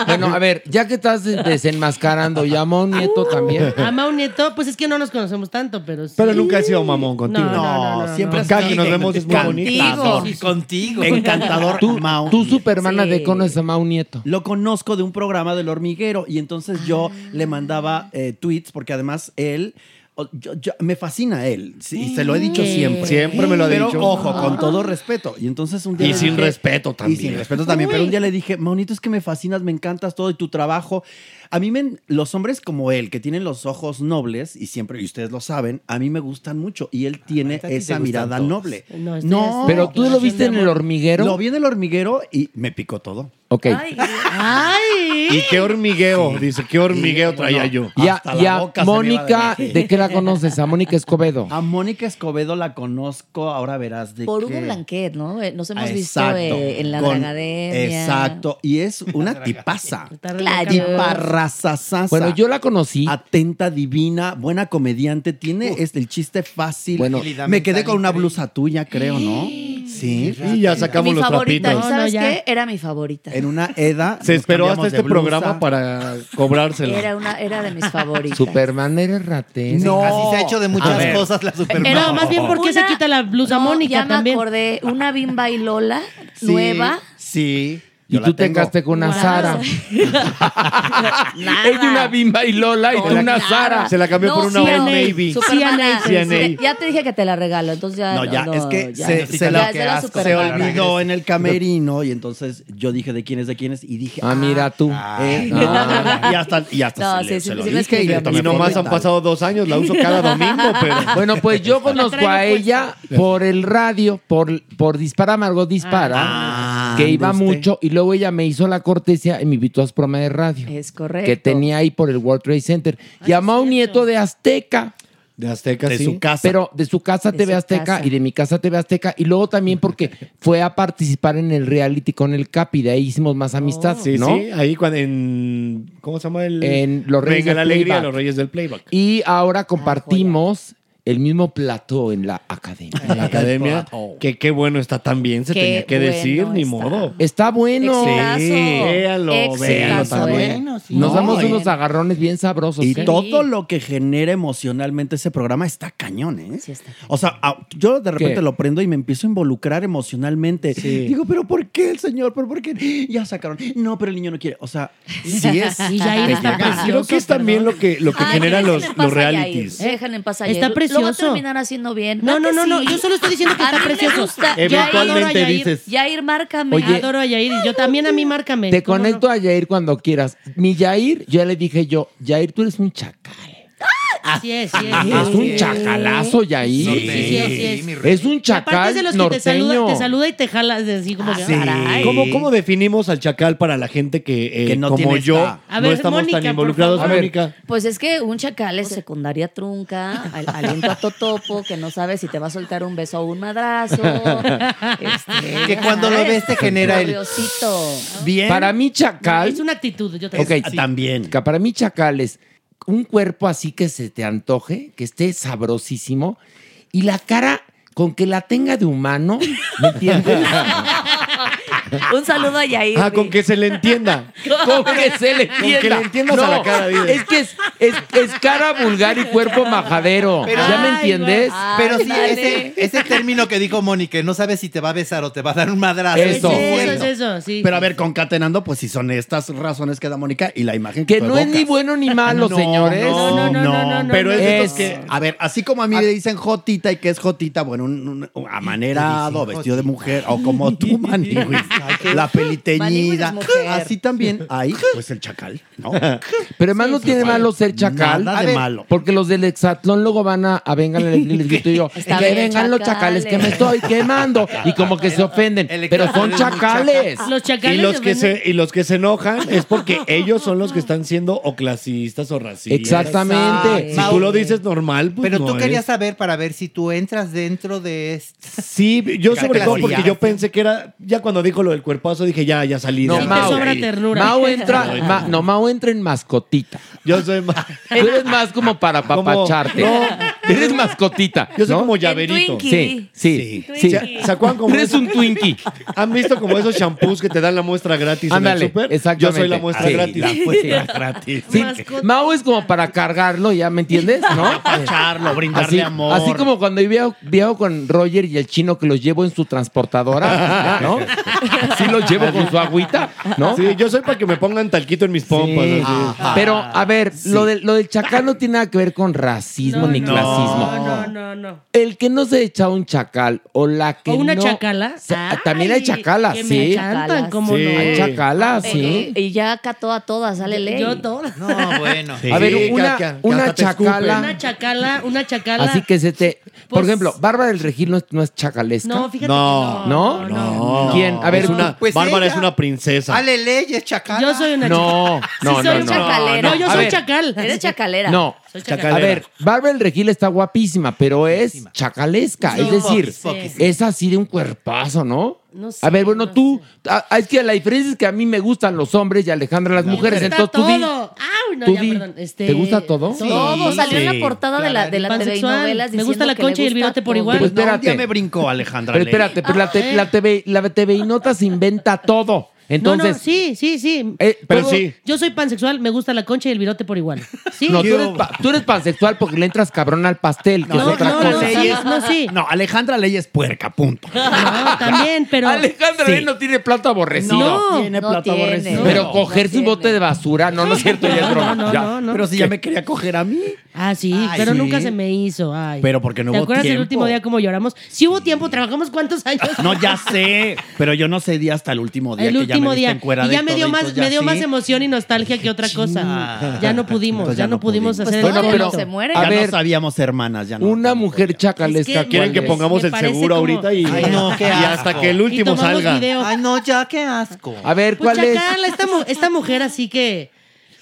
Bueno, a ver, ya que estás desenmascarando, llamó a un nieto también. A Mau Nieto, pues es que no nos conocemos tanto, pero sí. Pero nunca he sido mamón contigo. No, no, no, no, siempre no. has Cada sido que nos vemos es muy bonito. Contigo. Contigo. Encantador, Tú, Mau. tú supermana Sí. de conoces a Mau Nieto. Lo conozco de un programa del hormiguero y entonces yo Ah. le mandaba eh, tweets porque además él... o- yo- yo- me fascina él sí, y se lo he dicho ¿Qué? siempre. Siempre me lo ha Pero, dicho. ojo, Ah. con todo respeto. Y entonces un día Y le sin dije- respeto también. Y sin respeto también. Pero un día le dije, Maunito, es que me fascinas, me encantas todo y tu trabajo. A mí me- los hombres como él, que tienen los ojos nobles, y siempre, y ustedes lo saben, a mí me gustan mucho. Y él tiene Ah, a ti te esa gustan mirada todos. noble. No, estoy No, así. Pero tú lo Claro, viste en mi el amor. hormiguero. Lo vi en el hormiguero y me picó todo. Ok. Ay, Y qué hormigueo, dice, qué hormigueo traía yo. Y a, Hasta y la a boca se me iba Mónica, de- ¿de qué la conoces? A Mónica Escobedo. A Mónica Escobedo la conozco, ahora verás de por qué. Hugo Blanquet, ¿no? Eh, Nos hemos Ah, visto eh, en la Con- Dragademia. Exacto. Y es una tipaza. Está re Claro. loca, Mau. Tiparrazasasa. Bueno, yo la conocí. Atenta, divina, buena comediante. Tiene este, el chiste fácil. Bueno. me quedé con una blusa tuya, creo, ¿no? Sí. Y ya sacamos Mi los favorita, trapitos. No, ¿sabes no, ya. qué? Era mi favorita. En una edad. Se esperó hasta este programa para cobrársela. Era una, era de mis favoritas. Superman eres ratero. No. Así se ha hecho de A muchas ver. cosas la Superman. Era Eh, más bien porque se Una- quita la blusa No, Mónica ya me también. acordé. Una Bimba y Lola Sí, nueva. Sí. y tú te casaste con una Guau. Sara. Ella una Bimba y Lola y tú una Sara. Se la cambió por una Old Navy. Supermana. CNA. Ya te dije que te la regalo, entonces ya. No, ya, es que ya. se, se Ya, la, ya la se Supermana. olvidó en el camerino y entonces yo dije de quién es, de quién es y dije... Ah, mira tú. eh, Ah. y hasta, y hasta No, se, le- sí, se sí, lo sí me dije y, escribió. le tomé Y nomás foto y han tal. pasado dos años, la uso cada domingo, pero. Bueno, pues yo conozco a ella por el radio, por, por Dispara Margot Dispara, Ah, que iba ande usted. mucho, y luego ella me hizo la cortesía y me invitó a su programa de radio, Es correcto. Ah, que tenía ahí por el World Trade Center. Llamó a un nieto de Azteca. De Azteca, De sí. su casa. Pero de su casa De TV su Azteca casa. y de mi casa TV Azteca. Y luego también porque fue a participar en el reality con el Capi. De ahí hicimos Oh. más amistad, Sí, ¿no? sí, ahí cuando en ¿cómo se llama el En Los Reyes Venga del la alegría, Playback. los Reyes del Playback. Y Ah, ahora compartimos el mismo plató en la academia. En la academia, que qué bueno está también, oh, se Qué tenía que bueno decir, ni está. modo. Está bueno. Exitazo. Sí, véanlo, Exitazo, véanlo también. Bueno, sí. Nos No, damos y- unos agarrones bien sabrosos. Y ¿eh? todo lo que genera emocionalmente ese programa está cañón, ¿eh? Sí, está cañón. O sea, a- yo de repente ¿Qué? lo prendo y me empiezo a involucrar emocionalmente. Sí. Digo, ¿pero por qué el señor? ¿Pero por qué? Ya sacaron. No, pero el niño no quiere. O sea, Sí es. Y Yair está Creo precioso, que es también perdón. lo que lo que Ay, generan déjenle los, en paz los a Yair, realities. Déjenle en paz a Eh, Está Yair. Lo va a precioso. terminar haciendo bien. No, no, ¿Verdad no, que no. sí? Yo solo estoy diciendo que A está mí me precioso. gusta. Yair, Eventualmente adoro a Yair. dices. Yair, márcame. Oye, Adoro- Adoro a Yair. y Yo también a mí, márcame. Te ¿Cómo no? conecto a Yair cuando quieras. Mi Yair, yo ya le dije yo, Yair, tú eres un chacal. Sí es, sí es. es un chacalazo, Yair. Sí, sí, sí, sí, es. mi rey. Es un Y aparte chacal es de los que te norteño. saluda, te saluda y te jalas de así Ah, como que, Caray. ¿Cómo, ¿Cómo definimos al chacal para la gente que, eh, Que no como tiene yo esta- A no ver, estamos Mónica, tan por involucrados? favor. Mónica, Pues es que un chacal es secundaria trunca, al- aliento a totopo, que no sabe si te va a soltar un beso o un madrazo. este, Que cuando lo ves te genera el- nerviosito. bien. Para mí, chacal. Es una actitud, yo te Ok, Ah, sí. También. Ca- Para mí, chacal es un cuerpo así que se te antoje, que esté sabrosísimo, y la cara con que la tenga de humano, ¿me entiendes? Un saludo a Yair. ah, con que se le entienda. con que se le entienda. que le entiendas a la cara, dices. Es que es, es- es cara vulgar y cuerpo majadero. Pero- ¿Ya me Ay, entiendes? güey. Pero sí, Ándale. ese, ese término que dijo Mónica, no sabes si te va a besar o te va a dar un madrazo. Es Eso. eso, Bueno. es eso, sí. Pero a ver, concatenando, pues si son estas razones que da Mónica y la imagen que Que tú no es ni evocas. bueno ni malo, No, señores. No, no, no, no, no, Pero no, es, no, de esos no. que, a ver, así como a mí le dicen Jotita y que es Jotita, bueno, un, un amanerado, Te dicen vestido de mujer, o como tú, Manigüis, la Manigüis es peliteñida. mujer. Así también hay, pues el chacal, ¿no? Pero además no tiene malo ser chacal. Nada A de ver, malo. Porque los del exatlón luego van a, a vengan les, les grito yo, Está que bien, vengan los chacales chacales. que me estoy quemando. Y como que se ofenden. el Pero son Exatlón es muy chacales. Los Y chacales los, se que ofenden. se, y los que se enojan es porque ellos son los que están siendo o clasistas o racistas. Exactamente. Si tú lo dices normal, pues Pero no tú querías es. saber para ver si tú entras dentro de este. Sí, yo sobre todo Categoría. porque yo pensé que era, ya cuando dijo lo del cuerpazo, dije, ya, ya salí. No, de Sí, ahí. te Mau. sobra ternura. Mao entra, Ma- no, Mao entra en mascotita. Yo soy más. Tú eres más como para Como- papacharte. no. eres mascotita. Yo soy ¿no? como llaverito. Twinkie. Sí, sí, sí. ¿Se, se acuerdan como Eres esos- un Twinkie. ¿Han visto como esos shampoos que te dan la muestra gratis Ándale, en el súper? Yo exactamente. soy la muestra Sí, gratis. la Muestra gratis. Sí, Mascota. Mao es como para cargarlo, ¿ya me entiendes? ¿No? Charlo, Así, brindarle amor. así como cuando viajo, viajo con Roger y el chino que los llevo en su transportadora, ¿no? Así los llevo con su agüita, ¿no? Sí, yo soy para que me pongan talquito en mis pompas. Sí. así. Pero, a ver, lo, del- lo del chacal no tiene nada que ver con racismo ni clasismo. No, no, no. El que no se echa un chacal o la que ¿O una no- chacala? se- también hay Ay, chacalas, que Me sí. encantan, cómo Sí. no. Hay chacalas, sí. Eh, Y ya cató a todas, sale ley. Yo todas. No, Ah, bueno. Sí, A ver, que- una- que- que una hasta te chacala. Una chacala, una chacala. Así que se te... Por Pues- ejemplo, Bárbara del Regil no es, no es chacalesca. No, fíjate No, que ¿No? no. No, No, ¿Quién? A ver, es una, pues Bárbara ella. es una princesa. Ale leyes, chacal. Yo soy una No, chacal. no, Sí, no, soy no. chacalera. No, yo A soy ver, chacal. Eres chacalera. No. Soy chacal. A ver, Bárbara el Regil está guapísima, pero es chacalesca. Sí, es decir, poquis, poquis. es así de un cuerpazo, ¿no? No sé, a ver, bueno, no tú. ah, ah, es que la diferencia es que a mí me gustan los hombres y a Alejandra las mujeres. Me gusta Entonces tú di. todo. Au, no, tú ya, di. perdón, este, ¿Te gusta todo? Sí. Todo Sí, salió en sí. la portada de la, de la Pansexual. telenovela Me gusta la concha y el virote por igual. Pues No, un día espérate. me brincó Alejandra. Pero Ley. espérate, pero la, te- Ah, la TV, la TV y nota se inventa todo. Entonces, eh. no, no, sí, sí, sí. Eh, pero Yo- sí. Yo soy pansexual, me gusta la concha y el virote por igual. Sí. No, tú, eres pa- tú eres pansexual porque le entras cabrón al pastel, que es No, otra no, cosa. no, sí, Ah, no, sí. No, Alejandra Leyes puerca, punto. No, también, pero. Alejandra Ley no tiene plato aborrecido. No, Tiene no plato tiene. aborrecido. Pero no, cogerse no un bote de basura, no, no es cierto, ya es broma. No, no, Ya. no, no. Pero si ya me quería coger a mí. Ah, sí, Ay, pero sí. nunca se me hizo. Ay. Pero porque no ¿Te hubo acuerdas el tiempo. último día cómo lloramos? Sí hubo tiempo, trabajamos cuántos años. No, ya sé. Pero yo no cedí hasta el último día. el que ya último me viste día. encuerada Y ya y me todo, dio y más, entonces me ya dio sí. más emoción y nostalgia que otra cosa. Ya no pudimos, Entonces ya, no pudimos hacer el todavía pero- no se muere. a ya ver, no sabíamos hermanas, ya no. Una mujer Es chacalesca. que- ¿cuál Quieren que es? pongamos Me el parece seguro como- ahorita y, Ay, no, qué y asco. hasta que Y el último tomamos salga. video. Ay, no, ya, qué asco. A ver, Pues ¿cuál es? chacal, esta, mu- esta mujer así que.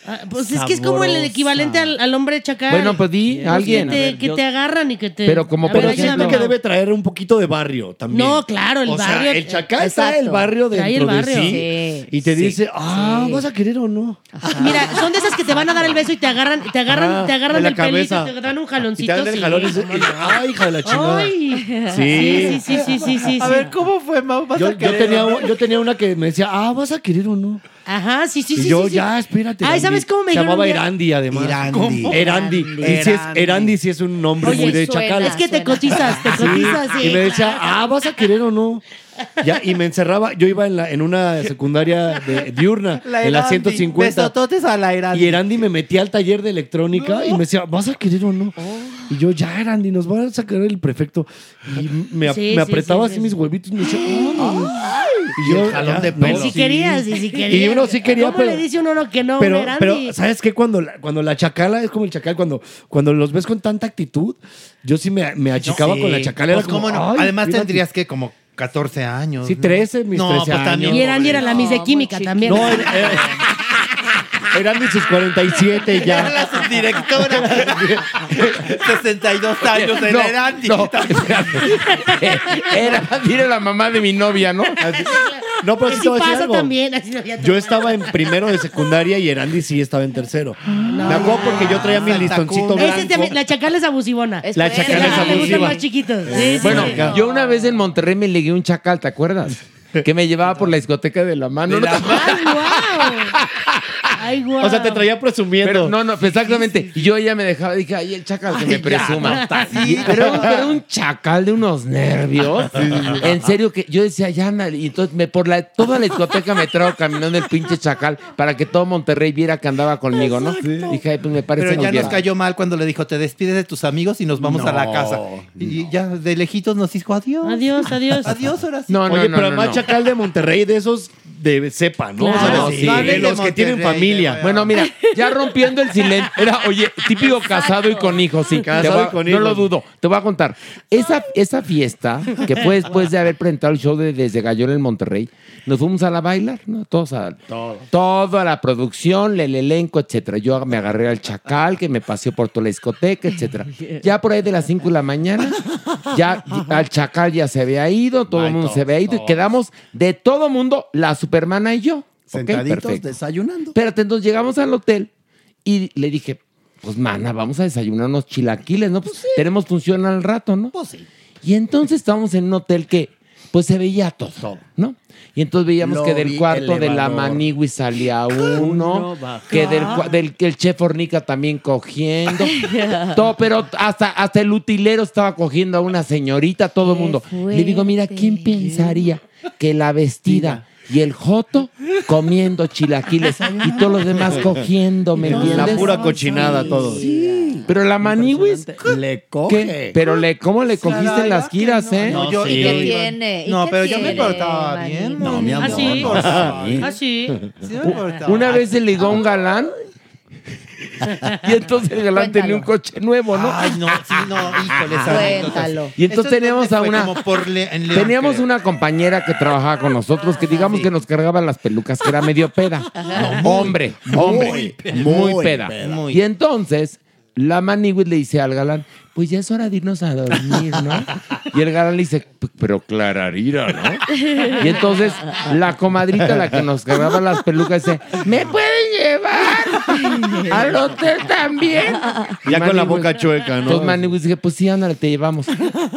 ah, Pues es que es como el Sabrosa. equivalente al, al hombre chacal. Bueno, pues di a alguien. Que te, que te agarran y que te. Pero como A ver, por Pero ayúdame, siento ejemplo- que Mau. debe traer un poquito de barrio también. No, claro, el o barrio- Sea, el chacal trae Exacto. el barrio Trae dentro el barrio. de sí, Sí. y te dice, ah, ¿vas a querer o no? Mira, son de esas que te van a dar el beso y te agarran, te agarran, Ajá, te agarran en la el pelito, cabeza. te dan un Y jaloncito. te dan el sí. jalón y dice, ay, hija de la chingada. Ay. Sí, sí, Sí. sí, sí, sí, sí. A ver, ¿cómo fue, Mau? ¿Vas Yo, a yo querer? tenía, un- yo tenía una que me decía, ah, ¿vas a querer o no? Ajá, sí, sí, y sí. yo, sí, sí. ya, espérate. Ay, Erandi". ¿sabes cómo me Se dijeron un llamaba día? Erandi, además. Irandi. ¿Cómo? Erandi. Y si es, Erandi. Erandi sí es un nombre Oye, muy de suena. chacal. Es que te Suena. cotizas, te cotizas. sí, Y me decía, claro. ah, ¿vas a querer o no? Ya, y me encerraba. Yo iba en, la, en una secundaria de- diurna, en la Irandi. 150. Besototes a la Irandi. Y Erandi me metía al taller de electrónica y me decía, ¿vas a querer o no? Oh. Y yo, ya, Erandi, nos va a sacar el prefecto. Y me, Sí, me sí, apretaba sí, así sí. mis huevitos y me decía, "Oh". "Vámonos". Y yo, ya, no, Y si sí. querías, y si querías. Y uno sí quería, ¿Cómo pero- le dice uno no que no, Pero, hombre, Andy? pero, ¿sabes qué? Cuando la, cuando la chacala es como el chacal, cuando, cuando los ves con tanta actitud, yo sí me, me achicaba Sí. con la chacala. era Pues, ¿cómo como, no? "Ay, Además mira, tendrías que como 14 años. Sí, ¿no? 13, mis No, 13 pues también. Y años. Erandi era la No, mis de muy química chiquito. también. No, er- er- eran mis sus 47 Era ya. la subdirectora. 62 años en Erandi. no, espérame. Era, mira la mamá de mi novia, ¿no? No, pero Que sí sí te voy a decir pasa algo. también. así no había Yo tomado. estaba en primero de secundaria y Erandi sí estaba en tercero. Me acuerdo porque yo traía mi Santa listoncito Cruz. Ah, Ese también- blanco. la chacal es abusivona. Es La buena. chacal es Ah, le gustan abusiva. más chiquitos. Sí, sí, Bueno, sí. yo una vez en Monterrey me ligué un chacal, ¿te acuerdas? Que me llevaba por la discoteca de la mano. ¿no te acuerdas? ¡Ay, guau! ¡Ay, guau! O sea, te traía presumiendo. Pero no, no, pues, exactamente. Y yo ella me dejaba, dije, ay, el chacal que me presuma. Y- pero, un- pero un chacal de unos nervios. En serio, que yo decía, ya, na- y entonces me, por la, toda la discoteca me trago caminando el pinche chacal para que todo Monterrey viera que andaba conmigo, ¿no? Dije, ay, pues me parece Pero ya muy bien. nos cayó mal cuando le dijo, te despides de tus amigos y nos vamos a la casa. Y ya de lejitos nos dijo, adiós. Adiós, adiós. Adiós, ahora sí. No, no, Oye, no, pero no, además no. chacal de Monterrey, de esos de cepa, ¿no? Claro, O sea, sí. de los que Monterrey, tienen de familia. Monterrey. Bueno, mira, ya rompiendo el silencio. Era, oye, típico casado y con hijos, sí. Casado Te voy a- y con No lo hijos. dudo. Te voy a contar. Esa, esa fiesta, que fue después de haber presentado el show de Desde Gallón en Monterrey, nos fuimos a la bailar, ¿no? Todos a. Todo. a la producción, el elenco, etcétera. Yo me agarré al chacal, que me paseó por toda la discoteca, etcétera. Ya por ahí de las 5 de la mañana, ya al chacal ya se había ido, todo el mundo se había ido, y quedamos de todo mundo, la supermana y yo. Ok, Sentaditos perfecto. desayunando. Espérate, entonces llegamos al hotel y le dije, pues mana, vamos a desayunar unos chilaquiles, ¿no? Pues, tenemos función al rato, ¿no? Pues sí. Y entonces estábamos en un hotel que, pues se veía todo, ¿no? Y entonces veíamos Lobby, que del cuarto de la elevador. Manigui salía uno, que del, cua- del que el chef Fornica también cogiendo, todo, pero hasta, hasta el utilero estaba cogiendo a una señorita, todo el Qué mundo. Le digo, mira, ¿quién fuerte. pensaría que la vestida y el joto comiendo chilaquiles y todos los demás cogiendo, ¿me entiendes? La pura cochinada todo. Pero la maniwis, Le ¿qué? coge. Pero le, ¿cómo le cogiste en las giras, eh? No, yo- sí. ¿Y yo qué iba- tiene? ¿Y No, qué pero yo me tiene, portaba Manny? bien. No, mi amor. Ah, sí. no, sí. Así. Sí me importaba. Una vez se ligó a un galán y entonces el galán tenía un coche nuevo, ¿no? Ay, no, sí, no, híjole, esa Cuéntalo. anécdota. Y entonces Esto es teníamos donde a fue, una- como por Le- en León, Teníamos creo. Ah, una compañera que trabajaba con nosotros que digamos que nos cargaba las pelucas, que era medio peda. hombre, hombre, muy, muy peda. peda. Muy. Y entonces la maniwis le dice al galán, pues ya es hora de irnos a dormir, ¿no? Y el galán le dice, "P- pero clararira, ¿no? Y entonces la comadrita, la que nos cargaba las pelucas, dice, ¿me pueden llevar al hotel también? Ya con la Manny Wiz- boca chueca, ¿no? entonces Manny Wiz dije, pues sí, ándale, te llevamos.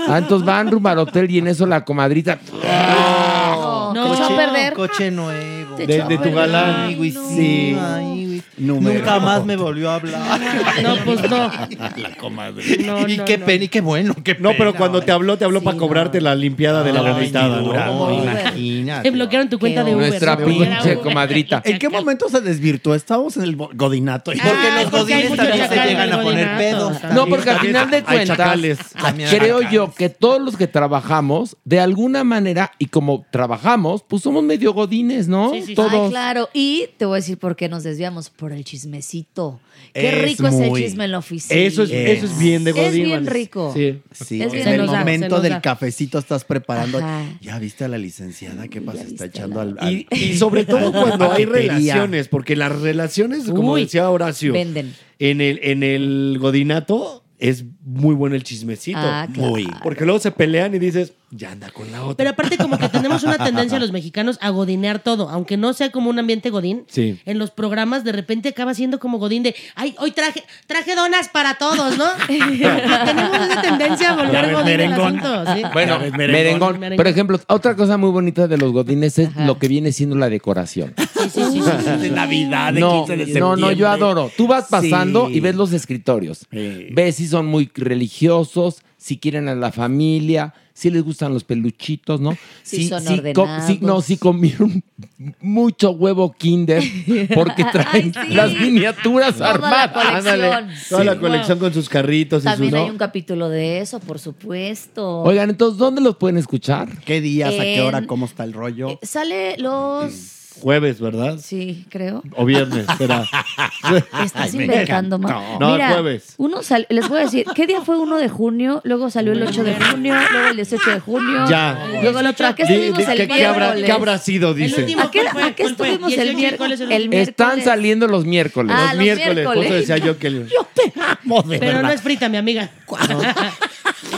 Ah, entonces van rumbo al hotel y en eso la comadrita. No, No. echó a perder. Coche nuevo. te De- echó de a tu galán. perder. Ay, güey, sí. Ay, güey. Número Nunca más dos. me volvió a hablar. No, pues no. La comadre. No, y no, qué no. pena, y qué bueno, qué No, pero pena. cuando te habló, te habló para cobrarte la limpiada de la Ay, vomitada, dura, ¿no? güey, Uber. imagínate. Te bloquearon tu cuenta de Uber. Nuestra ¿no? pinche Uber. comadrita. ¿En qué momento se desvirtuó? Estábamos en el bo- godinato. Ah, Porque los porque hay godines mucho también se chacal en llegan el a poner godinato, pedos. o sea. No, porque al final de Hay chacales. cuentas, También hay creo chacales. yo que todos los que trabajamos, de alguna manera, y como trabajamos, pues somos medio godines, ¿no? Sí, sí, sí. todos. Ay, claro. Y te voy a decir por qué nos desviamos. Por el chismecito. Qué Es rico es el muy- chisme en la oficina. Eso es, eso es bien de Es Godín. bien Alex. rico. Sí. Sí, Es en bien, se el nos da, se momento nos del da. cafecito estás preparando. Ajá. ¿Ya viste a la licenciada? ¿Qué pasa? Ya Está viste echando a al... al- Y, y sobre todo cuando hay Paquetería. relaciones, porque las relaciones, como Uy, decía Horacio, venden. En, el, en el godinato es muy bueno el chismecito. Ah, claro. Muy. Porque luego se pelean y dices, ya anda con la otra. Pero aparte como que tenemos una tendencia los mexicanos a godinear todo, aunque no sea como un ambiente godín. Sí. En los programas de repente acaba siendo como godín de, ay, hoy traje traje donas para todos, ¿no? tenemos esa tendencia a volver godín el asunto, ¿sí? Bueno, merengón. Merengón. Por ejemplo, otra cosa muy bonita de los godines es lo que viene siendo la decoración. Sí, sí, sí, sí, sí. de Navidad, de no, 15 de no, no, septiembre. yo adoro. Tú vas pasando Sí. y ves los escritorios. Sí. Ves si son muy religiosos, si quieren a la familia, si les gustan los peluchitos, ¿no? Si son co- ordenados. si- no, si comieron mucho huevo kinder porque traen Ay, sí. las miniaturas Toda la armadas. colección. Ándale, toda Sí. la colección con sus carritos y sus. También ¿no? hay un capítulo de eso, por supuesto. Oigan, entonces, ¿dónde los pueden escuchar? ¿Qué días? ¿A qué hora? En- ¿Cómo está el rollo? Eh, Sale los... Jueves, ¿verdad? Sí, creo. O viernes, será. Ah, Estás inventando encantó. más. No, el jueves. Uno sal- les voy a decir, ¿qué día fue 1 de junio? Luego salió el 8 de junio, luego el 18 de junio. Ya. Luego el otro. ¿A qué Di- estuvimos di- el ¿qué, qué habrá, miércoles? qué habrá sido? El Dice. último, ¿A qué- ¿cuál fue? a qué ¿Cuál fue? estuvimos el 18 y cuál es miércoles? El miércoles. Están saliendo los miércoles. Ah, los miércoles. Por eso miércoles. decía yo que el- Pero no es frita, mi amiga.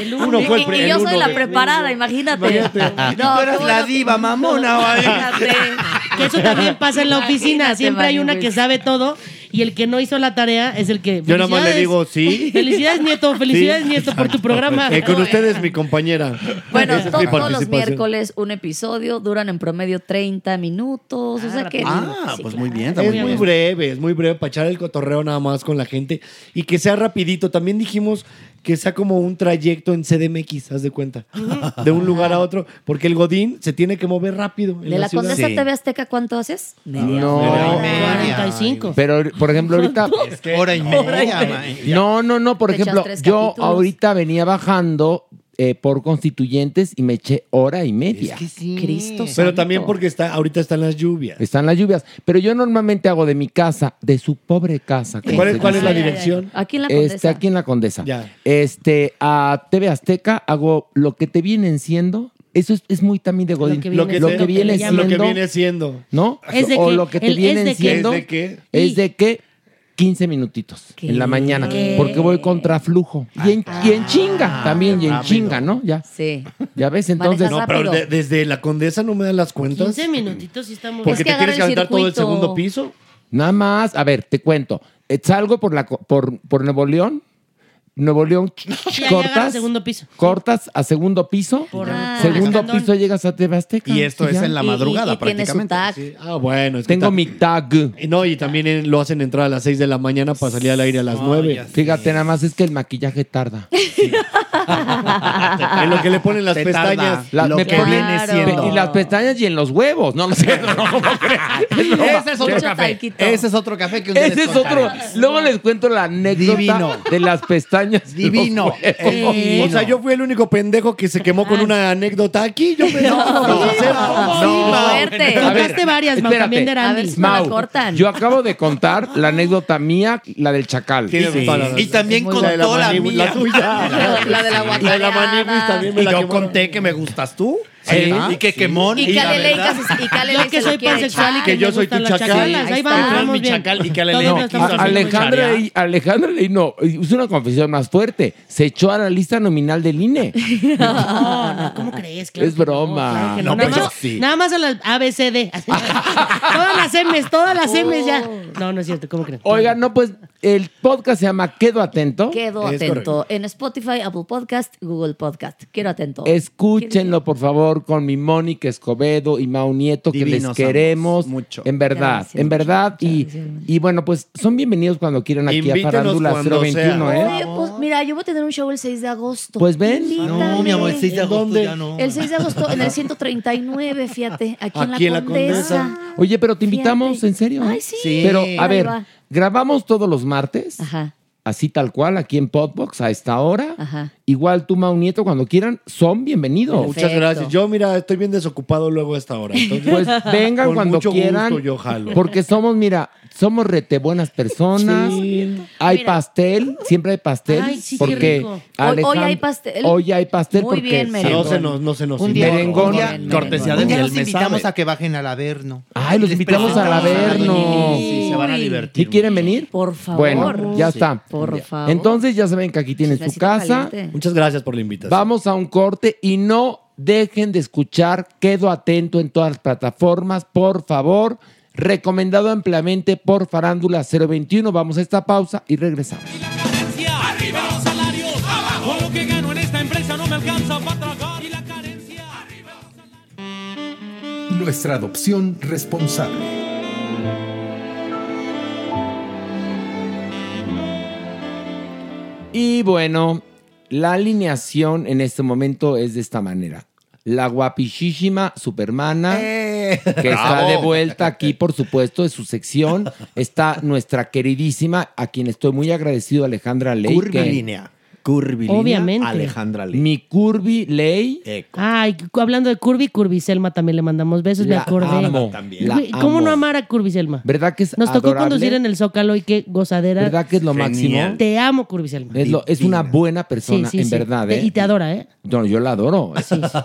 El Uno fue el Y- pri- y yo soy uno la de- preparada, imagínate. Imagínate. No, Tú qué eres bueno la que- diva mamona, vaya. Fíjate. Que eso también pasa en la oficina. Imagínate, Siempre hay una Mari, que güey. sabe todo y el que no hizo la tarea es el que. Yo nada más le Felicidades. digo, sí. Felicidades, nieto. Felicidades, Sí. nieto, por tu programa. Eh, con ustedes, mi compañera. Bueno, Esa es to- mi todos los participación. miércoles un episodio, duran en promedio 30 minutos, o sea que... Ah, Sí, pues claro. muy bien. está Es muy muy bien. breve, es muy breve para echar el cotorreo nada más con la gente y que sea rapidito. También dijimos que sea como un trayecto en CDMX, haz de cuenta, de un lugar a otro, porque el Godín se tiene que mover rápido en ¿De la la ciudad. Condesa Sí. TV Azteca cuánto haces? No, media. 45. pero por ejemplo, ahorita. Hora y media, man. No, no, no. Por Te echas ejemplo, tres yo capítulos. ahorita venía bajando eh, por constituyentes y me eché hora y media. Cristo Pero santo. también porque está, ahorita están las lluvias. Están las lluvias. Pero yo normalmente hago de mi casa, de su pobre casa. como ¿Cuál se es, cuál es dice. la Ay, ay, ay. dirección? Aquí en la Condesa. Este, aquí en la Condesa. Ya. Este, a TV Azteca hago lo que te viene siendo. Eso es, es muy también de Godín. que Lo que, Lo te- que viene lo que siendo. viene siendo. ¿No? Es de o que- lo que te el- es vienen de que- siendo. ¿Es de qué? Es de que 15 minutitos ¿Qué? en la mañana. ¿Qué? Porque voy contra flujo. Y en, y en chinga también, y en chinga, ¿no? Ya. Sí. Ya ves, entonces. Manejas No, pero Rápido. de- desde la Condesa no me dan las cuentas. 15 minutitos y estamos. Porque Es que te tienes que agarra el aventar todo el circuito. segundo piso. Nada más, a ver, te cuento. Eh, Salgo por la co- por, por Nuevo León. Nuevo León ch- ahí agarra cortas. segundo piso. Cortas a segundo piso. Por- Ah. segundo Escandón. piso llegas a TV Azteca. Y esto es ya. en la Y- y- madrugada y tiene su prácticamente. tag. Ah, bueno. es que Tengo ta- mi tag. Y No, y también en- lo hacen entrar a las 6 de la mañana para salir al aire a las 9. Fíjate, nada más es que el maquillaje tarda. En lo que le ponen las Te pestañas. tarda La- lo me que pone- viene Claro. siendo. Pe- Y las pestañas y en los huevos. No lo sé. No, no, no creo. Es broma. Ese es otro Mucho café. talquito. Ese es otro café que un día Ese les es otro. contaremos. Luego les cuento la anécdota Divino. de las pestañas. y los Divino. huevos. Eh, O sea, yo fui el único pendejo que se quemó con una anécdota aquí. Yo me no, no, Sí, A fuerte. ver, Contaste varias, Mau, espérate. también de Randy. A ver si me la Mau, cortan. yo acabo de contar la anécdota mía, la del chacal. Y también con la, contó la manigua- mía. La tuya. La de la Y la de la manigua también me Y la yo quemaron. conté que me gustas tú. Sí. Y que quemón. Y la Caleleica verdad- se- y Yo Caleleica que se soy lo quiere pansexual y echar. que, Que yo me soy tu gustan las chacal. chacalas. Ahí Ahí está. vamos, Tú eres vamos mi bien. chacal y que le Todos leo. lo estamos A- haciendo Alejandra, chacal. Ley- Alejandra Ley no, hizo una confesión más fuerte. Se echó a la lista nominal del INE. No, no, ¿cómo crees? Claro Es que no, broma. claro Ah, que No, nada, pues yo más, sí. nada más a las Oh. ABCD. todas las M's, todas las M's ya. No, no es cierto, ¿cómo crees? Oiga, no, pues el podcast se llama Quedo Atento. Quedo atento. En Spotify, Apple Podcast, Google Podcast. Quiero atento. Eh, Escúchenlo, por favor, con mi Mónica Escobedo y Mau Nieto, que les Divinos queremos. ambos, mucho. En verdad, Gracias, en verdad. Y, y bueno, pues son bienvenidos cuando quieran aquí a Invítenos Farándula cuando 021, sea. ¿eh? Oye, pues, mira, yo voy a tener un show el 6 de agosto. Pues ven. Invítame. de agosto ya no. El 6 de agosto en el 139, fíjate, aquí, en la Condesa. Oye, pero te invitamos, en serio. Ay, sí. Pero, Sí. a Ahí ver, va. grabamos todos los martes. Ajá. Así tal cual, aquí en Podbox, a esta hora. Ajá. Igual tú, Mau Nieto, cuando quieran, son bienvenidos. Muchas gracias. Yo, mira, estoy bien desocupado luego a esta hora. Entonces, Pues vengan con cuando mucho gusto quieran. yo jalo. Porque somos, mira, somos rete buenas personas. Hay pastel, siempre hay pastel. Ay, sí, qué porque rico. Hoy- Alejandro- hoy hay pastel. Hoy hay pastel Muy porque bien, merengón. No se nos- Pues no se nos Un invita. día- merengón. Un día- Bien, cortesía merengón. de Ya Miel los me invitamos sabe. a que bajen al Averno. Ay, los invitamos al Averno. Sí, se van a divertir. ¿Y quieren venir? Por Bueno, ya Sí, está. por Ya. favor. Entonces ya saben que aquí tienen su Cafecito casa. caliente. Muchas gracias por la invitación. Vamos a un corte y no dejen de escuchar. Quedo atento en todas las plataformas, por favor. Recomendado ampliamente por Farándula 021. Vamos a esta pausa y regresamos. Arriba los salarios, abajo lo que gano en esta empresa no me alcanza para tragar y la carencia. Nuestra adopción responsable. Y bueno, la alineación en este momento es de esta manera. La guapichísima Supermana, Eh. que está Bravo. de vuelta aquí, por supuesto, de su sección. Está nuestra queridísima, a quien estoy muy agradecido, Alejandra Ley. que- Curvilínea. Curvilínea. Obviamente. Alejandra Lee. Mi Curvi Ley. Ay, cu- hablando de Curvy, Curvy Selma también le mandamos besos, me La acordé. amo, también. la Güey, ¿Cómo amo. no amar a Curvy Selma? ¿Verdad que es Nos tocó adorable? conducir en el Zócalo y qué gozadera. ¿Verdad que es lo máximo? Te amo, Curvy Selma. Es, lo- es una buena persona, en verdad. Te- ¿eh? Y te adora, ¿eh? No, yo la adoro.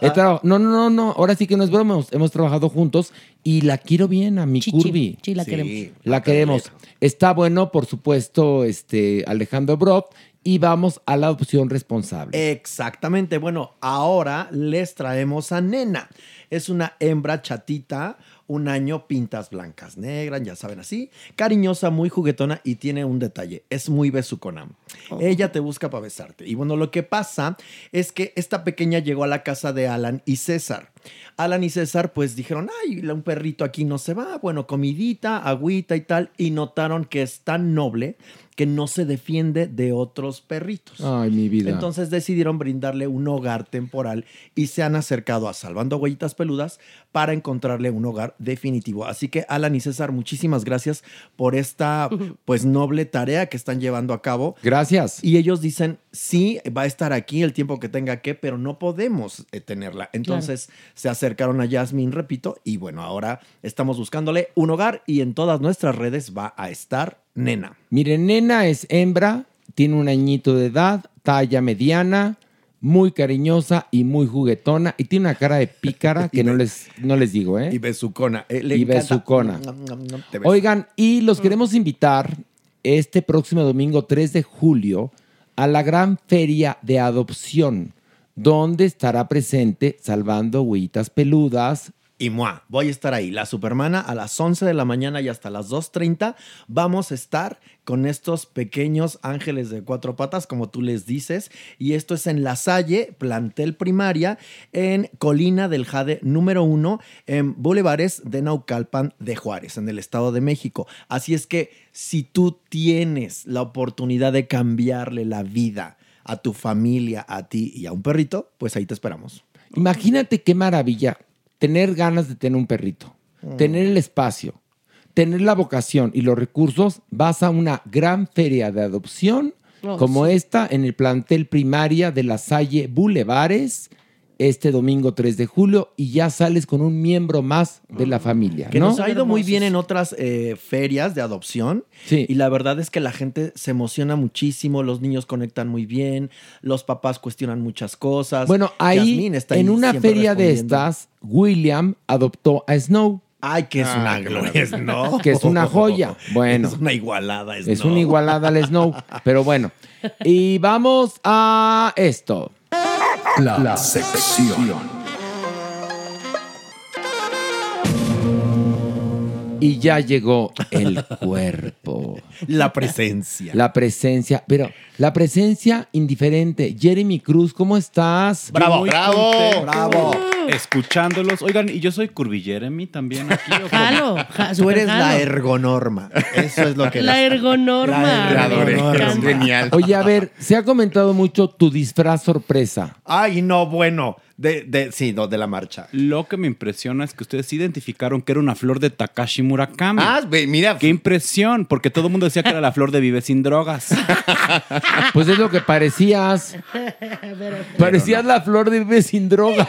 He traba- no, no, no, no. Ahora sí que no es broma. Hemos, hemos trabajado juntos y la quiero bien a mi Curvy. sí, la Sí, queremos. Ah, La queremos. Está bueno, por supuesto, este Alejandro Brock. Y vamos a la opción responsable. Exactamente. Bueno, ahora les traemos a Nena. Es una hembra chatita, un año pintas blancas, negras, ya saben así, cariñosa, muy juguetona y tiene un detalle, es muy besucona. Ella te busca para besarte. Y bueno, lo que pasa es que esta pequeña llegó a la casa de Alan y César. Alan y César pues dijeron, ay, un perrito aquí no se va, bueno, comidita, agüita y tal, y notaron que es tan noble que no se defiende de otros perritos. Ay, mi vida. Entonces decidieron brindarle un hogar temporal y se han acercado a Salvando Huellitas Peludas para encontrarle un hogar definitivo. Así que Alan y César, muchísimas gracias por esta pues noble tarea que están llevando a cabo. Gracias. Y ellos dicen, sí, va a estar aquí el tiempo que tenga que, pero no podemos eh, tenerla. Entonces se acercaron a Yasmin, repito, y bueno, ahora estamos buscándole un hogar y en todas nuestras redes va a estar Nena. Miren, nena es hembra, tiene un añito de edad, talla mediana, muy cariñosa y muy juguetona. Y tiene una cara de pícara que no les, no les digo, ¿eh? Y besucona. eh, le Y encanta. besucona. Te beso. Oigan, y los queremos invitar este próximo domingo 3 de julio a la gran feria de adopción, donde estará presente Salvando Huellitas Peludas. Y moi, voy a estar ahí, la Supermana, a las 11 de la mañana y hasta las 2.30. Vamos a estar con estos pequeños ángeles de cuatro patas, como tú les dices. Y esto es en La Salle, plantel primaria, en Colina del Jade número 1, en Bulevares de Naucalpan de Juárez, en el Estado de México. Así es que si tú tienes la oportunidad de cambiarle la vida a tu familia, a ti y a un perrito, pues ahí te esperamos. Imagínate qué maravilla tener ganas de tener un perrito, Mm. tener el espacio, tener la vocación y los recursos. Vas a una gran feria de adopción Oh, como sí. esta en el plantel primaria de la Salle Bulevares este domingo 3 de julio y ya sales con un miembro más de la familia. Ah, Que ¿no? nos ha ido muy bien en otras eh, ferias de adopción. Y la verdad es que la gente se emociona muchísimo, los niños conectan muy bien, los papás cuestionan muchas cosas. Bueno, ahí, Yasmín está ahí en una siempre feria de respondiendo. estas, William adoptó a Snow. Ay, que es una gloria, Snow. Que es una joya. Bueno. Es una igualada, Snow. Es una igualada al Snow, pero bueno. Y vamos a esto. La, sección. Y ya llegó el cuerpo. La presencia. La presencia, pero la presencia indiferente. Jeremy Cruz, ¿cómo estás? Bravo, Muy bravo, contento. Escuchándolos. Oigan, y yo soy Curvi Jeremy también aquí. ¿o cómo? Jalo, Oh, ja- Tú eres superjalo. la ergonorma. Eso es lo que La ergonorma. genial. Oye, a ver, se ha comentado mucho tu disfraz sorpresa. Ay, no, bueno. De, de, sí, no, de la marcha. Lo que me impresiona es que ustedes identificaron que era una flor de Takashi Murakami. Ah, mira. Qué impresión, porque todo el mundo decía que era la flor de Vive sin drogas. Pues es lo que parecías. Parecías la flor de vive sin drogas.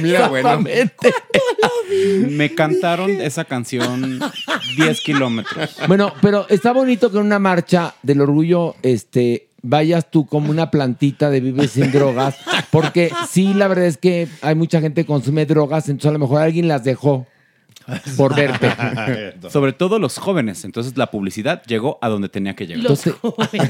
Mira, bueno. Exactamente. Me cantaron esa canción 10 kilómetros. Bueno, pero está bonito que en una marcha del orgullo este, vayas tú como una plantita de vive sin drogas, porque sí, la verdad es que hay mucha gente que consume drogas, entonces a lo mejor alguien las dejó por verte. Sobre todo los jóvenes. Entonces la publicidad llegó a donde tenía que llegar. Entonces,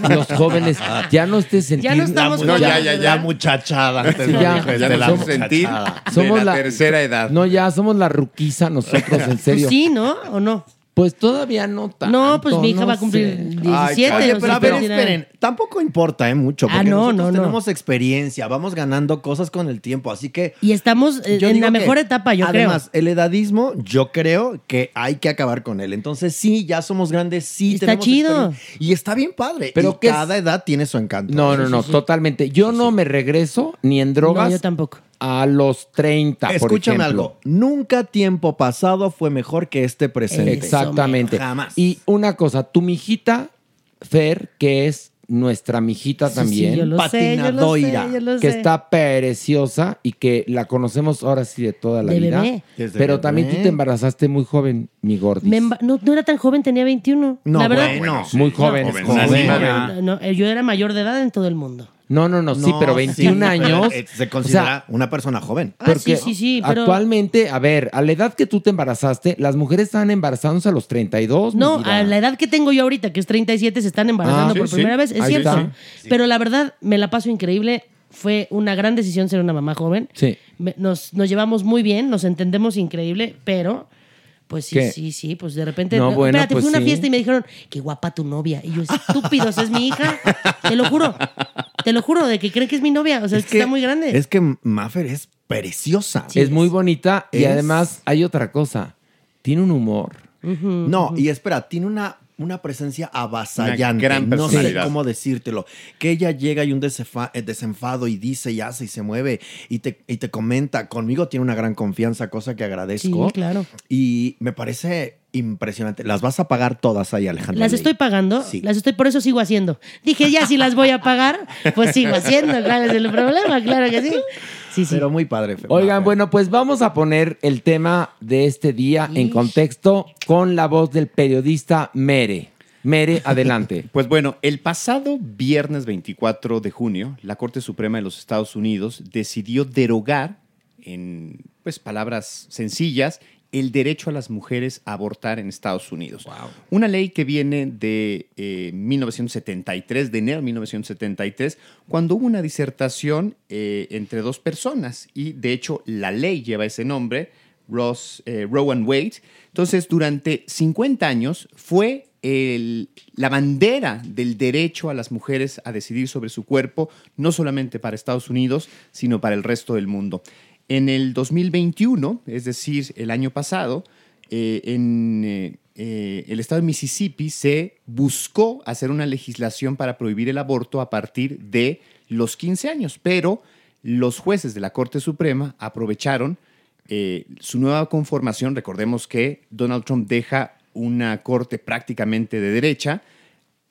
los jóvenes ya no Ya estés sentindo. no estamos No, ya, ya, ya, muchachada. antes Sí, no ya. dijo, Ya este, nos la somos- muchachada. somos De la- tercera edad. Pues No, ya somos la ruquiza nosotros, en Pues serio. Sí, ¿no? ¿O no? Pues todavía no tanto. No, pues mi hija va a cumplir Ay, 17. oye, o pero sea, a ver, tiene- esperen. Tampoco importa, ¿eh? Mucho. Ah, Porque no, nosotros no, no. tenemos experiencia, vamos ganando cosas con el tiempo, así que... Y estamos eh, yo en digo la que, mejor etapa, yo creo. además, el edadismo, yo creo que hay que acabar con él. Entonces, sí, ya somos grandes, sí Está tenemos chido. experiencia. Y está bien padre. Pero Pero ¿qué es? cada edad tiene su encanto. No, no, Sí, no, sí, sí. totalmente. Yo no me regreso ni en drogas. No, yo tampoco. A los 30. por Escúchame ejemplo. algo. Nunca tiempo pasado fue mejor que este presente. Exactamente. Jamás. Y una cosa, tu mijita, Fer, que es nuestra mijita Sí, también, sí, yo lo sé, yo lo sé, yo lo que sé. está preciosa y que la conocemos ahora sí de toda la De vida. bebé. Desde Pero bebé. también tú te embarazaste muy joven, mi gordi. Me emba- no, no era tan joven, tenía 21. No, la verdad, bueno, sí. Muy joven, No, es joven. no, Joven. no, no, yo era mayor de edad en todo el mundo. No, no, no, sí, No, pero 21 sí, pero, años. eh, se considera una persona joven. Ah, sí, sí, sí, pero- actualmente, a ver, a la edad que tú te embarazaste, las mujeres estaban embarazándose a los 32. mi No, vida. a la edad que tengo yo ahorita, que es 37, se están embarazando Ah, sí, por sí. primera vez. Es Ahí cierto. está. Pero la verdad, me la paso increíble. Fue una gran decisión ser una mamá joven. Sí. Me- nos, nos llevamos muy bien, nos entendemos increíble, pero pues sí, ¿Qué? sí, sí, pues de repente. No, no, bueno, espérate, pues fui a una sí. fiesta y me dijeron, qué guapa tu novia. Y yo, estúpidos, es mi hija. Te lo juro. Te lo juro, de que creen que es mi novia. O sea, es, que, está muy grande. Es que Maffer es preciosa. es muy bonita y Es- además hay otra cosa. Tiene un humor. No, y espera, tiene una, una presencia avasallante. Una gran no sé personalidad. cómo decírtelo. Que ella llega y un desefa- eh, desenfado y dice y hace y se mueve y te, y te comenta. Conmigo tiene una gran confianza, cosa que agradezco. Sí, claro. Y me parece impresionante. Las vas a pagar todas ahí, Alejandro. Las estoy pagando, Sí. las estoy, por eso sigo haciendo. Dije, ya si las voy a pagar, pues sigo haciendo, claro, es el problema, claro que sí. Pero muy padre. Fer. Oigan, bueno, pues vamos a poner el tema de este día en contexto con la voz del periodista Mere. Mere, adelante. Pues bueno, el pasado viernes 24 de junio, la Corte Suprema de los Estados Unidos decidió derogar, en pues, palabras sencillas, el derecho a las mujeres a abortar en Estados Unidos. Una ley que viene de eh, 1973, de enero de 1973, cuando hubo una disertación eh, entre dos personas y de hecho la ley lleva ese nombre, Ross, eh, Roe and Wade. Entonces, durante 50 años fue el- la bandera del derecho a las mujeres a decidir sobre su cuerpo, no solamente para Estados Unidos, sino para el resto del mundo. En el 2021, es decir, el año pasado, eh, en eh, eh, el estado de Mississippi se buscó hacer una legislación para prohibir el aborto a partir de los 15 años, pero los jueces de la Corte Suprema aprovecharon eh, su nueva conformación. Recordemos que Donald Trump deja una corte prácticamente de derecha,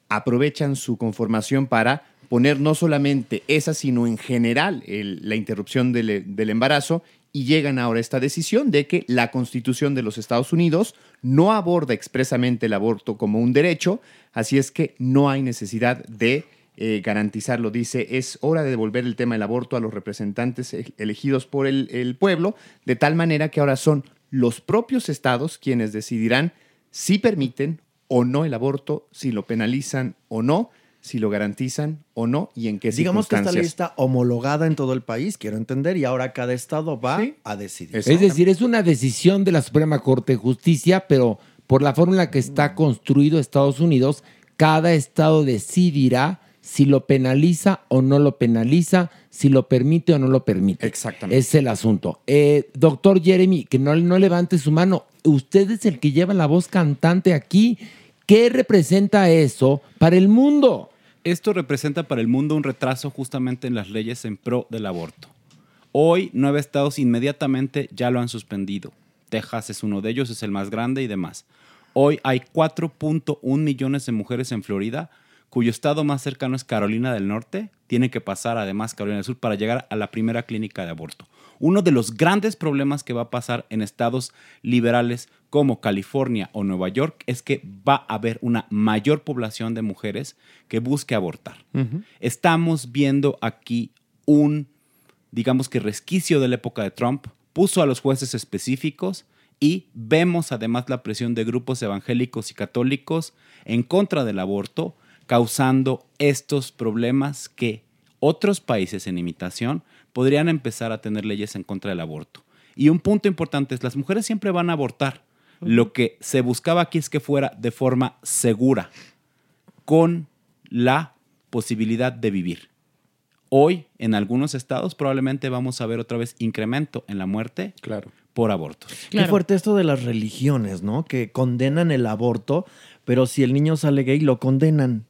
aprovechan su conformación para poner no solamente esa, sino en general el- la interrupción del, del embarazo y llegan ahora a esta decisión de que la Constitución de los Estados Unidos no aborda expresamente el aborto como un derecho, así es que no hay necesidad de eh, garantizarlo. Dice, es hora de devolver el tema del aborto a los representantes e- elegidos por el- el pueblo, de tal manera que ahora son los propios estados quienes decidirán si permiten o no el aborto, si lo penalizan o no, si lo garantizan o no y en qué Digamos que esta ley circunstancias. está homologada en todo el país, quiero entender, y ahora cada estado va a decidir. Es decir, es una decisión de la Suprema Corte de Justicia, pero por la forma en la que está construido Estados Unidos, cada estado decidirá si lo penaliza o no lo penaliza, si lo permite o no lo permite. Exactamente. Es el asunto. Eh, doctor Jeremy, que no, no levante su mano. Usted es el que lleva la voz cantante aquí. ¿Qué representa eso para el mundo? Esto representa para el mundo un retraso justamente en las leyes en pro del aborto. Hoy, nueve estados inmediatamente ya lo han suspendido. Texas es uno de ellos, es el más grande y demás. Hoy hay 4.1 millones de mujeres en Florida, cuyo estado más cercano es Carolina del Norte. Tienen que pasar además Carolina del Sur para llegar a la primera clínica de aborto. Uno de los grandes problemas que va a pasar en estados liberales como California o Nueva York es que va a haber una mayor población de mujeres que busque abortar. Estamos viendo aquí un, digamos que resquicio de la época de Trump, puso a los jueces específicos y vemos además la presión de grupos evangélicos y católicos en contra del aborto, causando estos problemas que otros países en imitación podrían empezar a tener leyes en contra del aborto. Y un punto importante es, las mujeres siempre van a abortar. Lo que se buscaba aquí es que fuera de forma segura, con la posibilidad de vivir. Hoy, en algunos estados, probablemente vamos a ver otra vez incremento en la muerte por abortos. Qué fuerte esto de las religiones, ¿no? Que condenan el aborto, pero si el niño sale gay, lo condenan.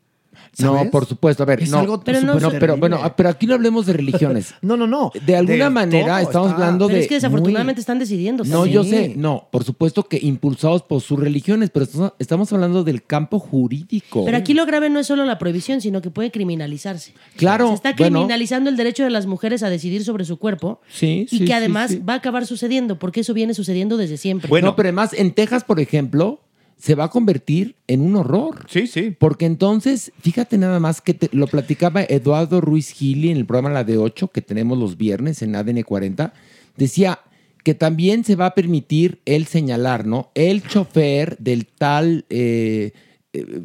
No, por supuesto. A ver, Es no, algo pero, no, súper pero, pero, bueno, terrible. pero aquí no hablemos de religiones. no, no, no. De alguna manera estamos hablando Pero de es que muy- desafortunadamente están decidiendo. No, Pues sí. yo sé, no, por supuesto que impulsados por sus religiones, pero esto- estamos hablando del campo jurídico. Pero aquí lo grave no es solo la prohibición, sino que puede criminalizarse. Claro, Se está bueno. criminalizando el derecho de las mujeres a decidir sobre su cuerpo Sí, y sí, sí, que además sí. va a acabar sucediendo, porque eso viene sucediendo desde siempre. Bueno, pero además en Texas, por ejemplo, se va a convertir en un horror. Sí, sí. Porque entonces, fíjate nada más que te- lo platicaba Eduardo Ruiz Gili en el programa La de 8 que tenemos los viernes en ADN 40, decía que también se va a permitir el señalar, ¿no? El chofer del tal eh, eh,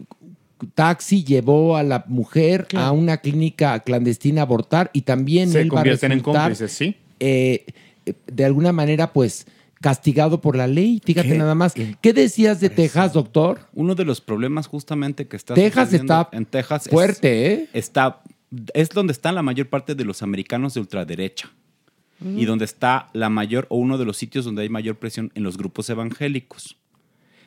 taxi llevó a la mujer a una clínica clandestina a abortar y también Se él va a convierten en resultar, cómplices, sí. eh, eh, de alguna manera, pues, castigado por la ley. Fíjate nada más. ¿Qué decías de Texas, doctor? Uno de los problemas justamente que está Texas sucediendo está en Texas es- fuerte, ¿eh? Está, es donde están la mayor parte de los americanos de ultraderecha Mm. y donde está la mayor o uno de los sitios donde hay mayor presión en los grupos evangélicos.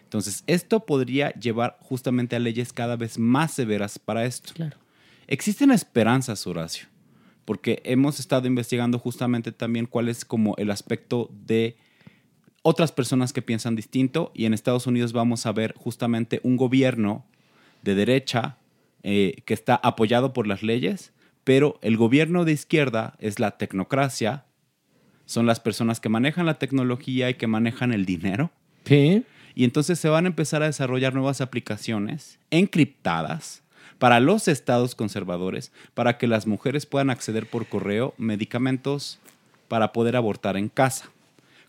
Entonces, esto podría llevar justamente a leyes cada vez más severas para esto. Existen esperanzas, Horacio, porque hemos estado investigando justamente también cuál es como el aspecto de otras personas que piensan distinto y en Estados Unidos vamos a ver justamente un gobierno de derecha eh, que está apoyado por las leyes, pero el gobierno de izquierda es la tecnocracia, son las personas que manejan la tecnología y que manejan el dinero. Y entonces se van a empezar a desarrollar nuevas aplicaciones encriptadas para los estados conservadores, para que las mujeres puedan acceder por correo medicamentos para poder abortar en casa.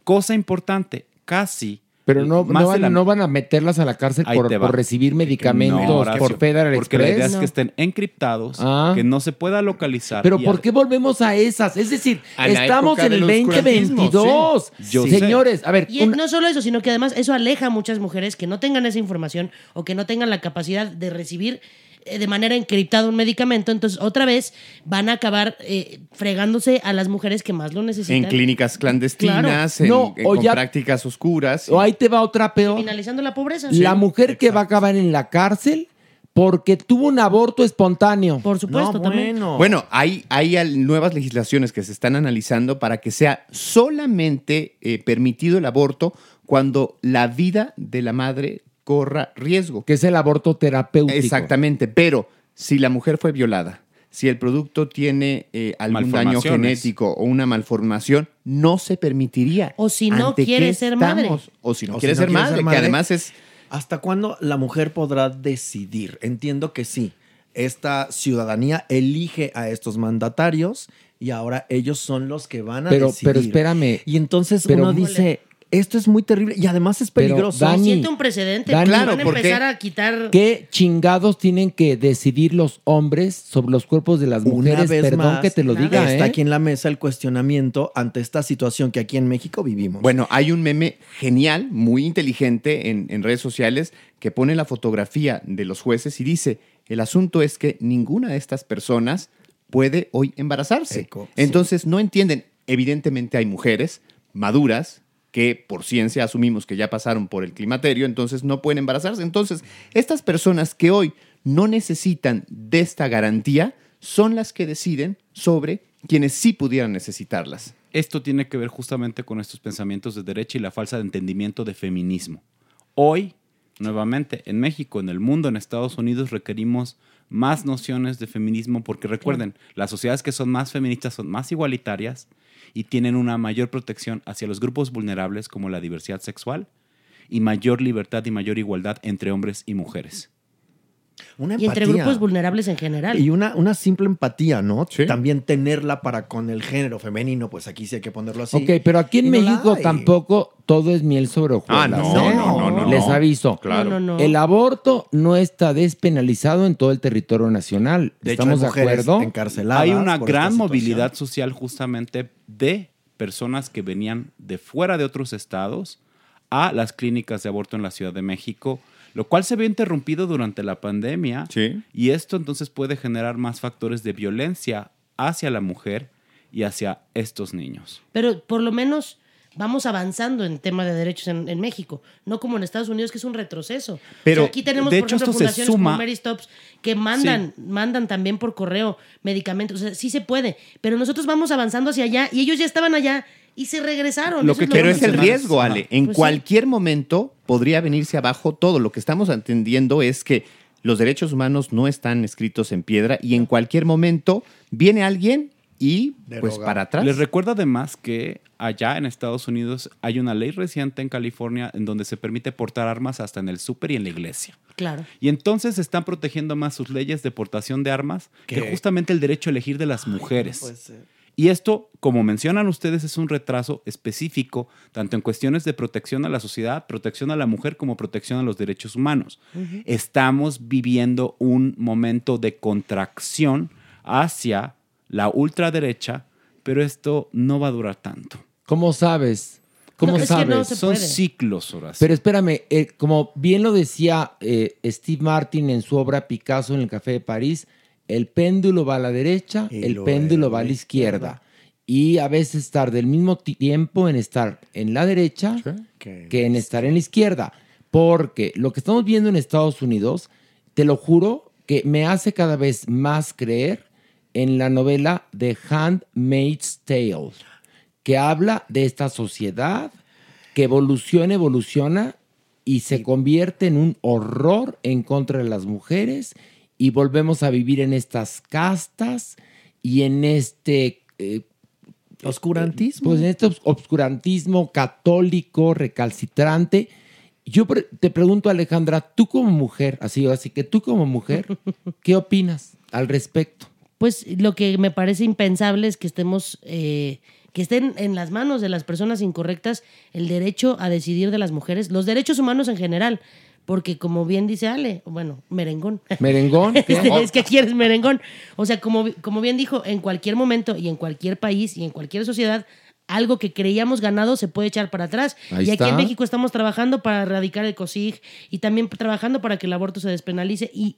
Cosa importante, casi. Pero no, más no de van, la- no van a meterlas a la cárcel Ahí por, te va. por recibir medicamentos No, Horacio, por Federal Porque la Express. idea es que estén encriptados, Ah. que no se pueda localizar. Pero y ¿por a- qué volvemos a esas? Es decir, A la estamos época en el del oscurantismo, 2022. sí. Yo sé. Señores, a ver, Y una- no solo eso, sino que además eso aleja a muchas mujeres que no tengan esa información o que no tengan la capacidad de recibir eh, de manera encriptada un medicamento. Entonces, otra vez van a acabar eh, fregándose a las mujeres que más lo necesitan. En clínicas clandestinas, Claro. en- No, en- o con ya- prácticas oscuras. ahí te va otra peor. Finalizando la pobreza. la mujer que va a acabar en la cárcel porque tuvo un aborto espontáneo. Por No, Bueno, hay, hay al- nuevas legislaciones que se están analizando para que sea solamente eh, permitido el aborto cuando la vida de la madre corra riesgo. Que es el aborto terapéutico. Exactamente, pero si la mujer fue violada, si el producto tiene eh, algún daño Malformaciones. genético o una malformación, no se permitiría. O si no ¿Ante quiere qué ser estamos? madre. O si no O quiere si ser, madre, que además es... ¿Hasta cuándo la mujer podrá decidir? Entiendo que sí. Esta ciudadanía elige a estos mandatarios y ahora ellos son los que van a Pero, decidir. pero espérame. Y entonces Pero- uno dice, Esto es muy terrible y además es Pero, peligroso. Dani, Siente un precedente. Dani, claro, van a Claro, porque- empezar a quitar. ¿Qué chingados tienen que decidir los hombres sobre los cuerpos de las mujeres? Perdón que te lo diga, está ¿eh? aquí en la mesa el cuestionamiento ante esta situación que aquí en México vivimos. Bueno, hay un meme genial, muy inteligente en, en redes sociales, que pone la fotografía de los jueces y dice, el asunto es que ninguna de estas personas puede hoy embarazarse. Eco, sí. Entonces no entienden, evidentemente hay mujeres maduras que por ciencia asumimos que ya pasaron por el climaterio, entonces no pueden embarazarse. Entonces, estas personas que hoy no necesitan de esta garantía son las que deciden sobre quienes sí pudieran necesitarlas. Esto tiene que ver justamente con estos pensamientos de derecha y la falsa de entendimiento de feminismo. Hoy, nuevamente, en México, en el mundo, en Estados Unidos, requerimos más nociones de feminismo porque recuerden, las sociedades que son más feministas son más igualitarias y tienen una mayor protección hacia los grupos vulnerables como la diversidad sexual y mayor libertad y mayor igualdad entre hombres y mujeres. Una Y entre empatía. grupos vulnerables en general. Y una, una simple empatía, ¿no? También tenerla para con el género femenino, pues aquí sí hay que ponerlo así. Ok, pero aquí en Y no la México hay. tampoco todo es miel sobre hojuelas. Ah, no, ¿eh? no, no, no, no. Les aviso. Claro. No, no, no. El aborto no está despenalizado en todo el territorio nacional. De hecho, ¿Estamos hay de mujeres acuerdo? encarceladas Hay una gran movilidad social justamente de personas que venían de fuera de otros estados a las clínicas de aborto en la Ciudad de México, lo cual se ve interrumpido durante la pandemia. Y esto entonces puede generar más factores de violencia hacia la mujer y hacia estos niños. Pero por lo menos vamos avanzando en tema de derechos en, en México, no como en Estados Unidos, que es un retroceso. Pero, O sea, aquí tenemos, de por hecho, ejemplo, esto se fundaciones como suma- Mary Stops que mandan, mandan también por correo medicamentos. O sea, sí se puede, pero nosotros vamos avanzando hacia allá y ellos ya estaban allá y se regresaron. Lo Eso que es pero es el emocionante. riesgo, Ale. Ajá. En Pues sí. cualquier momento podría venirse abajo todo. Lo que estamos entendiendo es que los derechos humanos no están escritos en piedra y en cualquier momento viene alguien y pues para atrás. Les recuerdo además que allá en Estados Unidos hay una ley reciente en California en donde se permite portar armas hasta en el súper y en la iglesia. Claro. Y entonces están protegiendo más sus leyes de portación de armas ¿Qué? que justamente el derecho a elegir de las mujeres. Pues, eh, y esto, como mencionan ustedes, es un retraso específico, tanto en cuestiones de protección a la sociedad, protección a la mujer, como protección a los derechos humanos. Ujú. Estamos viviendo un momento de contracción hacia la ultraderecha, pero esto no va a durar tanto. ¿Cómo sabes? ¿Cómo sabes? Son ciclos, Horacio. Pero espérame, eh, como bien lo decía eh, Steve Martin en su obra Picasso en el Café de París, el péndulo va a la derecha, el luego péndulo va a la izquierda. Y a veces estar del mismo ti- tiempo en estar en la derecha que en estar en la izquierda. Porque lo que estamos viendo en Estados Unidos, te lo juro, que me hace cada vez más creer en la novela The Handmaid's Tale, que habla de esta sociedad que evoluciona, evoluciona y se convierte en un horror en contra de las mujeres y volvemos a vivir en estas castas y en este... oscurantismo. Pues en este obs- obscurantismo católico, recalcitrante. Yo pre- te pregunto, Alejandra, tú como mujer, así, así que tú como mujer, ¿qué opinas al respecto? Pues lo que me parece impensable es que estemos, eh, que estén en las manos de las personas incorrectas el derecho a decidir de las mujeres, los derechos humanos en general, porque como bien dice Ale, bueno, merengón. ¿Merengón? ¿Qué? Este, es que aquí eres merengón. O sea, como, bi- como bien dijo, en cualquier momento y en cualquier país y en cualquier sociedad, algo que creíamos ganado se puede echar para atrás. Ahí y aquí está. en México estamos trabajando para erradicar el COSIG y también trabajando para que el aborto se despenalice y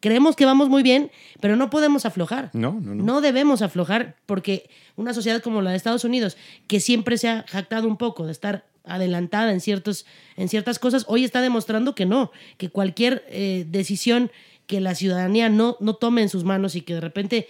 creemos que vamos muy bien, pero no podemos aflojar. No, no, No debemos aflojar porque una sociedad como la de Estados Unidos, que siempre se ha jactado un poco de estar adelantada en, ciertos, en ciertas cosas, hoy está demostrando que no, que cualquier eh, decisión que la ciudadanía no, no tome en sus manos y que de repente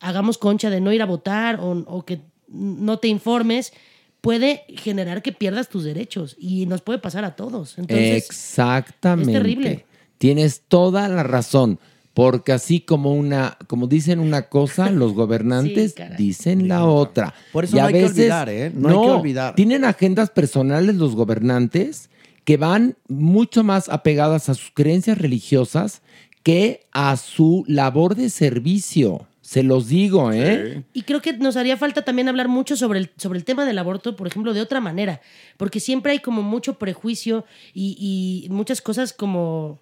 hagamos concha de no ir a votar o, o que no te informes, puede generar que pierdas tus derechos y nos puede pasar a todos. Entonces, Exactamente. es terrible. Tienes toda la razón, porque así como una, como dicen una cosa, los gobernantes Sí, caray. dicen la otra. Por eso no hay que olvidar, ¿eh? No hay que olvidar. Tienen agendas personales los gobernantes que van mucho más apegadas a sus creencias religiosas que a su labor de servicio. Se los digo, ¿eh? Y creo que nos haría falta también hablar mucho sobre el, sobre el tema del aborto, por ejemplo, de otra manera, porque siempre hay como mucho prejuicio y, y muchas cosas como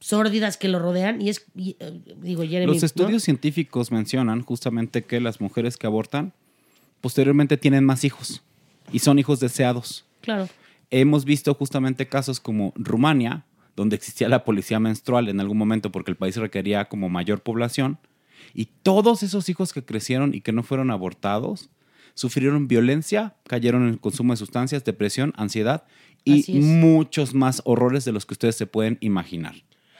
sórdidas que lo rodean y es, y, eh, digo, Jeremy. Los ¿no? estudios científicos mencionan justamente que las mujeres que abortan posteriormente tienen más hijos y son hijos deseados. Claro. Hemos visto justamente casos como Rumania, donde existía la policía menstrual en algún momento porque el país requería como mayor población, y todos esos hijos que crecieron y que no fueron abortados sufrieron violencia, cayeron en el consumo de sustancias, depresión, ansiedad y Así es. muchos más horrores de los que ustedes se pueden imaginar.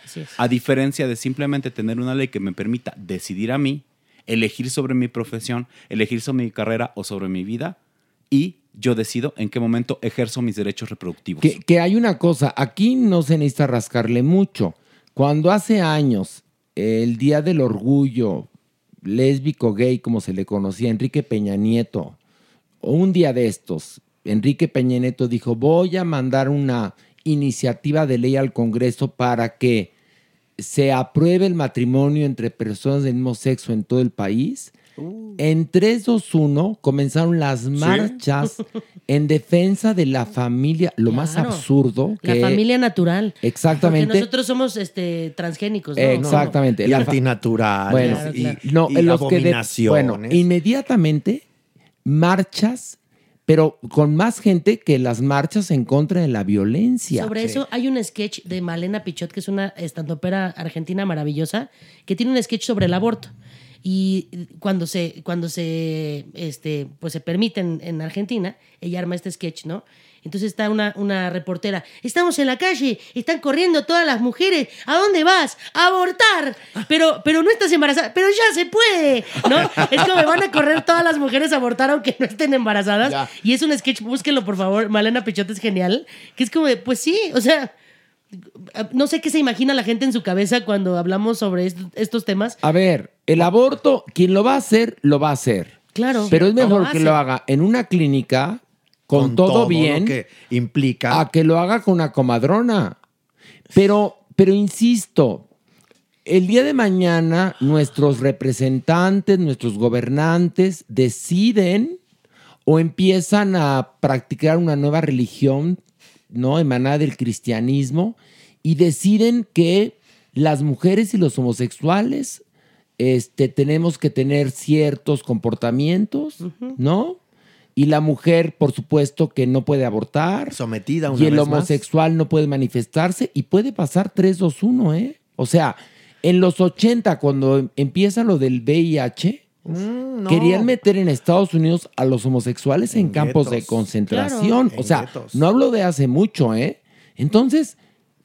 Así es. A diferencia de simplemente tener una ley que me permita decidir a mí, elegir sobre mi profesión, elegir sobre mi carrera o sobre mi vida, y yo decido en qué momento ejerzo mis derechos reproductivos. Que, que hay una cosa, aquí no se necesita rascarle mucho. Cuando hace años, el Día del Orgullo lésbico gay, como se le conocía, Enrique Peña Nieto, o un día de estos, Enrique Peña Nieto dijo, voy a mandar una iniciativa de ley al Congreso para que se apruebe el matrimonio entre personas del mismo sexo en todo el país. En 3, 2, 1 comenzaron las marchas en defensa de la familia, lo más Claro. absurdo La que familia natural. Porque Exactamente. nosotros somos este, transgénicos, ¿no? Exactamente. Y La fa- antinatural. Bueno, Claro, y- claro. no, y en los que de- abominaciones. bueno, inmediatamente marchas, pero con más gente que las marchas en contra de la violencia. Sobre eso hay un sketch de Malena Pichot, que es una estandopera argentina maravillosa, que tiene un sketch sobre el aborto. Y cuando se, cuando se, este, pues se permite en, en Argentina, ella arma este sketch, ¿no? Entonces está una, una reportera, estamos en la calle, están corriendo todas las mujeres, ¿a dónde vas? ¡A abortar! Pero, pero no estás embarazada, pero ya se puede, ¿no? Es como van a correr todas las mujeres a abortar aunque no estén embarazadas. Y es un sketch, búsquenlo por favor, Malena Pichot es genial, que es como de, pues sí, o sea, no sé qué se imagina la gente en su cabeza cuando hablamos sobre est- estos temas. A ver, el aborto, quien lo va a hacer, lo va a hacer. Claro. Pero es mejor Lo que hace. lo haga en una clínica con, todo, todo lo bien que implica a que lo haga con una comadrona. Pero pero insisto, el día de mañana nuestros representantes, nuestros gobernantes deciden o empiezan a practicar una nueva religión, ¿no? Emanada del cristianismo, y deciden que las mujeres y los homosexuales este, tenemos que tener ciertos comportamientos, ¿no? Y la mujer, por supuesto, que no puede abortar. Sometida una Y el vez más. homosexual no puede manifestarse y puede pasar 3, 2, 1, ¿eh? O sea, en los 80, cuando em- empieza lo del VIH, Mm, no. querían meter en Estados Unidos a los homosexuales en, campos de guetos. concentración. Claro. o En sea, guetos. no hablo de hace mucho, ¿eh? Entonces,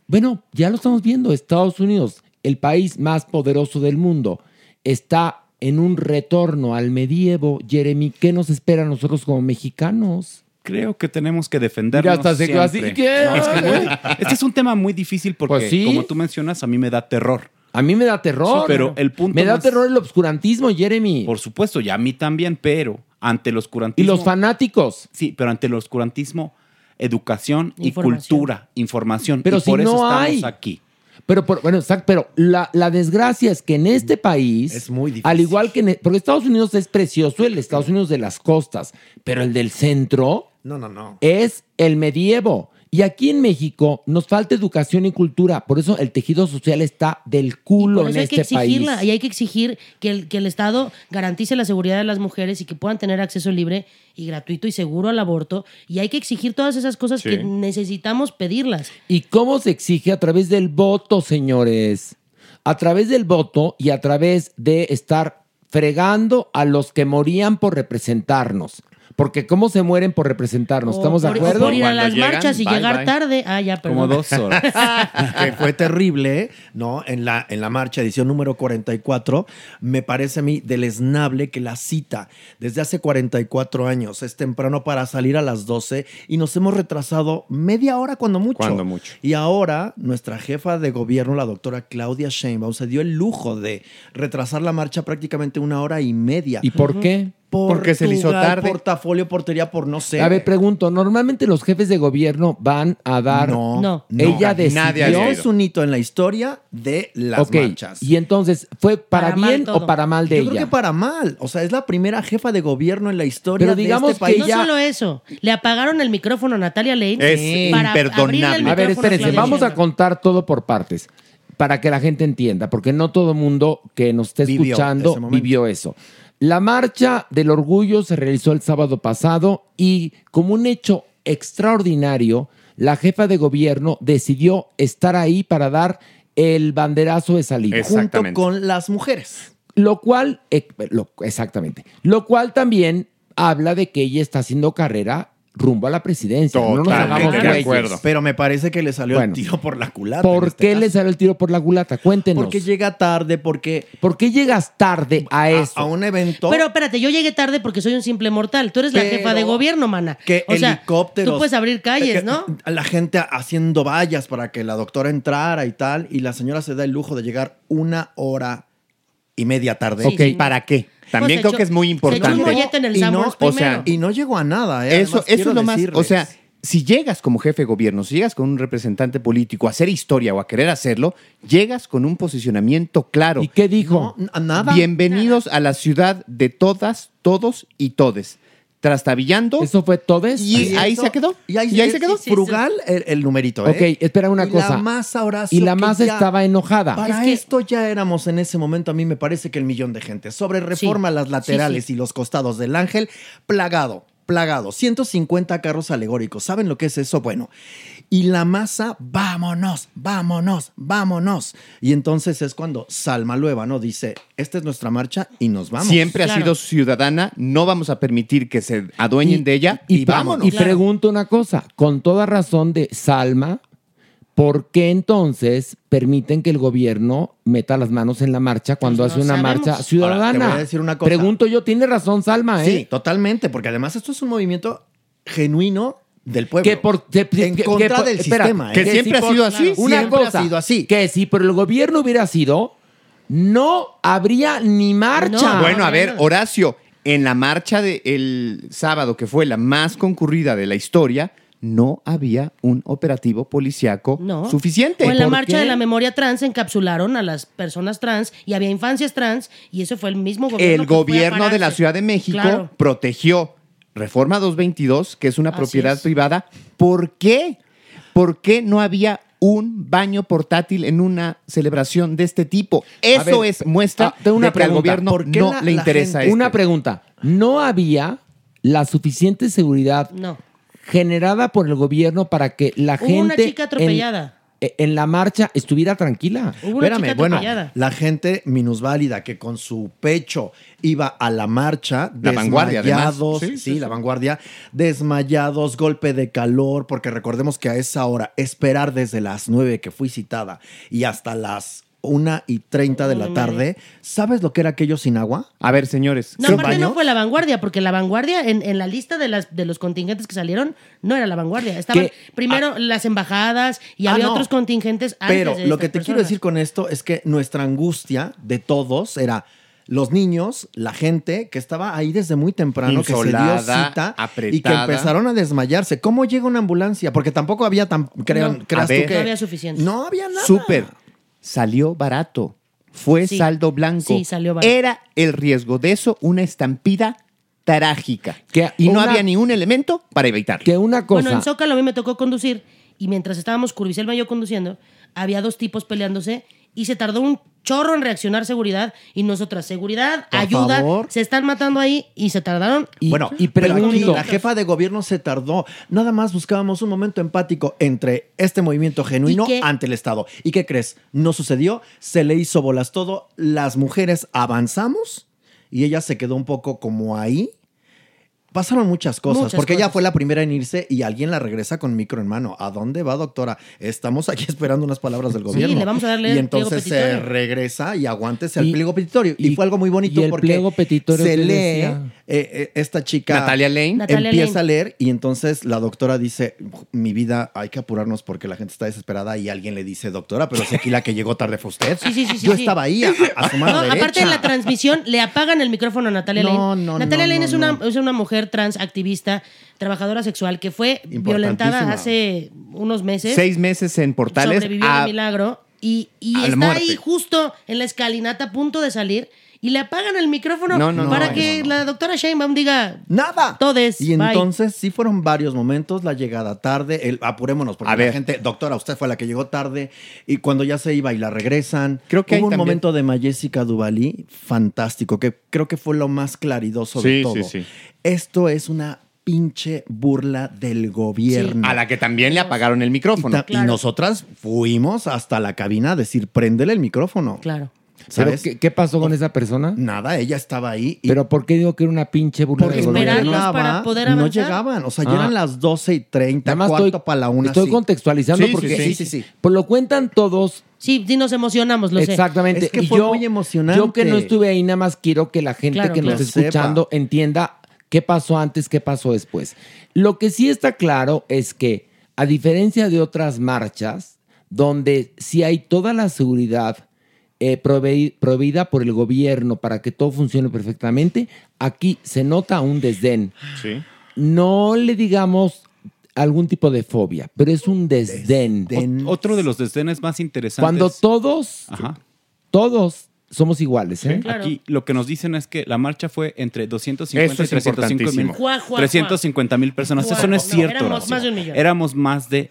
bueno, ya lo estamos viendo. Estados Unidos, el país más poderoso del mundo, está en un retorno al medievo. Jeremy, ¿qué nos espera a nosotros como mexicanos? Creo que tenemos que defendernos. Mira, hasta se quedó así, siempre. ¿qué? Es que es muy- este es un tema muy difícil porque, Pues sí. como tú mencionas, a mí me da terror. A mí me da terror. pero el punto Me da terror el obscurantismo, Jeremy. Por supuesto, y a mí también, pero ante el Y oscurantismo. los fanáticos. Sí, pero ante el oscurantismo, educación y Información. cultura, información. Pero y si por eso no estamos hay. aquí. Pero, por- bueno, exacto, pero la, la desgracia es que en este Mm, país, al igual que en, e, porque Estados Unidos es precioso, el Estados Unidos de las costas, pero el del centro No, no, no. es el medievo. Y aquí en México nos falta educación y cultura, por eso el tejido social está del culo Por en eso hay este que país. exigirla y hay que exigir que el, que el Estado garantice la seguridad de las mujeres y que puedan tener acceso libre y gratuito y seguro al aborto. Y hay que exigir todas esas cosas Sí. que necesitamos pedirlas. ¿Y cómo se exige? A través del voto, señores. A través del voto y a través de estar fregando a los que morían por representarnos. Porque ¿cómo se mueren por representarnos? O ¿Estamos por- de o acuerdo? por ir a las marchas y llegar tarde. Ah, ya, perdón. Como dos horas. que fue terrible, ¿no? En la, en la marcha, edición número 44, me parece a mí deleznable que la cita desde hace 44 años es temprano para salir a las 12 y nos hemos retrasado media hora cuando mucho. Cuando mucho. Y ahora nuestra jefa de gobierno, la doctora Claudia Sheinbaum, se dio el lujo de retrasar la marcha prácticamente una hora y media. ¿Y por qué? Porque se le hizo Portugal, tarde. Portafolio, portería, por no sé. A ver, pregunto, normalmente los jefes de gobierno van a dar. No, no. Ella Nadie decidió. había ido. Es un hito en la historia de las Ok, marchas. Y entonces, ¿fue para, bien o para mal de Yo ella? creo que para mal. O sea, es la primera jefa de gobierno en la historia Pero de digamos este país. no solo eso, le apagaron el micrófono a Natalia Lane. Es para abrirle el A ver, micrófono a espérense, Claudia vamos a contar todo por partes para que la gente entienda, porque no todo mundo que nos esté Vivió escuchando ese momento. vivió eso. La marcha del orgullo se realizó el sábado pasado y como un hecho extraordinario, la jefa de gobierno decidió estar ahí para dar el banderazo de salida junto con las mujeres. lo cual, eh, lo- exactamente, lo cual también habla de que ella está haciendo carrera rumbo a la presidencia. No nos hagamos güeyes. Pero me parece que le salió Bueno. el tiro por la culata. ¿Por en este qué caso. le salió el tiro por la culata? Cuéntenos. Porque llega tarde, porque... ¿Por qué llegas tarde a eso? A, un evento... Pero espérate, yo llegué tarde porque soy un simple mortal. Tú eres la Pero- jefa de gobierno, mana. que o sea, helicópteros... Tú puedes abrir calles, ¿no? Eh, La gente haciendo vallas para que la doctora entrara y tal, y la señora se da el lujo de llegar una hora y media tarde. Ok, Sí, sí. ¿para qué? También Pues creo se que es echó- muy se echó un importante. mollete en el y no, Sanborns o primero. sea, y no llegó a nada. eh, Eso, además eso quiero es lo más. O decirles. sea, si llegas como jefe de gobierno, si llegas con un representante político a hacer historia o a querer hacerlo, llegas con un posicionamiento claro. ¿Y qué dijo? nada. Bienvenidos a la ciudad de todas, todos y todes. Trastabillando. ¿Eso fue todes? Y, Y ahí eso- se quedó. y ahí- sí, sí, sí, Frugal sí. el, el numerito. Ok, ¿eh? espera una Y cosa. La masa, Horacio, y la que masa ya- estaba enojada. Para esto ya éramos en ese momento, a mí me parece que el millón de gente. Sobre reforma las laterales sí. y los costados del ángel, plagado, plagado. 150 carros alegóricos. ¿Saben lo que es eso? Bueno, y la masa, vámonos, vámonos, vámonos. Y entonces es cuando Salma Luevano dice, esta es nuestra marcha y nos vamos. Siempre ha sido ciudadana, no vamos a permitir que se adueñen de ella y, vámonos. Y pregunto una cosa, con toda razón de Salma, ¿por qué entonces permiten que el gobierno meta las manos en la marcha cuando Pues hace una marcha ciudadana? Ahora, te voy a decir una cosa. Pregunto yo, tiene razón Salma, ¿eh? Sí, totalmente, porque además esto es un movimiento genuino del pueblo. Que por que- en que- contra que- del espera, sistema. ¿eh? si por- Una Siempre cosa, ha sido así. que si por el gobierno hubiera sido, no habría ni marcha. bueno, a ver, Horacio, en la marcha del sábado, que fue la más concurrida de la historia, no había un operativo policiaco No. suficiente. O en la ¿Por marcha qué? de la memoria trans encapsularon a las personas trans y había infancias trans y eso fue el mismo gobierno. El gobierno de la Ciudad de México Claro. protegió Reforma 222, que es una Así propiedad es. privada. ¿Por qué? ¿Por qué no había un baño portátil en una celebración de este tipo? Eso es ah, muestra de una de que al pregunta. gobierno ¿Por qué no la- le la interesa gente- esto. Una pregunta. ¿No había la suficiente seguridad generada por el gobierno para que la Hubo gente una chica atropellada. En, en la marcha estuviera tranquila? Hubo una chica bueno, atropellada. la gente minusválida que con su pecho iba a la marcha, La vanguardia, además. desmayados, Sí, sí, sí, sí. la vanguardia, desmayados, golpe de calor, porque recordemos que a esa hora, esperar desde las 9 que fui citada y hasta las 1 y 30 de la Ay, tarde, ¿sabes lo que era aquello sin agua? A ver, señores, No, aparte no fue la vanguardia, porque la vanguardia en, en la lista de, las, de los contingentes que salieron no era la vanguardia. Estaban Que- primero las embajadas y Ah, había no. otros contingentes antes Pero de lo estas que te quiero personas. decir con esto es que nuestra angustia de todos era los niños, la gente que estaba ahí desde muy temprano, que se dio Insolada, cita y que apretada. empezaron a desmayarse. ¿Cómo llega una ambulancia? Porque tampoco había tan crean, No. creas A tú ver. que No había suficiente. No había nada. Súper. Salió barato. Fue Sí. saldo blanco. Sí, salió barato. Era el riesgo de eso, una estampida trágica. Que y no una- había ni un elemento para evitarlo. Que una Bueno, en Zócalo a mí me tocó conducir y mientras estábamos Curviselma y yo conduciendo, había dos tipos peleándose y se tardó un chorro en reaccionar seguridad y nosotras, seguridad, Por ayuda, favor. se están matando ahí y se tardaron. bueno, y pero aquí pregunto- la jefa de gobierno se tardó. Nada más buscábamos un momento empático entre este movimiento genuino ¿Y qué? ante el Estado. ¿Y qué crees? No sucedió, se le hizo bolas todo, las mujeres avanzamos y ella se quedó un poco como ahí. Pasaron muchas cosas, Muchas porque ella cosas. fue la primera en irse y alguien la regresa con micro en mano. ¿A dónde va, doctora? Estamos aquí esperando unas palabras del gobierno. le vamos a darle Y el pliego entonces se petitorio. regresa y aguántese al pliego petitorio. Y, fue algo muy bonito y el porque pliego petitorio se que lee, decía. eh, eh, esta chica Natalia Lane. Natalia empieza Lane. a leer y entonces la doctora dice, mi vida, hay que apurarnos porque la gente está desesperada y alguien le dice, doctora, pero si aquí la que llegó tarde fue usted. Sí, sí, sí, sí, Yo sí. estaba ahí a, a su mano No, derecha. aparte de la transmisión, le apagan el micrófono a Natalia No, Lane. no, Natalia no, Lane no, es, una, es una mujer trans activista, trabajadora sexual, que fue violentada hace unos meses. Seis meses en portales. Sobrevivió a- de milagro. Y, y a la está muerte. ahí justo en la escalinata a punto de salir. Y le apagan el micrófono No, no, para no, que la doctora Sheinbaum diga... Nada. Todes. Y bye". entonces sí fueron varios momentos, la llegada tarde, el apurémonos, porque A la ver. gente, doctora, usted fue la que llegó tarde, y cuando ya se iba y la regresan. Creo que Hubo hay un también- momento de Mayésica Duvalí fantástico, que creo que fue lo más claridoso de Sí, todo. sí, sí. Esto es una pinche burla del gobierno. A la que también le apagaron el micrófono. Y, ta- y nosotras fuimos hasta la cabina a decir, préndele el micrófono. Claro. ¿Sabes? ¿Pero qué, qué pasó con esa persona? Nada, ella estaba ahí. ¿Pero por qué digo que era una pinche burla Porque del no gobierno? llegaba, No llegaban, o sea, ya eran Ah. las 12 y 30, Nada más cuarto estoy- para la una. Estoy sí. contextualizando Sí, porque Sí, sí, sí. Pues lo cuentan todos. Sí, sí nos emocionamos, lo sé. Exactamente. Y yo, Yo que no estuve ahí, nada más quiero que la gente Claro, que nos claro. está escuchando entienda qué pasó antes, qué pasó después. Lo que sí está claro es que, a diferencia de otras marchas, donde sí hay toda la seguridad eh, provei- proveída por el gobierno para que todo funcione perfectamente, aquí se nota un desdén Sí. no le digamos algún tipo de fobia, pero es un desdén. Otro de los desdenes más interesantes. Cuando todos, todos somos iguales, ¿eh? Aquí lo que nos dicen es que la marcha fue entre 250 Eso y es 305 mil, importantísimo. Juá, juá, 350 mil personas. Juá. Eso no es No, cierto. éramos Rocío. más de un millón. Éramos más de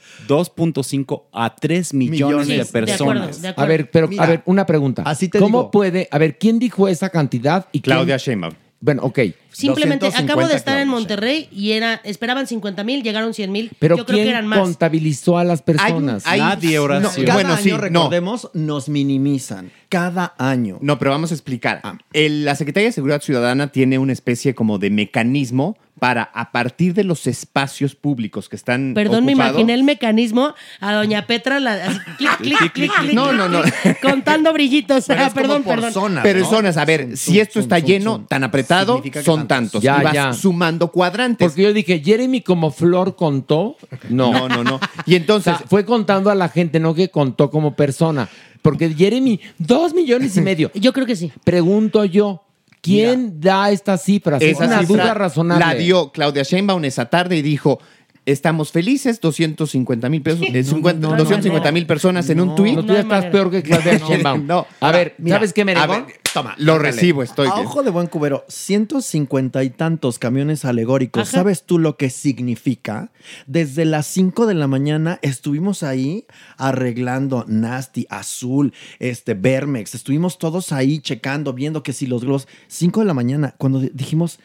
2.5 a 3 millones, Millones. de Sí, de acuerdo, personas. de acuerdo. A ver, pero, a ver, una pregunta. ¿Cómo puede? A ver, ¿quién dijo esa cantidad? Y Claudia Sheinbaum. Bueno, ok. Simplemente acabo de estar en Monterrey y era esperaban 50 mil, llegaron 100 mil. Pero Yo creo ¿quién que eran más. contabilizó a las personas? Nadie, Horacio. cada Bueno, año, sí, no. recordemos, nos minimizan. Cada año. No, pero vamos a explicar. El- la Secretaría de Seguridad Ciudadana tiene una especie como de mecanismo para, a partir de los espacios públicos que están Perdón, me ocupados- imaginé el mecanismo a doña Petra la, así, clic, clic, clic, clic, clic, No, no, no. clic, contando brillitos. Pero Ah, es como perdón, por perdón. zonas, Pero en zonas, a ver, si esto está lleno, tan apretado, son tantos. Ya, Y vas ya. sumando cuadrantes. Porque yo dije, Jeremy como Flor contó. No. No, no, no. Y entonces. fue contando a la gente, no que contó como persona. Porque Jeremy, dos millones y medio. Yo creo que sí. Pregunto yo, ¿quién da estas cifras? es Esa una cifra duda razonable. La dio Claudia Sheinbaum esa tarde y dijo. Estamos felices, 250 mil pesos, eh, 50 no, no, 250 mil personas en un tuit. No, tú ya estás peor que Claudia Sheinbaum. No. A ver, Mira, ¿sabes qué, a Meregón? ver, Toma, Lo ándale. recibo, estoy A bien. ojo de buen cubero, 150 y tantos camiones alegóricos. Ajá. ¿Sabes tú lo que significa? Desde las 5 de la mañana estuvimos ahí arreglando Nasty, Azul, este Vermex. Estuvimos todos ahí checando, viendo que si los globos. 5 de la mañana, cuando di- dijimos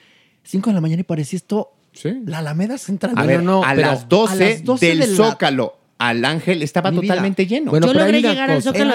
5 de la mañana y parecía esto la Alameda Central. A, ver, a las 12 del Zócalo al Ángel estaba Mi vida. totalmente lleno. Eran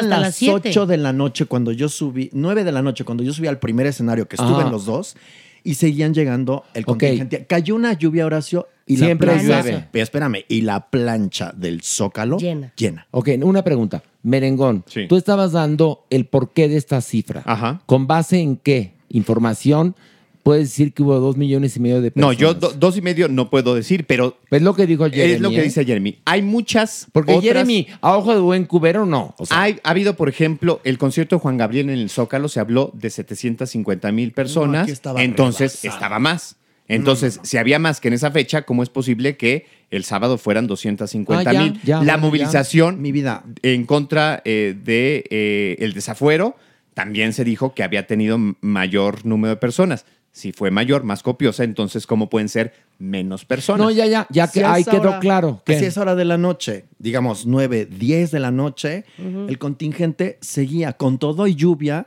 las 8 de la noche cuando yo subí, 9 de la noche cuando yo subí al primer escenario que estuve Ah. en los dos y seguían llegando el contingente. Cayó una lluvia, Horacio, y Siempre la plancha, llueve. Pero espérame, y la plancha del Zócalo Llena. llena. Ok, una pregunta. Merengón, tú estabas dando el porqué de esta cifra. ¿Con base en qué? ¿Información? Puedes decir que hubo dos millones y medio de No, personas. yo do- dos y medio no puedo decir, pero. Es lo que dijo Jeremy. Es lo que ¿eh? dice Jeremy. Hay muchas. Porque Jeremy, a ojo de buen cubero, no. hay, ha habido, por ejemplo, el concierto de Juan Gabriel en el Zócalo, se habló de 750 mil No, personas. aquí estaba entonces rebasado. estaba más. Entonces, si había más que en esa fecha, ¿cómo es posible que el sábado fueran 250 Ah, ya, mil? ya, La ya. movilización Mi vida. en contra eh, de eh, el desafuero, también se dijo que había tenido m- mayor número de personas. Si fue mayor, más copiosa, entonces ¿cómo pueden ser menos personas? No, ya, ya, ya que Si a ahí esa quedó hora- claro. Si es hora de la noche, digamos 9, 10 de la noche, Ujú. el contingente seguía con todo y lluvia.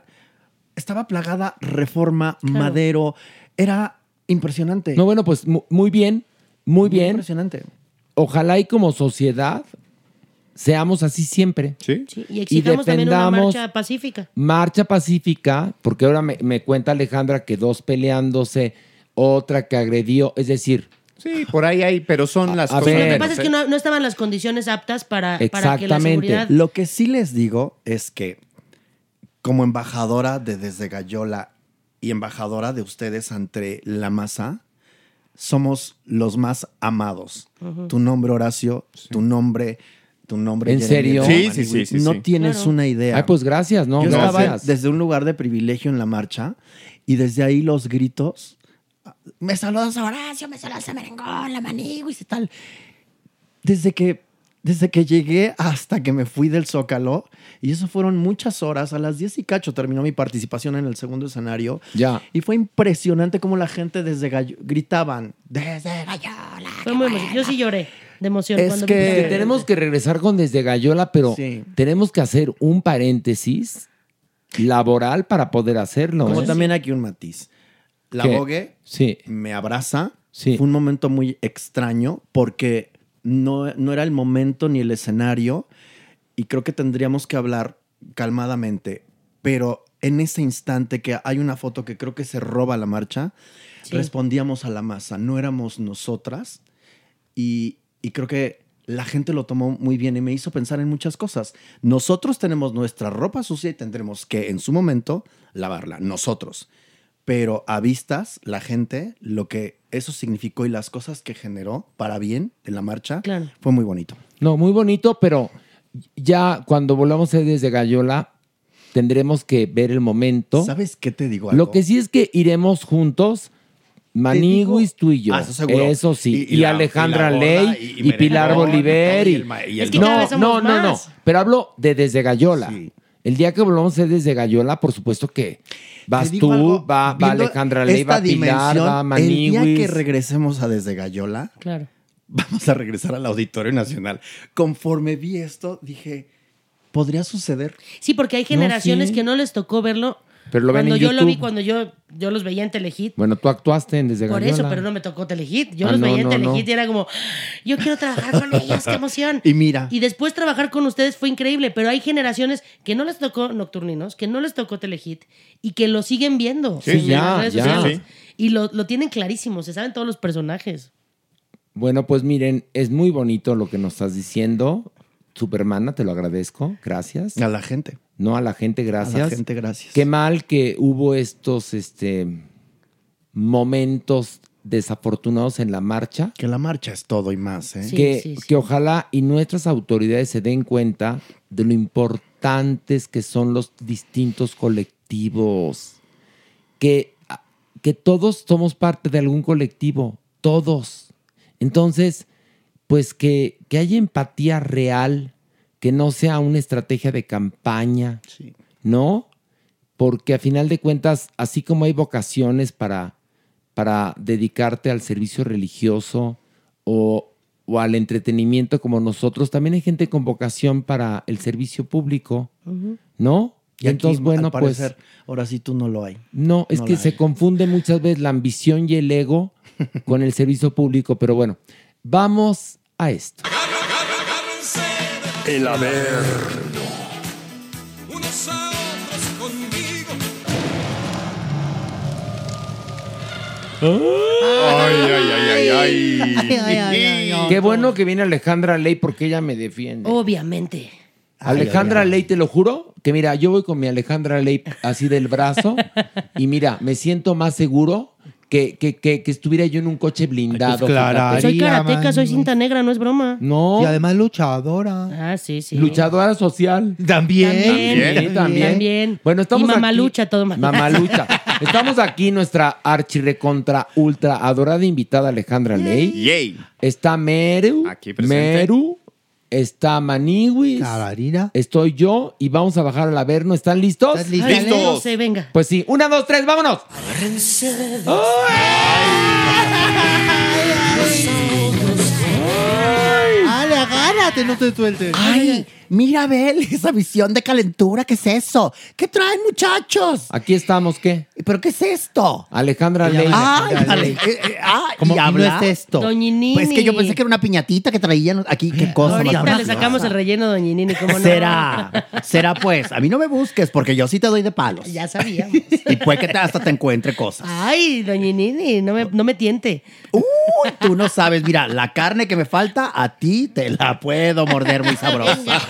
Estaba plagada Reforma, Madero. Era impresionante. No, bueno, pues mu- muy bien, muy bien. Impresionante. Ojalá y como sociedad seamos así siempre. Sí. Y exijamos también una marcha pacífica. marcha pacífica, porque ahora me, me cuenta Alejandra que dos peleándose otra que agredió, es decir... Sí, por ahí hay, pero son las lo que pasa es que no, no estaban las condiciones aptas para, para que la seguridad... Lo que sí les digo es que, como embajadora de Desde Gallola y embajadora de ustedes ante la masa, somos los más amados. Ujú. Tu nombre, Horacio, tu nombre, tu nombre. ¿En Jeremy serio? Roman, Sí, sí, güey. sí, sí, No sí. tienes Claro. una idea. Ay, pues gracias, ¿no? Yo estaba Gracias. desde un lugar de privilegio en la marcha y desde ahí los gritos. Me saludas a Horacio, me saludas a Merengón, la Maniguis y tal. Desde que, desde que llegué hasta que me fui del Zócalo, y eso fueron muchas horas, a las 10 y cacho terminó mi participación en el segundo escenario. Ya. Y fue impresionante cómo la gente desde gallo gritaban, desde gallo. Fue muy emocionante. Yo sí lloré de emoción. cuando vi Es que tenemos que regresar con Desde Gallola, pero tenemos que hacer un paréntesis laboral para poder hacerlo. Como ¿eh? también aquí un matiz. La ¿Qué? Vogue Sí. me abraza. Fue un momento muy extraño porque no, no era el momento ni el escenario y creo que tendríamos que hablar calmadamente, pero en ese instante que hay una foto que creo que se roba la marcha, Sí. respondíamos a la masa, no éramos nosotras y, y creo que la gente lo tomó muy bien y me hizo pensar en muchas cosas. Nosotros tenemos nuestra ropa sucia y tendremos que en su momento lavarla, nosotros. Pero a vistas, la gente, lo que eso significó y las cosas que generó para bien en la marcha, fue muy bonito. No, muy bonito, pero ya cuando volvamos a Desde Gallola tendremos que ver el momento. ¿Sabes qué te digo? Lo que sí es que iremos juntos. Maniguis, tú y yo. Ah, eso seguro. Eso sí. Y- Y, y la- Alejandra y la Ley gorda, y- y y, Merengón, Pilar Bolívar. y Y, el ma- y el Es que no, cada vez no, somos no, no. más. Pero hablo de Desde Gallola. El día que volvamos a Desde Gallola, por supuesto que vas Te digo tú, algo, va, va viendo Alejandra Ley, esta va Pilar, dimensión, va El día que Maniguis. regresemos a Desde Gallola, Claro. vamos a regresar al Auditorio Nacional. Conforme vi esto, dije, podría suceder. Sí, porque hay generaciones sí. que no les tocó verlo. Pero lo ven cuando en yo lo vi, YouTube. cuando yo, yo los veía en Telehit. Bueno, tú actuaste en Desde Por Gallola. eso, pero no me tocó Telehit. Yo Ah, los no, veía en no, Telehit no. y era como, yo quiero trabajar con ellos, qué emoción. Y mira. Y después trabajar con ustedes fue increíble, pero hay generaciones que no les tocó Nocturninos, que no les tocó Telehit y que lo siguen viendo. Sí, en ya, las redes ya. sociales. Sí. Y lo, lo tienen clarísimo, se saben todos los personajes. Bueno, pues miren, es muy bonito lo que nos estás diciendo. Supermana, te lo agradezco. Gracias. A la gente. No, a la gente, gracias. A la gente, gracias. Qué mal que hubo estos este, momentos desafortunados en la marcha. Que la marcha es todo y más. ¿eh? Sí, que, sí, sí. que ojalá y nuestras autoridades se den cuenta de lo importantes que son los distintos colectivos. Que, que todos somos parte de algún colectivo. Todos. Entonces, pues que, que haya empatía real, que no sea una estrategia de campaña, ¿no? Porque a final de cuentas, así como hay vocaciones para, para dedicarte al servicio religioso o, o al entretenimiento como nosotros, también hay gente con vocación para el servicio público, ¿no? Y aquí, al pues, parecer, ahora sí tú no lo hay. no, es No que la se confunde muchas veces la ambición y el ego con el servicio público, pero bueno, vamos a esto. El haber. unos a otros conmigo. Ay, ay, ay, ay, ay. Ay, ay, ay, ay. Qué bueno que viene Alejandra Ley porque ella me defiende. Obviamente. Alejandra Ley, te lo juro, que mira, yo voy con mi Alejandra Ley así del brazo y mira, me siento más seguro que, que, que, que estuviera yo en un coche Pues blindado. pues fíjate. Soy karateca, soy cinta negra, no es broma. No. Y además luchadora. Ah, sí, sí. Luchadora social. También. También, También. también. también. Bueno, estamos Y aquí- mamalucha, todo mal. Mamalucha. Estamos aquí, nuestra archirrecontra ultra adorada invitada Alejandra Ley. Está Meru. presente. Meru. Está Maniwis. Estoy yo y vamos a bajar al averno. ¿Están listos? Ay, dale, no sé, venga. Pues sí. Una, dos, tres, vámonos. Ale, agárrate, no te sueltes. Ay, Mira, Abel, esa visión de calentura, ¿qué es eso? ¿Qué traen, muchachos? Aquí estamos, ¿qué? ¿Pero qué es esto? Alejandra Ay, Ley. Ale- eh, eh, ah, Como, y ¿y no habla. es esto? Doñinini. Pues que yo pensé que era una piñatita que traían aquí. ¿Qué cosa? más Ahorita le maravillosa. sacamos el relleno, Doñinini, ¿cómo no? Será, será pues. A mí no me busques porque yo sí te doy de palos. Ya sabíamos. Y puede que te- hasta te encuentre cosas. Ay, Doñinini, no me, no me tiente. Uy, tú no sabes. Mira, la carne que me falta, a ti te la puedo morder muy sabrosa.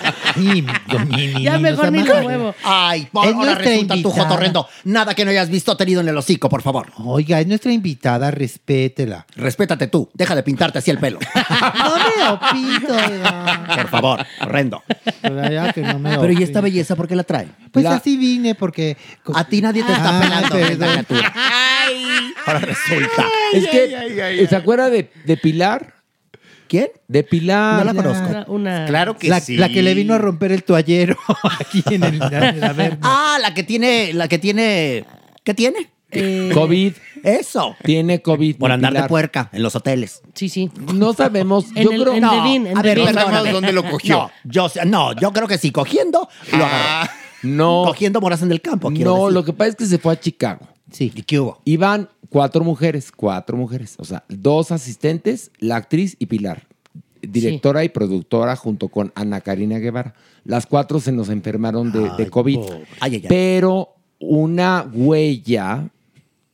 Ya mejor ni lo muevo. Ay, por, Es ahora nuestra resulta tu invitada. jotorrendo. Nada que no hayas visto tenido en el hocico, por favor. Oiga, es nuestra invitada, respétela. Respétate tú. Deja de pintarte así el pelo. No me opito, Por favor, horrendo. ya que no me Pero ¿y opino. esta belleza por qué la trae? Pues así vine porque... Ah, A ti nadie te está pelando, pelando. Ahora resulta. Es que, ¿se acuerda de, de Pilar? ¿Quién? De Pilar. No la conozco. Una- una- Claro la, la que le vino a romper el toallero aquí en el... en la verga. Ah, la que tiene, la que tiene, ¿qué tiene? COVID. Eso. Tiene COVID. Por andar de puerca en los hoteles. Sí, sí. No sabemos. En yo el- creo en no. Devin, en a ver, Devin. perdóname. No sabemos dónde lo cogió. No, yo, sé- no, yo creo que sí, cogiendo, lo agarró. No. Cogiendo moras en el campo. quiero No, decir. lo que pasa es que se fue a Chicago. Sí. ¿Y qué hubo? Iban cuatro mujeres, cuatro mujeres. O sea, dos asistentes, la actriz y Pilar. Directora y productora junto con Ana Karina Guevara. Las cuatro se nos enfermaron de, de COVID. Ay, ay, ay. Pero una huella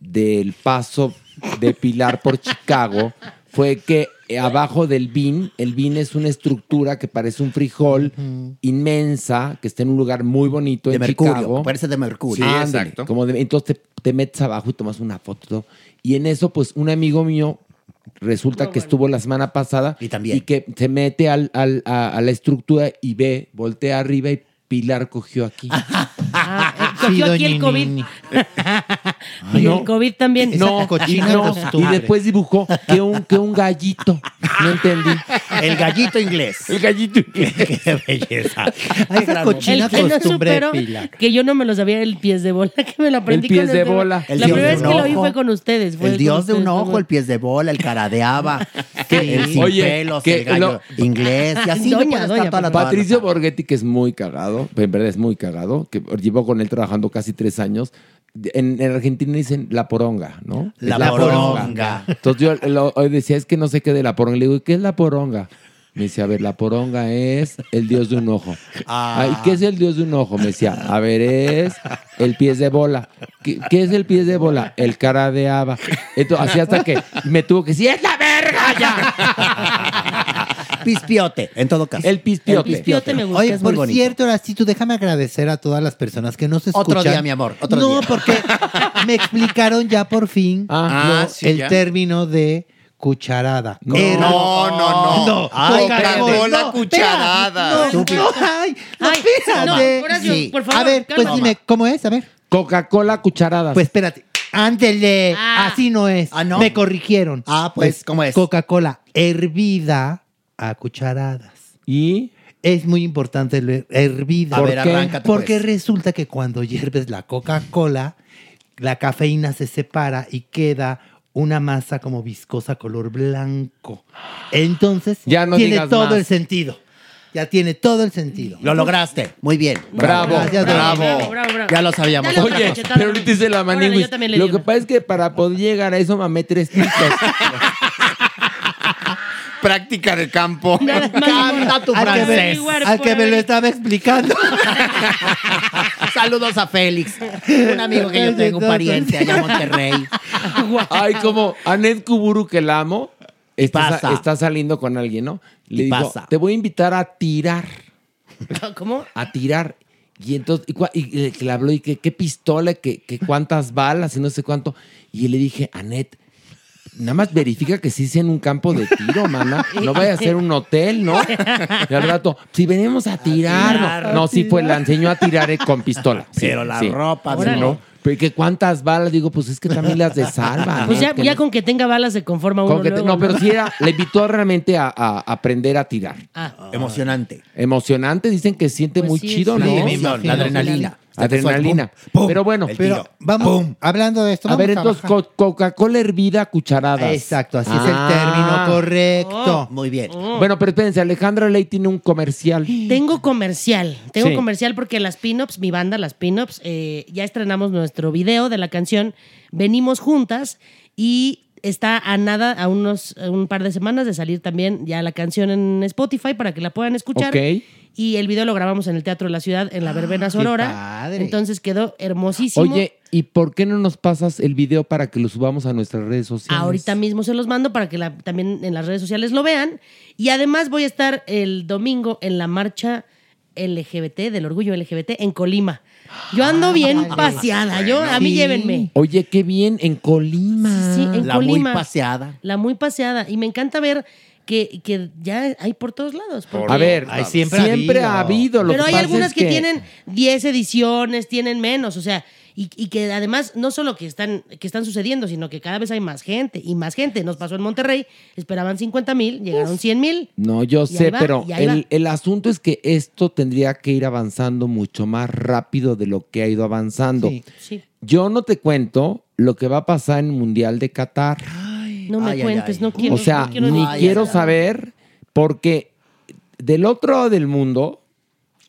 del paso de Pilar por Chicago fue que eh, abajo del bin, el bin es una estructura que parece un frijol Mm. inmensa, que está en un lugar muy bonito De en mercurio, Chicago. parece de mercurio. Ah, Sí, ándale, exacto. como de- entonces te, te metes abajo y tomas una foto. y todo. Y en eso, pues, un amigo mío Ah, resulta que estuvo la semana pasada y, que se mete al- al- a, a la estructura y ve, voltea arriba y Pilar cogió aquí. Ah, Ah, eh, Cogió aquí el COVID. Y el COVID también. No, y, no, y después dibujó que un, que un gallito. No entendí. El gallito inglés. El gallito inglés. Qué belleza. El que no supero Que yo no me lo sabía el pies de bola, que me lo aprendí El pies con de tema. bola. El la dios primera de vez un que lo vi ojo. fue con ustedes. fue El con dios de un ustedes, fue ojo, el pies de bola, el caradeaba, el sin Oye, pelos, que el gallo lo- inglés, y así Doña, me puedo estar doña, toda la tarde. Patricio Borghetti, que es muy cagado, en verdad es muy cagado, que llevó con él trabajando casi tres años. De- En, en Argentina dicen la poronga, ¿no? La Es poronga. Entonces yo lo- hoy decía, es que no sé qué de la poronga. Le digo, ¿y qué es la poronga? Me decía, a ver, la poronga es el dios de un ojo. Ah. Ay, ¿Qué es el dios de un ojo? Me decía, a ver, es el pies de bola. ¿Qué, qué es el pies de bola? El cara de haba. Entonces, así hasta que me tuvo que decir, ¡es la verga ya! Pispiote, en todo caso. El pispiote. El pispiote me gusta, Oye, es muy por bonito. cierto, Horacito, déjame agradecer a todas las personas que nos escuchan. Otro día, mi amor, otro no, día. porque me explicaron ya por fin Ah, lo- sí, el ya. término de cucharada. No, Era- no, no, no. Ay, no, cagó espérate, la no, cucharada. espérate, No, Estúpido. no, ay, no, Ay, espérate. no, Horacio, Sí. por favor, A ver, pues calma. dime, ¿cómo es? A ver. Coca-Cola cucharadas. Pues espérate. Ándele, Ah. así no es. Me corrigieron. Ah, pues, ¿cómo es? Coca-Cola hervida a cucharadas. ¿Y? Es muy importante lo her- hervida. A ¿Por ver, qué? arráncate, Porque pues. resulta que cuando hierves la Coca-Cola, la cafeína se separa y queda una masa como viscosa color blanco. Entonces, Ya no tiene digas todo más. el sentido. Ya tiene todo el sentido. Lo lograste. Muy bien. Bravo, Gracias, bravo, Doña. bravo, bravo. Ya lo sabíamos. Dale Oye, cachetada, pero ahorita dice la Órale, manigüis. yo también le Lo di que pasa es que para poder llegar a eso mamé tres tiros. Práctica de campo. Canta tu Al que me- francés. al que me lo estaba explicando. Saludos a Félix, un amigo que yo tengo, un pariente allá en Monterrey. Ay, como Anet Kuburu, que la amo, está, pasa. está saliendo con alguien, ¿no? Le Y digo, pasa. te voy a invitar a tirar, con- ¿Cómo? a tirar. Y entonces, y, cua- y le- que le habló, y que qué pistola, que, que cuántas balas, y no sé cuánto. Y le dije, Anet, nada más verifica que sí sea en un campo de tiro, mana. No vaya a ser un hotel, ¿no? Y al rato, si venimos a tirar. tirar. no, no, sí fue, la enseñó a tirar eh, con pistola. Sí, Pero la sí. ropa, Sí, órale. ¿no? Pero que cuántas balas, digo, pues es que también las de salva. Pues ya, ya con que tenga balas se conforma uno. luego, no, pero sí era, le invitó realmente a, a aprender a tirar. Ah. Pues Emocionante. Emocionante, dicen que siente muy sí, chido, sí, ¿no? me imagino, La adrenalina. adrenalina. Pero bueno, Pero vamos, hablando de esto, a vamos ver, entonces, bajar. co- Coca-Cola hervida a cucharadas. Exacto, así es el término Oh. correcto. muy bien. Bueno, pero espérense, Alejandra Ley tiene un comercial. Tengo comercial. Tengo Sí. comercial porque las pin-ups, mi banda, las pin-ups, eh, ya estrenamos nuestro video de la canción Venimos Juntas y está a nada, a unos a un par de semanas de salir también ya la canción en Spotify para que la puedan escuchar. Ok. Y el video lo grabamos en el Teatro de la Ciudad, en la Verbena Ah, qué Sonora. padre. Entonces quedó hermosísimo. Oye, ¿y por qué no nos pasas el video para que lo subamos a nuestras redes sociales? Ahorita mismo se los mando para que la- también en las redes sociales lo vean. Y además voy a estar el domingo en la marcha LGBT, del orgullo LGBT, en Colima. Yo ando bien paseada, yo a mí Ah, Sí. llévenme. Oye, qué bien, en Colima. Sí, en Colima. La muy paseada. Y me encanta ver que, que ya hay por todos lados. porque- A ver, siempre, ha habido. lo Pero que hay pasa algunas es que, tienen 10 ediciones, tienen menos, o sea, y, y que además no solo que están, que están sucediendo, sino que cada vez hay más gente y más gente. Nos pasó en Monterrey, esperaban 50 mil, llegaron 100 mil. No, Y yo ahí sé, va, pero y ahí va. el, el asunto es que esto tendría que ir avanzando mucho más rápido de lo que ha ido avanzando. Sí. Yo no te cuento lo que va a pasar en el Mundial de Qatar. No me Ay, ay, cuentes, ay. no quiero. O sea, no quiero ni ay, quiero ay, ay. saber porque del otro lado del mundo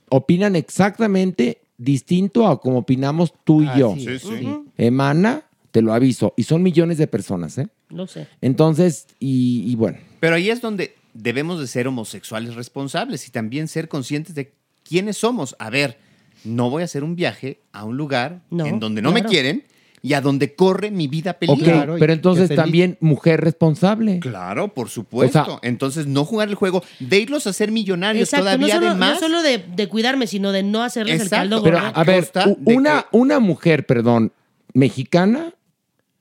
opinan exactamente distinto a como opinamos tú y Ah, yo. sí, Sí, sí. ujú. Emana, te lo aviso, y son millones de personas, ¿eh? Lo sé. Entonces, y, y bueno, Pero ahí es donde debemos de ser homosexuales responsables y también ser conscientes de quiénes somos. A ver, no voy a hacer un viaje a un lugar No, en donde no claro. me quieren y a donde corre mi vida ok, peligro. pero entonces también mujer responsable. Claro, por supuesto. O sea- entonces no jugar el juego de irlos a ser millonarios Exacto, no todavía solo, además. no solo de, de cuidarme, sino de no hacerles el caldo Pero gordo. a ver, u- una, una mujer, perdón, mexicana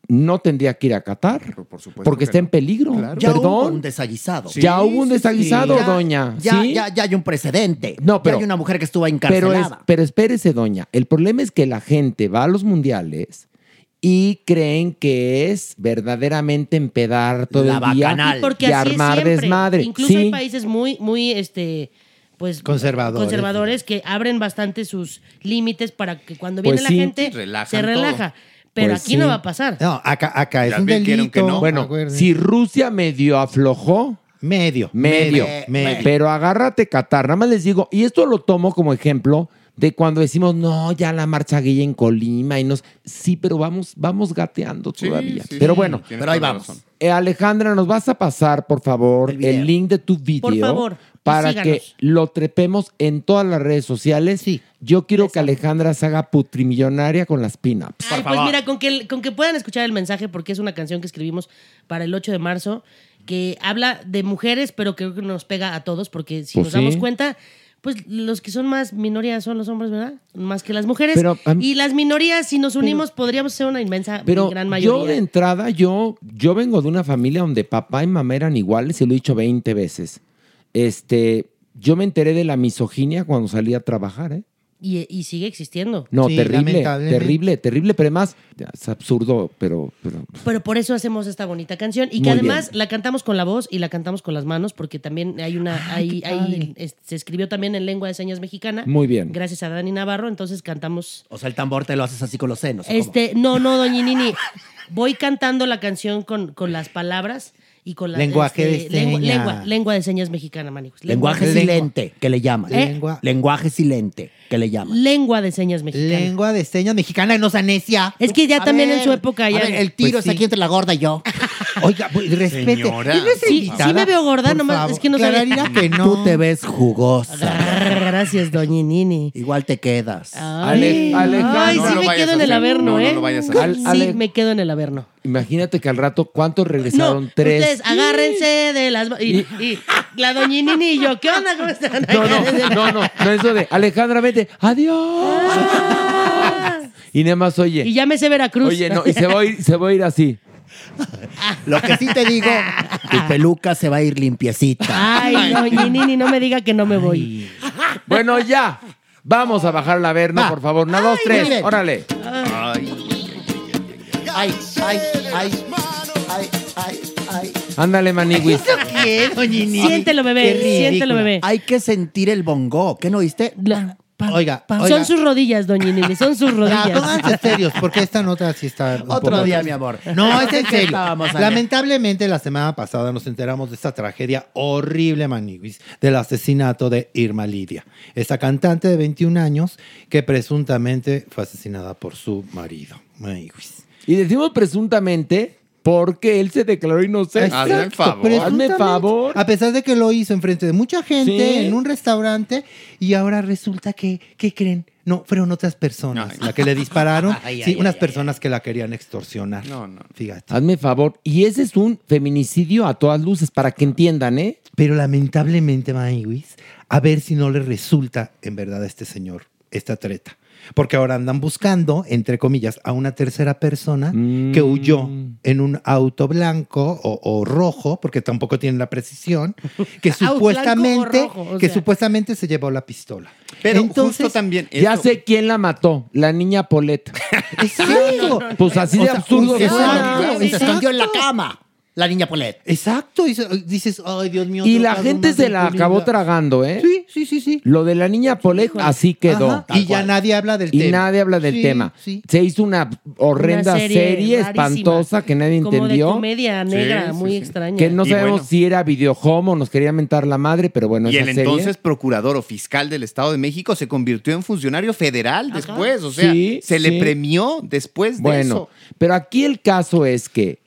no tendría que ir a Qatar porque está en peligro. Ya Perdón. hubo un desaguisado. Ya hubo un desaguisado, Ya- doña. Ya, ¿sí? ya, ya hay un precedente. No, pero- Ya hay una mujer que estuvo pero, es- encarcelada. pero espérese, doña. El problema es que la gente va a los mundiales y creen que es verdaderamente empedar todo La el día bacanal. Y porque y así es armar siempre. desmadre. Incluso sí, hay países muy, muy, este, pues Conservadores. conservadores que abren bastante sus límites para que cuando viene Pues la sí. gente Relajan se relaja. Pero Pues aquí sí. no va a pasar. No, acá, acá es Ya un vieron que delito. no. Bueno, Acuérdense. si Rusia medio aflojó. Medio. Medio. Medio. Pero agárrate Qatar. Nada más les digo, y esto lo tomo como ejemplo de cuando decimos, no, ya la marcha gay en Colima y nos... Sí, pero vamos, vamos gateando todavía. sí, pero sí, bueno. tienes Pero ahí toda la vamos. razón. Eh, Alejandra, nos vas a pasar, por favor, el, link de tu video. Por favor, y Para que síganos. lo trepemos en todas las redes sociales. Sí. Yo quiero que Alejandra se haga putrimillonaria con las pin-ups. Ay, pues mira, con que, con que puedan escuchar el mensaje, porque es una canción que escribimos para el 8 de marzo, que habla de mujeres, pero creo que nos pega a todos, porque si Pues nos damos sí. cuenta, pues los que son más minorías son los hombres, ¿verdad? Más que las mujeres. Pero, am- y las minorías, si nos unimos, podríamos ser una inmensa Pero gran yo de mayoría. entrada, yo, yo vengo de una familia donde papá y mamá eran iguales y lo he dicho 20 veces. Este, yo me enteré de la misoginia cuando salí a trabajar, ¿eh? Y, y sigue existiendo. No, terrible, terrible, terrible, pero además ya, es absurdo, pero, pero Pero por eso hacemos esta bonita canción y Muy que bien. además la cantamos con la voz y la cantamos con las manos porque también hay una hay, hay- es- se escribió también en lengua de señas mexicana. Muy bien. Gracias a Dani Navarro, entonces cantamos O sea, el tambor te lo haces así con los senos. ¿o cómo? este no no doñinini voy cantando la canción con, con las palabras y con la Lenguaje de lengua, señas. lengua, lengua de señas mexicana, manijos. Lenguaje silente, que le llaman. ¿Eh? Lengua- Lenguaje silente, que le llaman. Lengua de señas mexicana. Lengua de señas mexicana, no sea necia. Es que ya A también ver, en su época a ya ver, el tiro es aquí entre la gorda y yo. Pues Oiga, pues, respete. Señora. ¿Y no es Sí, invitada? sí me veo gorda, Por nomás, favor. es que no sabía. Clararira que no. Tú te ves jugosa. Gracias, doñinini. Igual te quedas. Ale- Alejandra. Ay, sí me quedo en el averno, ¿eh? Sí, Ale- me quedo en el averno. imagínate que al rato, ¿cuántos regresaron? No, Tres. ustedes agárrense de las... ma- Y, y la doñinini y yo, ¿qué onda? ¿Cómo están? No, no, no, no, no, eso de Alejandra, vete, adiós. Y nada más, oye. Y llámese Veracruz. Oye, no, y se va a ir, se va a ir así. Lo que sí te digo, tu peluca se va a ir limpiecita. Ay, doñinini, no me diga que no me voy. Bueno, ya. Vamos a bajar la verna, por favor. Una, dos, muy tres. bien. Órale. Ay, ay, ay, ay, ay, ay. Ándale, maniguis. Siéntelo, bebé, Qué ridícula. siéntelo, bebé. Hay que sentir el bongo. ¿Qué no oíste? Oiga, Son sus rodillas, doña Inés, son sus rodillas. Ya, pónganse serios, porque Pues, esta nota sí está. un Otro poco- día, mi amor. No, es en ¿Qué serio. estábamos, Ale? Lamentablemente, la semana pasada nos enteramos de esta tragedia horrible, Maniguis, del asesinato de Irma Lidia, esta cantante de 21 años que presuntamente fue asesinada por su marido. Maniguis. Y decimos presuntamente porque él se declaró inocente. Hazme presuntamente, favor. A pesar de que lo hizo enfrente de mucha gente Sí. en un restaurante y ahora resulta que, ¿qué creen? No, fueron otras personas Ay. la que le dispararon. Ay, sí, ay, unas ay, personas que la querían extorsionar. No, Fíjate. Hazme favor. Y ese es un feminicidio a todas luces, para que entiendan, ¿eh? Pero lamentablemente, Maywis, a ver si no le resulta en verdad a este señor esta treta. Porque ahora andan buscando, entre comillas, a una tercera persona que Mm. huyó en un auto blanco o, o rojo, porque tampoco tienen la precisión, que Auto supuestamente, blanco o rojo, o que sea. supuestamente se llevó la pistola. Pero justo también. Ya sé quién la mató, la niña Poleta. Exacto. Pues así O de sea, absurdo. un- exacto, ¿verdad? exacto. Escondió en la cama la niña pues Polet. Exacto. y se- Dices, ay, Dios mío. Y otro la caso gente más se de la impunidad". acabó tragando, ¿eh? Sí, sí, sí, sí. Lo de la niña Polet así quedó. Ajá, Y ya nadie habla del Y tema. nadie habla del Sí, tema. sí. Se hizo una horrenda Una serie serie, rarísima, espantosa que nadie como entendió. de comedia negra, muy extraña. Que no sabemos si era videojomo, nos quería mentar la madre, pero bueno, Y esa el serie- entonces procurador o fiscal del Estado de México se convirtió en funcionario federal después. O sea, Sí, se sí. le premió después de bueno, eso. pero aquí el caso es que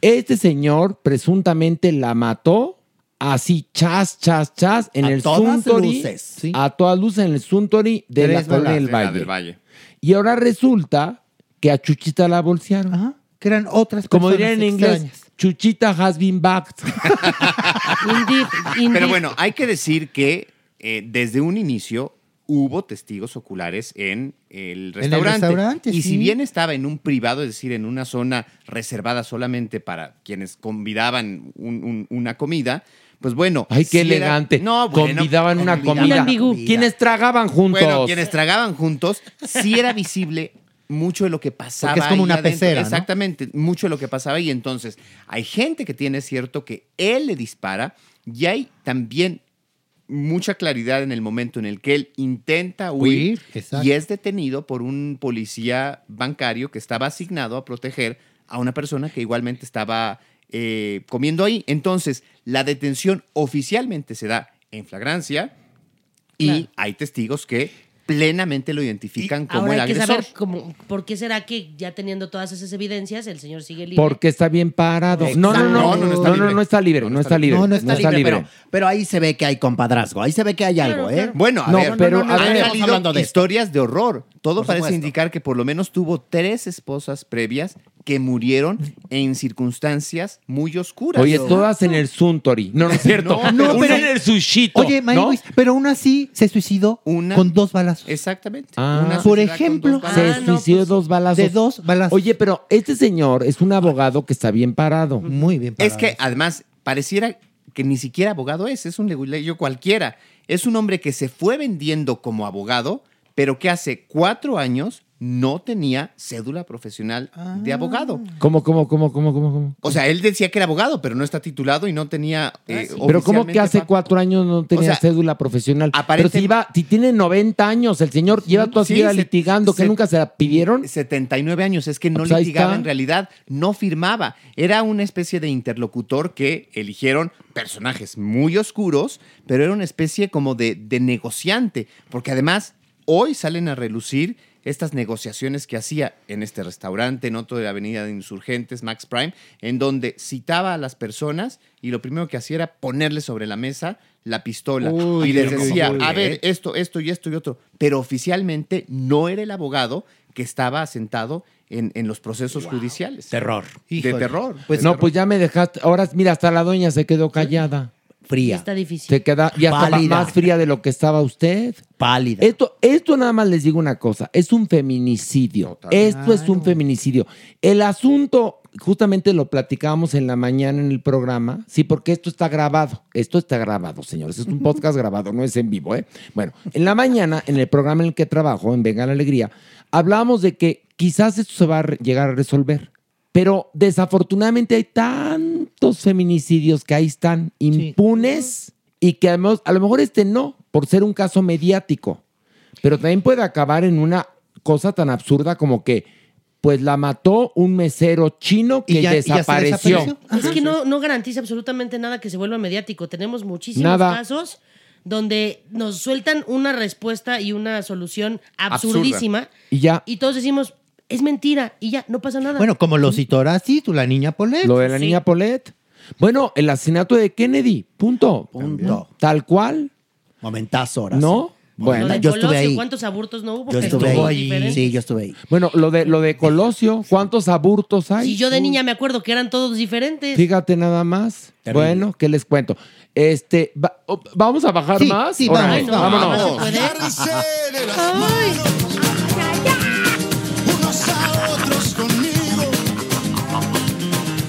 este señor presuntamente la mató así, chas, chas, chas, en A el todas Suntory. luces. A todas luces en el Suntory de la Tres Colonia balas. del De la Valle. del Y ahora resulta que a Chuchita la bolsearon. Que eran otras Como personas dirían en inglés, extrañas. Chuchita has been backed. Pero bueno, hay que decir que eh, desde un inicio hubo testigos oculares en el restaurante. restaurante, y sí. si bien estaba en un privado, es decir, en una zona reservada solamente para quienes convidaban un- un- una comida, pues bueno. Ay, sí qué era- elegante. No, bueno, Convidaban una convidaban comida. ambigú. Quienes tragaban juntos. Bueno, quienes tragaban juntos, sí era visible mucho de lo que pasaba. Porque es como ahí una adentro. pecera, ¿no? Exactamente, mucho de lo que pasaba. Y entonces, hay gente que tiene cierto que él le dispara y hay también mucha claridad en el momento en el que él intenta huir Huir, exacto. y es detenido por un policía bancario que estaba asignado a proteger a una persona que igualmente estaba eh, comiendo ahí. Entonces, la detención oficialmente se da en flagrancia y Claro. hay testigos que plenamente lo identifican como Ahora el hay que agresor. saber cómo, por qué será que ya teniendo todas esas evidencias, el señor sigue libre. Porque está bien parado. No, no, no, no, no, no, no, está libre, no, está libre, no, está libre. Pero, pero ahí se ve que hay compadrazgo, ahí se ve que hay algo, ¿eh? Bueno, a No, ver, pero a ver, han estamos hablando salido de esto. historias de horror. Todo Por parece supuesto. indicar que por lo menos tuvo tres esposas previas que murieron en circunstancias muy oscuras. Oye, todas en el Suntory. No, no es cierto. No, no, Una pero- en el sushito. Oye, May Oh, ¿no? Luis, pero aún así se suicidó con dos balazos. Exactamente. Ah. Por ejemplo, Ah, pues, se suicidó pues, dos balazos. De dos balazos. Oye, pero este señor es un abogado que está bien parado. Muy bien Es que además pareciera que ni siquiera abogado es, es un leguleyo cualquiera. Es un hombre que se fue vendiendo como abogado, pero que hace cuatro años no tenía cédula profesional Ah. de abogado. ¿Cómo, cómo, cómo, cómo, cómo, cómo? O sea, él decía que era abogado, pero no está titulado y no Ah, tenía. eh, Pero ¿cómo que oficialmente hace fa- cuatro años no tenía sea, cédula profesional? Pero aparente- si, iba, si tiene 90 años, el señor lleva toda su Sí, vida se- litigando, que se- nunca se la pidieron. 79 años, es que no Pues ahí litigaba está. en realidad, no firmaba. Era una especie de interlocutor que eligieron personajes muy oscuros, pero era una especie como de, de negociante, porque además hoy salen a relucir estas negociaciones que hacía en este restaurante, en otro de la Avenida de Insurgentes, Max Prime, en donde citaba a las personas y lo primero que hacía era ponerle sobre la mesa la pistola Uy, y les pero decía, ¿cómo? a ver, esto, esto y esto y otro. Pero oficialmente no era el abogado que estaba asentado en, en los procesos judiciales. Terror. De terror. Pues De no, terror. pues ya me dejaste. Ahora, mira, hasta la doña se quedó callada. Fría. Está difícil. Se queda ya estaba Pálida. más fría de lo que estaba usted. Pálida. Esto, esto nada más les digo una cosa, es un feminicidio. Esto es un feminicidio. El asunto, justamente lo platicábamos en la mañana en el programa, sí, porque esto está grabado. Esto está grabado, señores. Es un podcast grabado, no es en vivo, ¿eh? Bueno, en la mañana, en el programa en el que trabajo, en Venga la Alegría, hablábamos de que quizás esto se va a re- llegar a resolver. Pero desafortunadamente hay tantos feminicidios que ahí están impunes y que además, a lo mejor este no, por ser un caso mediático. Pero también puede acabar en una cosa tan absurda como que, pues la mató un mesero chino que Y ya- y ya se desapareció. Es que no, no garantiza absolutamente nada que se vuelva mediático. Tenemos muchísimos Nada. casos donde nos sueltan una respuesta y una solución Absurda. absurdísima Y ya. y todos decimos, es mentira y ya, no pasa nada. Bueno, como lo citó Horacio, tú, la niña Polet. Lo de la niña Paulette. Bueno, el asesinato de Kennedy. Punto. Punto. Tal cual. Momentazo, ahora. ¿No? Lo Bueno, de Colosio, ¿Cuántos aburtos no hubo? Yo estuve Estuvo ahí. diferente. Sí, yo estuve ahí. Bueno, lo de, lo de Colosio, ¿cuántos aburtos hay? Si yo de niña me acuerdo que eran todos diferentes. Fíjate nada más. Terrible. Bueno, ¿qué les cuento? Este, va- o- ¿Vamos a bajar más? sí, Órale, vamos, vamos. vámonos. Ah, Agárrense de las manos, unos a otros conmigo.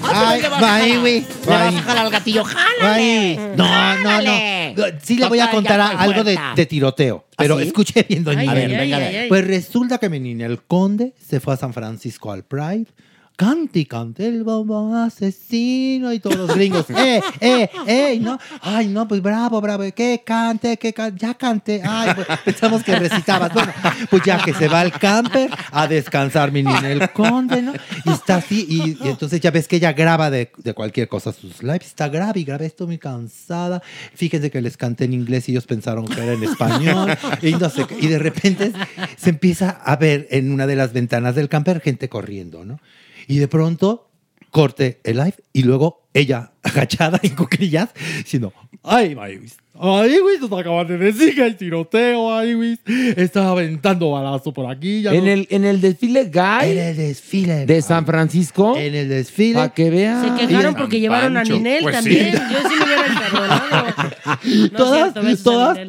Ay, bye, güey. Le vas Bye. a jalar al gatillo. Ay, ¡Jálale! no, no, no. Sí le voy a contar a- algo de, de tiroteo, pero ¿Ah, sí? escuche bien, doña Ay, A Inés. ver, ay, venga, ay, a ver. ay. Pues resulta que mi niña el conde se fue a San Francisco al Pride. Cante y cante el bombón asesino y todos los gringos. ¡Eh, eh, eh! ¿no? ¡Ay, no! Pues bravo, bravo. ¿Qué cante? ¿Qué cante? Ya cante. ¡Ay, pues, pensamos que recitabas! Bueno, pues ya que se va al camper a descansar mi niña el conde, ¿no? Y está así, y, y entonces ya ves que ella graba de, de cualquier cosa sus lives. Está grave y grave, estoy muy cansada. Fíjense que les canté en inglés y ellos pensaron que era en español. Y, no sé qué. Y de repente se empieza a ver en una de las ventanas del camper gente corriendo, ¿no? Y de pronto corte el live y luego ella agachada en cuclillas, sino, ay, Maywis, ay, güey, nos acaban de decir que hay tiroteo, ay, güey, está aventando balazo por aquí. ya En no- el, en el desfile gay. En el desfile. De San Francisco. En el desfile. Para que vean. Se quejaron porque llevaron a Ninel pues pues también. Yo sí me hubiera encargado. todas, cierto, besos a todas Ninel.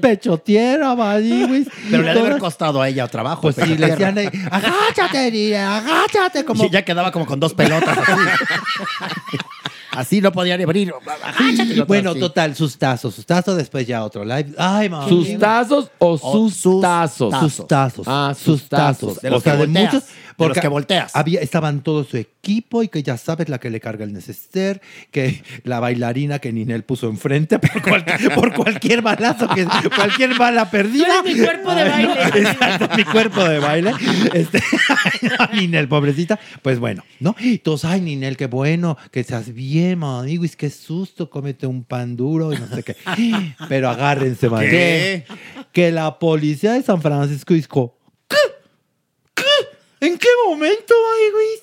pechotiera, Maywis. Pero le ha de haber Todas- costado a ella trabajo. Pues sí, le pechotear. decían, agáchate, niña, agáchate, como Sí, ya quedaba eh, como con dos pelotas así. así no podía ni abrir. Agáchate. y otra Bueno, así. total, sustazos, sustazos, después ya otro live. Ay, mamá. ¿Sustazos o sustazos? Sustazos. Ah, sustazos. sustazos. De los o sea, que de volteas, muchos. de los Porque que volteas. Había, estaban todo su equipo y que ya sabes la que le carga el neceser, que la bailarina que Ninel puso enfrente por, cual- por cualquier balazo, que cualquier bala perdida. mi cuerpo de Ay, no, baile. exacto, mi cuerpo de baile. Este, ay, no, Ninel, pobrecita. Pues bueno, ¿no? Y todos, ay, Ninel, qué bueno, que seas bien, maniguis, qué susto, cómete un pan duro y no sé qué. Pero agárrense, man. ¿Qué? Que la policía de San Francisco dijo, ¿qué? ¿Qué? ¿En qué momento, maniguis?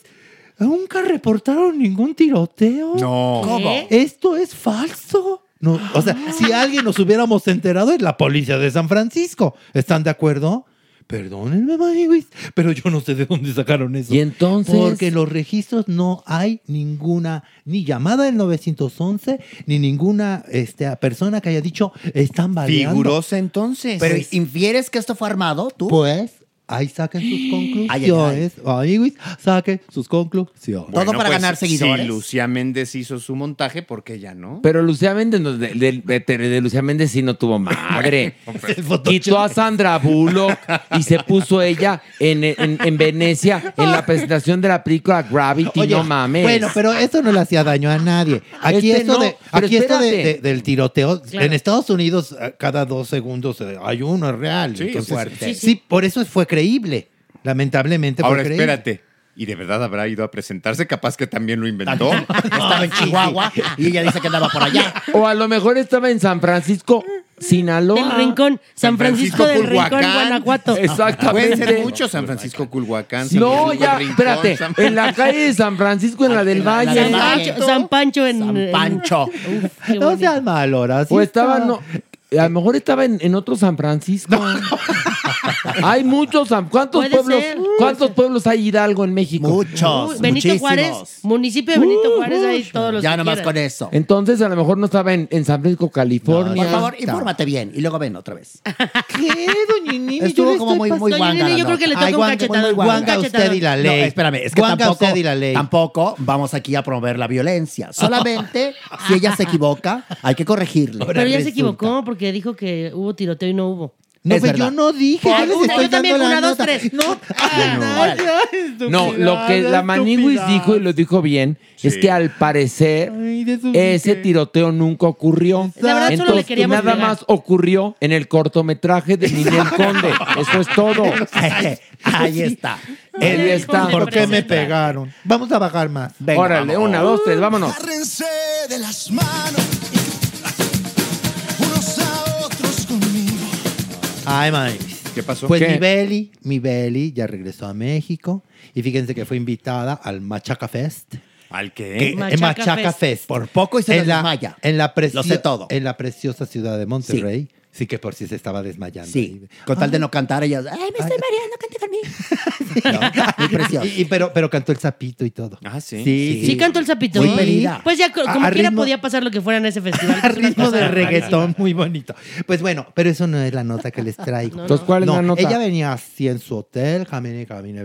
Nunca reportaron ningún tiroteo. No. ¿Cómo? Esto es falso. No, o sea, si alguien nos hubiéramos enterado es la policía de San Francisco. ¿Están de acuerdo? Perdónenme, Maywis, pero yo no sé de dónde sacaron eso. Y entonces. Porque en los registros no hay ninguna, ni llamada del 911, ni ninguna este, persona que haya dicho, están baleando. Figurosa entonces. Pero infieres que esto fue armado, tú. Pues ahí saquen sus ay, conclusiones. Ay, güey, saquen sus conclusiones. Bueno, pues, seguidores. Sí, Lucía Méndez hizo su montaje porque ya no. Pero Lucía Méndez, no, de, de- de- de Lucía Méndez sí no tuvo madre. Quitó a Sandra Bullock y se puso ella en, en- en Venecia en la presentación de la película Gravity, Oye, no mames. Bueno, pero eso no le hacía daño a nadie. Aquí Este esto, no, de, pero aquí esto de- espérate. de- del tiroteo, Claro. en Estados Unidos eh, cada dos segundos eh, hay uno es real. Sí, entonces- qué fuerte. Sí, sí, por eso fue creíble. Lamentablemente fue Ahora creíble. espérate. ¿Y de verdad habrá ido a presentarse? Capaz que también lo inventó. Estaba en Chihuahua y ella dice que andaba por allá. O a lo mejor estaba en San Francisco, Sinaloa. Del Rincón, San San Francisco Francisco del Rincón, Culhuacán. Guanajuato. Exactamente. Pueden ser muchos San Francisco, Culhuacán. San No, Francisco, Ah, ya, Rincón, espérate. San- En la calle de San Francisco, en la del Valle. San Pancho, San Pancho en. San Pancho. No seas mal, ahora O estaba, no. A lo mejor estaba en, en otro San Francisco. Hay muchos San ¿Cuántos Puede pueblos? ser. ¿Cuántos pueblos hay Hidalgo en México? Muchos. Benito Juárez, municipio de Uh, Benito Juárez, ahí todos los. que quieran. eso. Entonces, a lo mejor no estaba en, en San Francisco, California. Por favor, infórmate bien y luego ven otra vez. ¿Qué, doña Nini? Estuvo Yo le como muy- estoy muy pasando- guanga Doña Nini, la Yo creo que le nota. toca Ay, un guanga, cachetadón. muy guanga. Guanga usted y la No, ley. espérame, es que Guanga tampoco, usted y la ley. tampoco vamos aquí a promover la violencia. Solamente si ella se equivoca, hay que corregirle. Pero ya se equivocó porque dijo que hubo tiroteo y no hubo. No, Es pues verdad. yo no dije, yo Ay, les una, estoy yo también, dando la una, dos, nota. tres. No, órale. estúpida, No, lo que la Maniguis estúpida. dijo, y lo dijo bien, es que al parecer ese tiroteo nunca ocurrió. La verdad, solo le Entonces, pues, queríamos Nada pegar. más ocurrió en el cortometraje de Miguel Conde. Eso es todo. Ahí está. Ahí está. ¿Por qué me pegaron? Vamos a bajar más. Órale, una, dos, tres, vámonos. Agárrense de las manos, unos a otros conmigo. Ay, Mike. ¿Qué pasó? Pues ¿Qué? mi Beli, mi Beli ya regresó a México y fíjense que fue invitada al Machaca Fest. ¿Al qué? Eh, en Machaca Fest. Por poco y se en nos la, desmaya. En la precio- Lo sé todo. En la preciosa ciudad de Monterrey. Sí, que por si se estaba desmayando. Sí. Con tal de no cantar, ella. "Ah, ¡Ay, me estoy mareando! ¡Cante conmigo! Muy precioso. Y, y- pero, pero cantó el sapito y todo. Ah, sí. Sí, cantó el sapito. Muy Sí. pedida. Pues ya, co- A- como a quiera ritmo- podía pasar lo que fuera en ese festival. A ritmo de reggaetón muy bonito. Pues bueno, pero eso no es la nota que les traigo. No, Entonces, no. ¿cuál es No, la nota? Ella venía así en su hotel, camine, camine,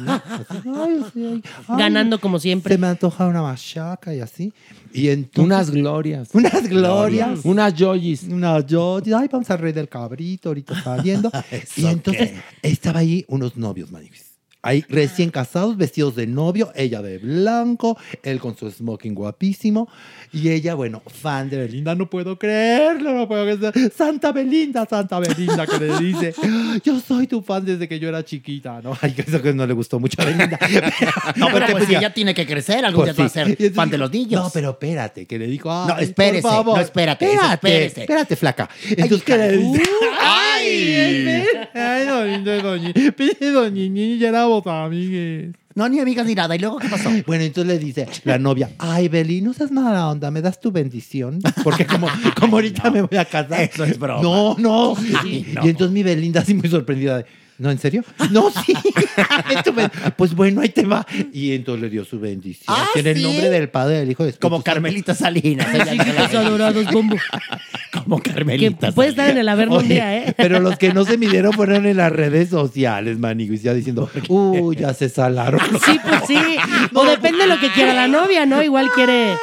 ¿no? Así, ay, sí, ay, ay. Ganando como siempre. Se me antoja una machaca y así. Y entonces, Unas glorias. Unas glorias. Unas yoyis. Unas yoyis. Ay, vamos al rey del cabrito, ahorita saliendo. Ah, y entonces estaba ahí unos novios, maniguis. Ah. Ahí recién casados, vestidos de novio, ella de blanco, él con su smoking guapísimo. Y ella, bueno, fan de Belinda, no puedo creerlo, no puedo creerlo. Santa Belinda, Santa Belinda, que le dice, yo soy tu fan desde que yo era chiquita, ¿no? Ay, que eso que no le gustó mucho a Belinda. No, pero pues ya- ella tiene que crecer, algún Pues día va sí. a Y ser entonces fan de dijo, los niños. No, pero espérate, que le dijo. "Ay, No, espérese, por favor, no, espérate, eso, espérese. Espérate, flaca. Entonces, ¿qué le dice? ¡Ay! Ay, doña, doña, pinche doña, niña, ya era bota, amigues. No, ni amigas ni nada. ¿Y luego qué pasó? Bueno, entonces le dice la novia, ay, Beli, no seas mala onda, ¿me das tu bendición? Porque como, como ahorita me voy a casar. Eso es broma. No, no. Y, y entonces mi Belinda así muy sorprendida. de, ¿No, en serio? No, sí. Dame tu ben- pues bueno, ahí te va. Y entonces le dio su bendición. Ah, Tiene el ¿sí? nombre del Padre, del Hijo de Como Carmelita Salinas. ella no la- Hijitos adorados, bombo. Como Carmelita. Que puede estar en el haber Averno un día, ¿eh? Pero los que no se midieron fueron en las redes sociales, maniguis, ya diciendo, uy, ya se salaron. Sí, pues sí. O depende de lo que quiera la novia, ¿no? Igual quiere,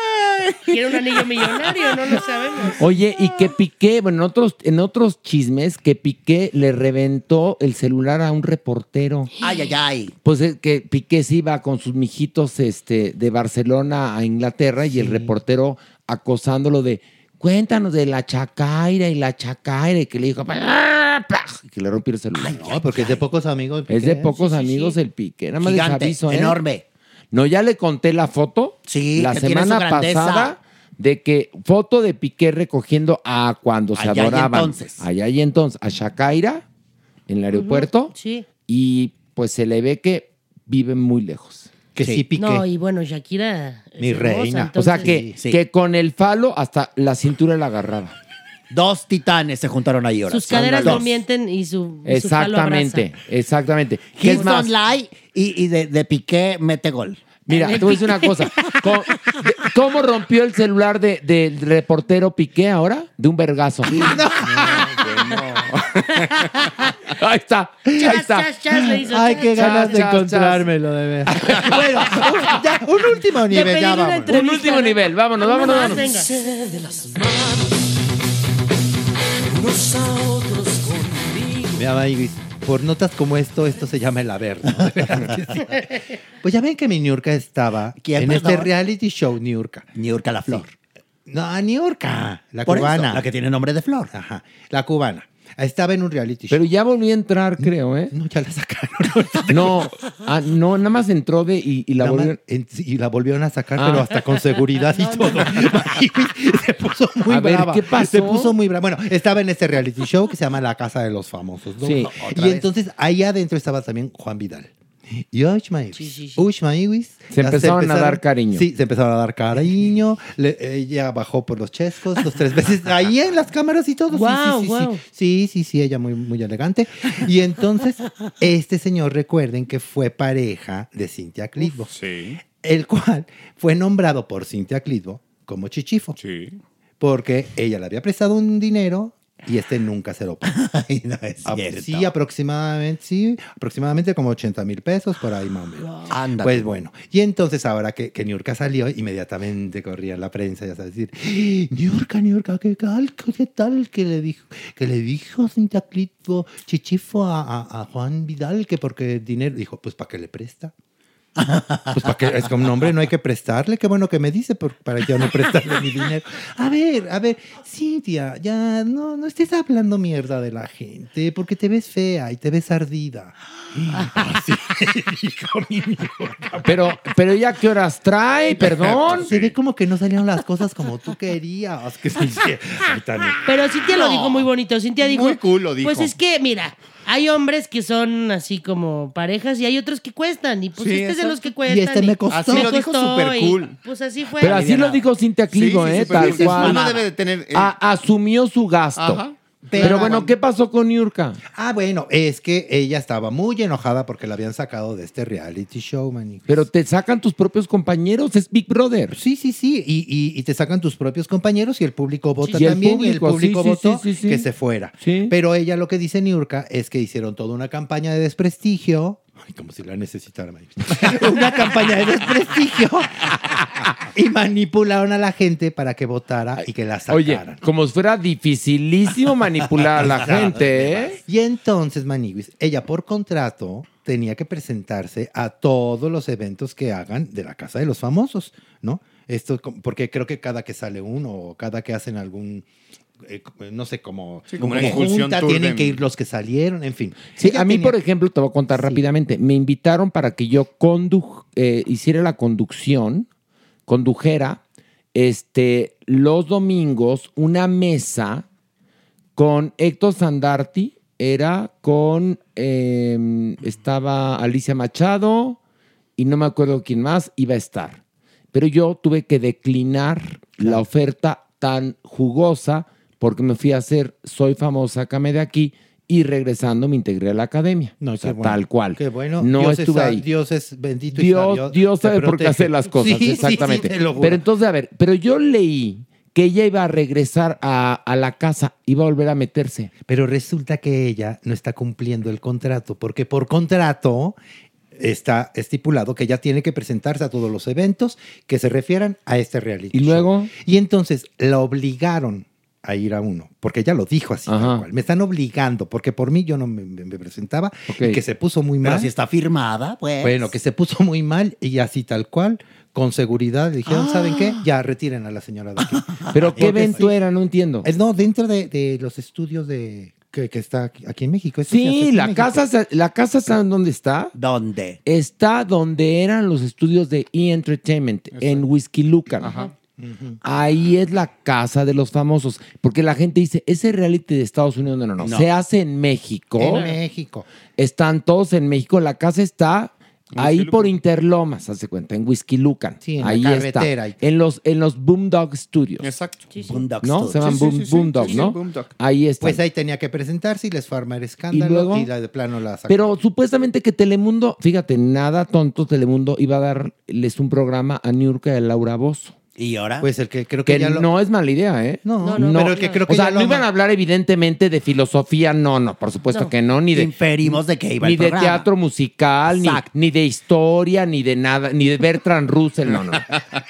quiere un anillo millonario, no lo sabemos. Oye, y que Piqué, bueno, en otros, en otros chismes, que Piqué le reventó el celular a un reportero. Ay, ay, ay. Pues es que Piqué se iba con sus mijitos este, de Barcelona a Inglaterra y el reportero acosándolo de cuéntanos de la chacaira y la chacaira y que le dijo "Ah, plah", y que le rompió el celular. No, porque es de pocos amigos. es Piqué, de ¿eh? pocos Sí, sí, amigos sí. el Piqué. Nada más les Gigante, aviso, ¿eh? enorme. No, ya le conté la foto. Sí, la que tiene su semana grandeza. pasada de que foto de Piqué recogiendo a cuando se Allá y adoraban. entonces. Allá y entonces. A Shakaira en el aeropuerto. Sí. Y pues se le ve que viven muy lejos. Que sí, Piqué. No, y bueno, Shakira. es hermosa, o sea entonces- que, que con el falo hasta la cintura la agarraba. Dos titanes se juntaron ahí ahora. Sus caderas Ándale. no mienten y su. y su jalo abraza. Exactamente, exactamente. ¿Qué es más? Houston Light y, y de, de Piqué mete gol. Mira, te voy a decir una cosa. ¿Cómo, de- cómo rompió el celular de- del reportero Piqué ahora? De un vergazo. Ahí está. Ahí está. Chas, chas, le hizo, Ay, chas, qué chas. ganas de encontrármelo, de ver. bueno, un- ya, un último pedí nivel, ya una vamos. entrevista, Un último nivel, vámonos, Una vámonos, más, vámonos. venga. Unos a otros conmigo. Mira, Maiguis, por notas como esto, esto se llama el haber. ¿no? De verdad que sí. pues ya ven que mi Niurka estaba ¿Quién, en este perdón? reality show Niurka. Niurka la flor. No, Niurka, la Por eso, cubana. la que tiene nombre de flor. Ajá, la cubana. Estaba en un reality show. Pero ya volvió a entrar, creo, ¿eh? No, ya la sacaron. No, ah, no, nada más entró de y, y la Nada más volvieron. Ah. en- Y la volvieron a sacar, pero hasta con seguridad y todo. se puso muy A ver, brava. ¿qué pasó? Se puso muy brava. Bueno, estaba en este reality show que se llama La Casa de los Famosos. ¿no? Sí. No, Otra y vez. entonces ahí adentro estaba también Juan Vidal. Y Ushmaiwis. Se empezaron a dar cariño. Sí, se empezaron a dar cariño. Le- ella bajó por los chescos dos, tres veces. Ahí en las cámaras y todo. Sí, Guau, sí, sí, guau. sí. Sí, sí, sí, ella muy, muy elegante. Y entonces, este señor, recuerden que fue pareja de Cintia Clitbo. Sí. El cual fue nombrado por Cintia Clitbo como chichifo. Sí. Porque ella le había prestado un dinero y este nunca se lo pagó. no es Ah, cierto. Sí, aproximadamente, sí, aproximadamente como 80 mil pesos por ahí más o menos. Ándale. Pues bueno, y entonces ahora que, que Niurka salió, inmediatamente corría la prensa, ya sabes, decir, Niurka, Niurka, ¿qué tal? ¿Qué tal que le dijo, que le dijo Santa Clitfo, Chichifo a, a- a Juan Vidal que porque dinero? Dijo, pues ¿para qué le presta? Pues para que es como nombre, no hay que prestarle. Qué bueno que me dice por- para yo no prestarle mi dinero. A ver, a ver, Cintia, ya no, no estés hablando mierda de la gente porque te ves fea y te ves ardida. Así dijo mi Niurka. Pero, pero ella qué horas trae, perdón. Se ve como que no salieron las cosas como tú querías. Que se hiciera. Ay, tan- Pero Cintia lo dijo muy bonito. Cintia dijo. Muy cool lo dijo. Pues es que, mira, hay hombres que son así como parejas y hay otros que cuestan. Y pues Sí, este es de exacto. los que cuestan. pues, Y este me costó. Así lo dijo súper cool. Pues así fue. Pero así lo dijo Cintia Cligo, Sí, sí, ¿eh? sí, pero Tal dices, cual. uno debe de tener, eh, Ah, A- asumió su gasto. Ajá. Pero bueno, ¿qué pasó con Niurka? Ah, bueno, es que ella estaba muy enojada porque la habían sacado de este reality show, maní. Pero te sacan tus propios compañeros, es Big Brother. Ah. Sí, sí, sí. Y, y- y te sacan tus propios compañeros y el público vota Y el también. y el público, sí, público sí, votó sí, sí, sí. que se fuera. Pero ella lo que dice Niurka es que hicieron toda una campaña de desprestigio. Ay, como si la necesitara, maní. una campaña de desprestigio. y manipularon a la gente para que votara y que la sacaran. Oye, como si fuera dificilísimo manipular a la Exacto. gente, ¿eh? Y entonces, Maniguis, ella por contrato tenía que presentarse a todos los eventos que hagan de la Casa de los Famosos, ¿no? Esto, com- porque creo que cada que sale uno o cada que hacen algún, eh, c- no sé, como, Sí, como una como excursión junta, tour tienen de- que ir los que salieron, en fin. Sí, Ella a mí, tenía por ejemplo, te voy a contar rápidamente. Me invitaron para que yo condu- eh, hiciera la conducción, condujera, este, los domingos, una mesa con Héctor Sandarti, era con, eh, estaba Alicia Machado y no me acuerdo quién más iba a estar. Pero yo tuve que declinar la oferta tan jugosa porque me fui a hacer Soy Famosa, sácame de aquí y regresando me integré a la academia. No, o sea, bueno. tal cual. Qué bueno. No Dios estuve es, ahí. Dios es bendito y Dios, sabio, Dios te sabe por qué protege. hacer las cosas, Sí, sí, sí, exactamente. te lo juro. pero entonces, a ver, pero yo leí que ella iba a regresar a, a la casa, iba a volver a meterse. Pero resulta que ella no está cumpliendo el contrato, porque por contrato está estipulado que ella tiene que presentarse a todos los eventos que se refieran a este reality. Y luego. Y entonces la obligaron a ir a uno, porque ella lo dijo así, tal cual. Me están obligando, porque por mí yo no me, me- me presentaba, y que se puso muy mal. Pero si está firmada, pues. Bueno, que se puso muy mal y así tal cual, con seguridad, le Ah. dijeron, ¿saben qué? Ya retiren a la señora de aquí. Pero qué Porque evento era, no entiendo. Eh, No, dentro de, de los estudios de que, que está aquí- aquí en México. Esto se hace aquí Sí, en la México. casa, sa- la casa ¿saben dónde está? ¿Dónde? Está donde eran los estudios de E! Entertainment, en Whisky Lucan. Ah, Ahí es la casa de los famosos. Porque la gente dice, ese reality de Estados Unidos, no, no, no. No. Se hace en México. En México. Están todos en México. La casa está ahí por Interlomas, hace cuenta, en Whisky Lucan. en la ahí carretera. está. En los, en los Boomdog Studios. Exacto. Boomdog ¿No? Studios. Se llaman Sí, sí, Boom- sí, sí. Boomdog, Sí, sí, ¿no? Boomdog. Ahí está. Pues ahí tenía que presentarse y les farma el escándalo. ¿Y luego? la de plano la sacaron. Pero supuestamente que Telemundo, fíjate, nada tonto, Telemundo iba a darles un programa a Niurka y a Laura Bozo. ¿Y ahora? Pues el que creo Que, que, ya lo- no es mala idea, ¿eh? No, no, pero el que creo que O sea, ya lo no iban ama- a hablar evidentemente de filosofía, no, no, por supuesto No. que no, ni de... Inferimos de qué iba el Ni de programa. teatro musical, ni, ni de historia, ni de nada, ni de Bertrand Russell, no, no.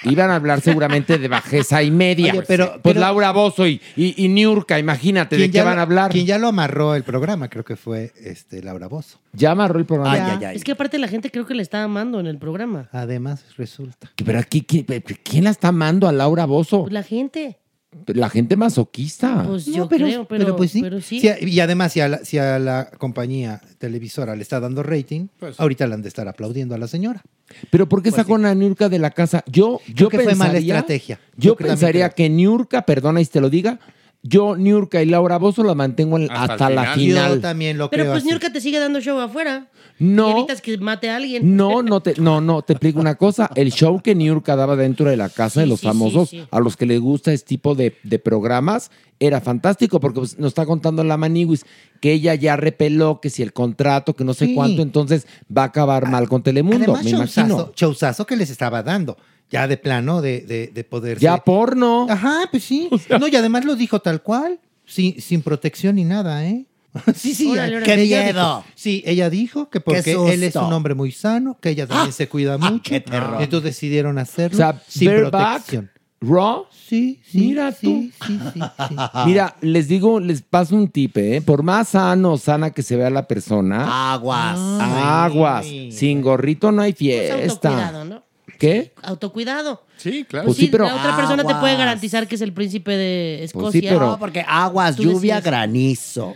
iban a hablar seguramente de bajeza y media. Oye, pero- Pues pero- Laura Bozo y, y, y Niurka, imagínate, ¿de quien qué ya van a lo- hablar? Quien ya lo amarró el programa, creo que fue este, Laura Bozo. Ya amarró el programa. Ya. Es que aparte la gente creo que le está amando en el programa. Además, resulta. Pero aquí, ¿quién, quién la está amando a Laura Bozo? Pues la gente. La gente masoquista. Pues No, yo pero- creo, pero, pero pues sí. pero sí. Si a- y además, si a, la, si a la compañía televisora le está dando rating, Pues sí. ahorita le han de estar aplaudiendo a la señora. Pues Pero ¿por qué sacó a Niurka de la casa? Yo, yo Creo que fue mala pensaría- estrategia. Yo, Yo creo- pensaría que Niurka, perdona y te lo diga, yo Niurka y Laura Bozo la mantengo en- hasta, la final. también lo Pero pues Niurka te sigue dando show afuera. No. Y evitas que mate a alguien. No, no te, no, no, te explico una cosa. El show que Niurka daba dentro de la casa de los sí, famosos, sí, sí. a los que les gusta este tipo de, de programas, era fantástico porque pues, nos está contando la Maniguis que ella ya repeló, que si el contrato, que no sé Sí. cuánto, entonces va a acabar mal con Telemundo, Además, me showzazo, imagino. showzazo que les estaba dando. Ya de plano de, de, de poder. Ya porno. Ajá, pues sí. no, y además lo dijo tal cual. sin, sin protección ni nada, ¿eh? Sí, sí, Órale, ella- órale. ella Qué miedo. dijo- sí, ella dijo que porque susto. él es un hombre muy sano, que ella Ah. también se cuida mucho. terror. Entonces decidieron hacerlo O sea, sin bareback, protección. raw. Sí, sí. Mira sí, Sí, sí, sí. Mira, les digo, les paso un tip, ¿eh? Por más sano o sana que se vea la persona, Aguas. aguas. Sin gorrito no hay fiesta. Pues, Autocuidado, ¿no? ¿qué? Autocuidado. Sí, claro. Pues sí, pero- la otra persona te puede Aguas. garantizar que es el príncipe de Pues Escocia. pero- No, porque aguas, Tú lluvia, decides. granizo.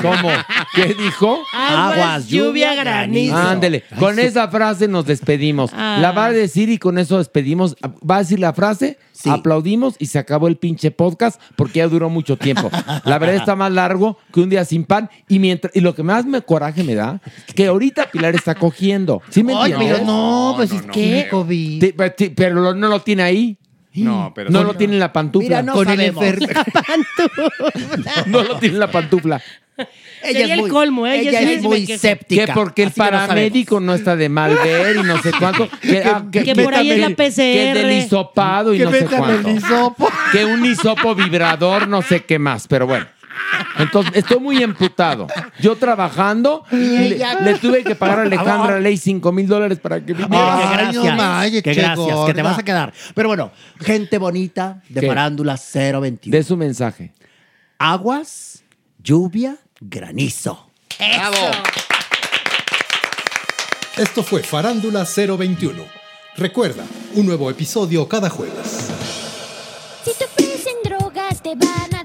¿Cómo? ¿Qué dijo? Aguas, Aguas, lluvia, lluvia, granizo. Ándele. Ay, Con su- esa frase nos despedimos. Ah. La va a decir y con eso despedimos. Va a decir la frase, aplaudimos y se acabó el pinche podcast porque ya duró mucho tiempo. La verdad está más largo que un día sin pan. Y mientras y lo que más me coraje me da, que ahorita Pilar está cogiendo. ¿Sí me Ay, entiendes? pero no, pues es que COVID. Te- pe- te- Pero lo- no lo tiene ahí. No, pero No lo tiene en la pantufla. Mira, no Con el sabemos. enfer- no lo tiene en la pantufla. Sería el colmo, ¿eh? Ella sí me quejo. Que porque el Así que no paramédico no, está de mal ver y no sé cuánto. Que, ah, que por ahí es la Que el PCR. del hisopado y Que no sé métame cuánto. el Que un hisopo vibrador, no sé qué más, pero bueno. Entonces, estoy muy emputado. Yo trabajando, le, ella- Ah, le tuve que pagar a Alejandra Ley 5 mil dólares para que viniera. Ay, qué gracias, qué gracias, que te vas a quedar. quedar. Pero bueno, gente bonita de ¿Qué? Parándula 021. De su mensaje. Aguas, lluvia, granizo. Esto fue Farándula 021. Recuerda, un nuevo episodio cada jueves. Si te ofrecen drogas, te van a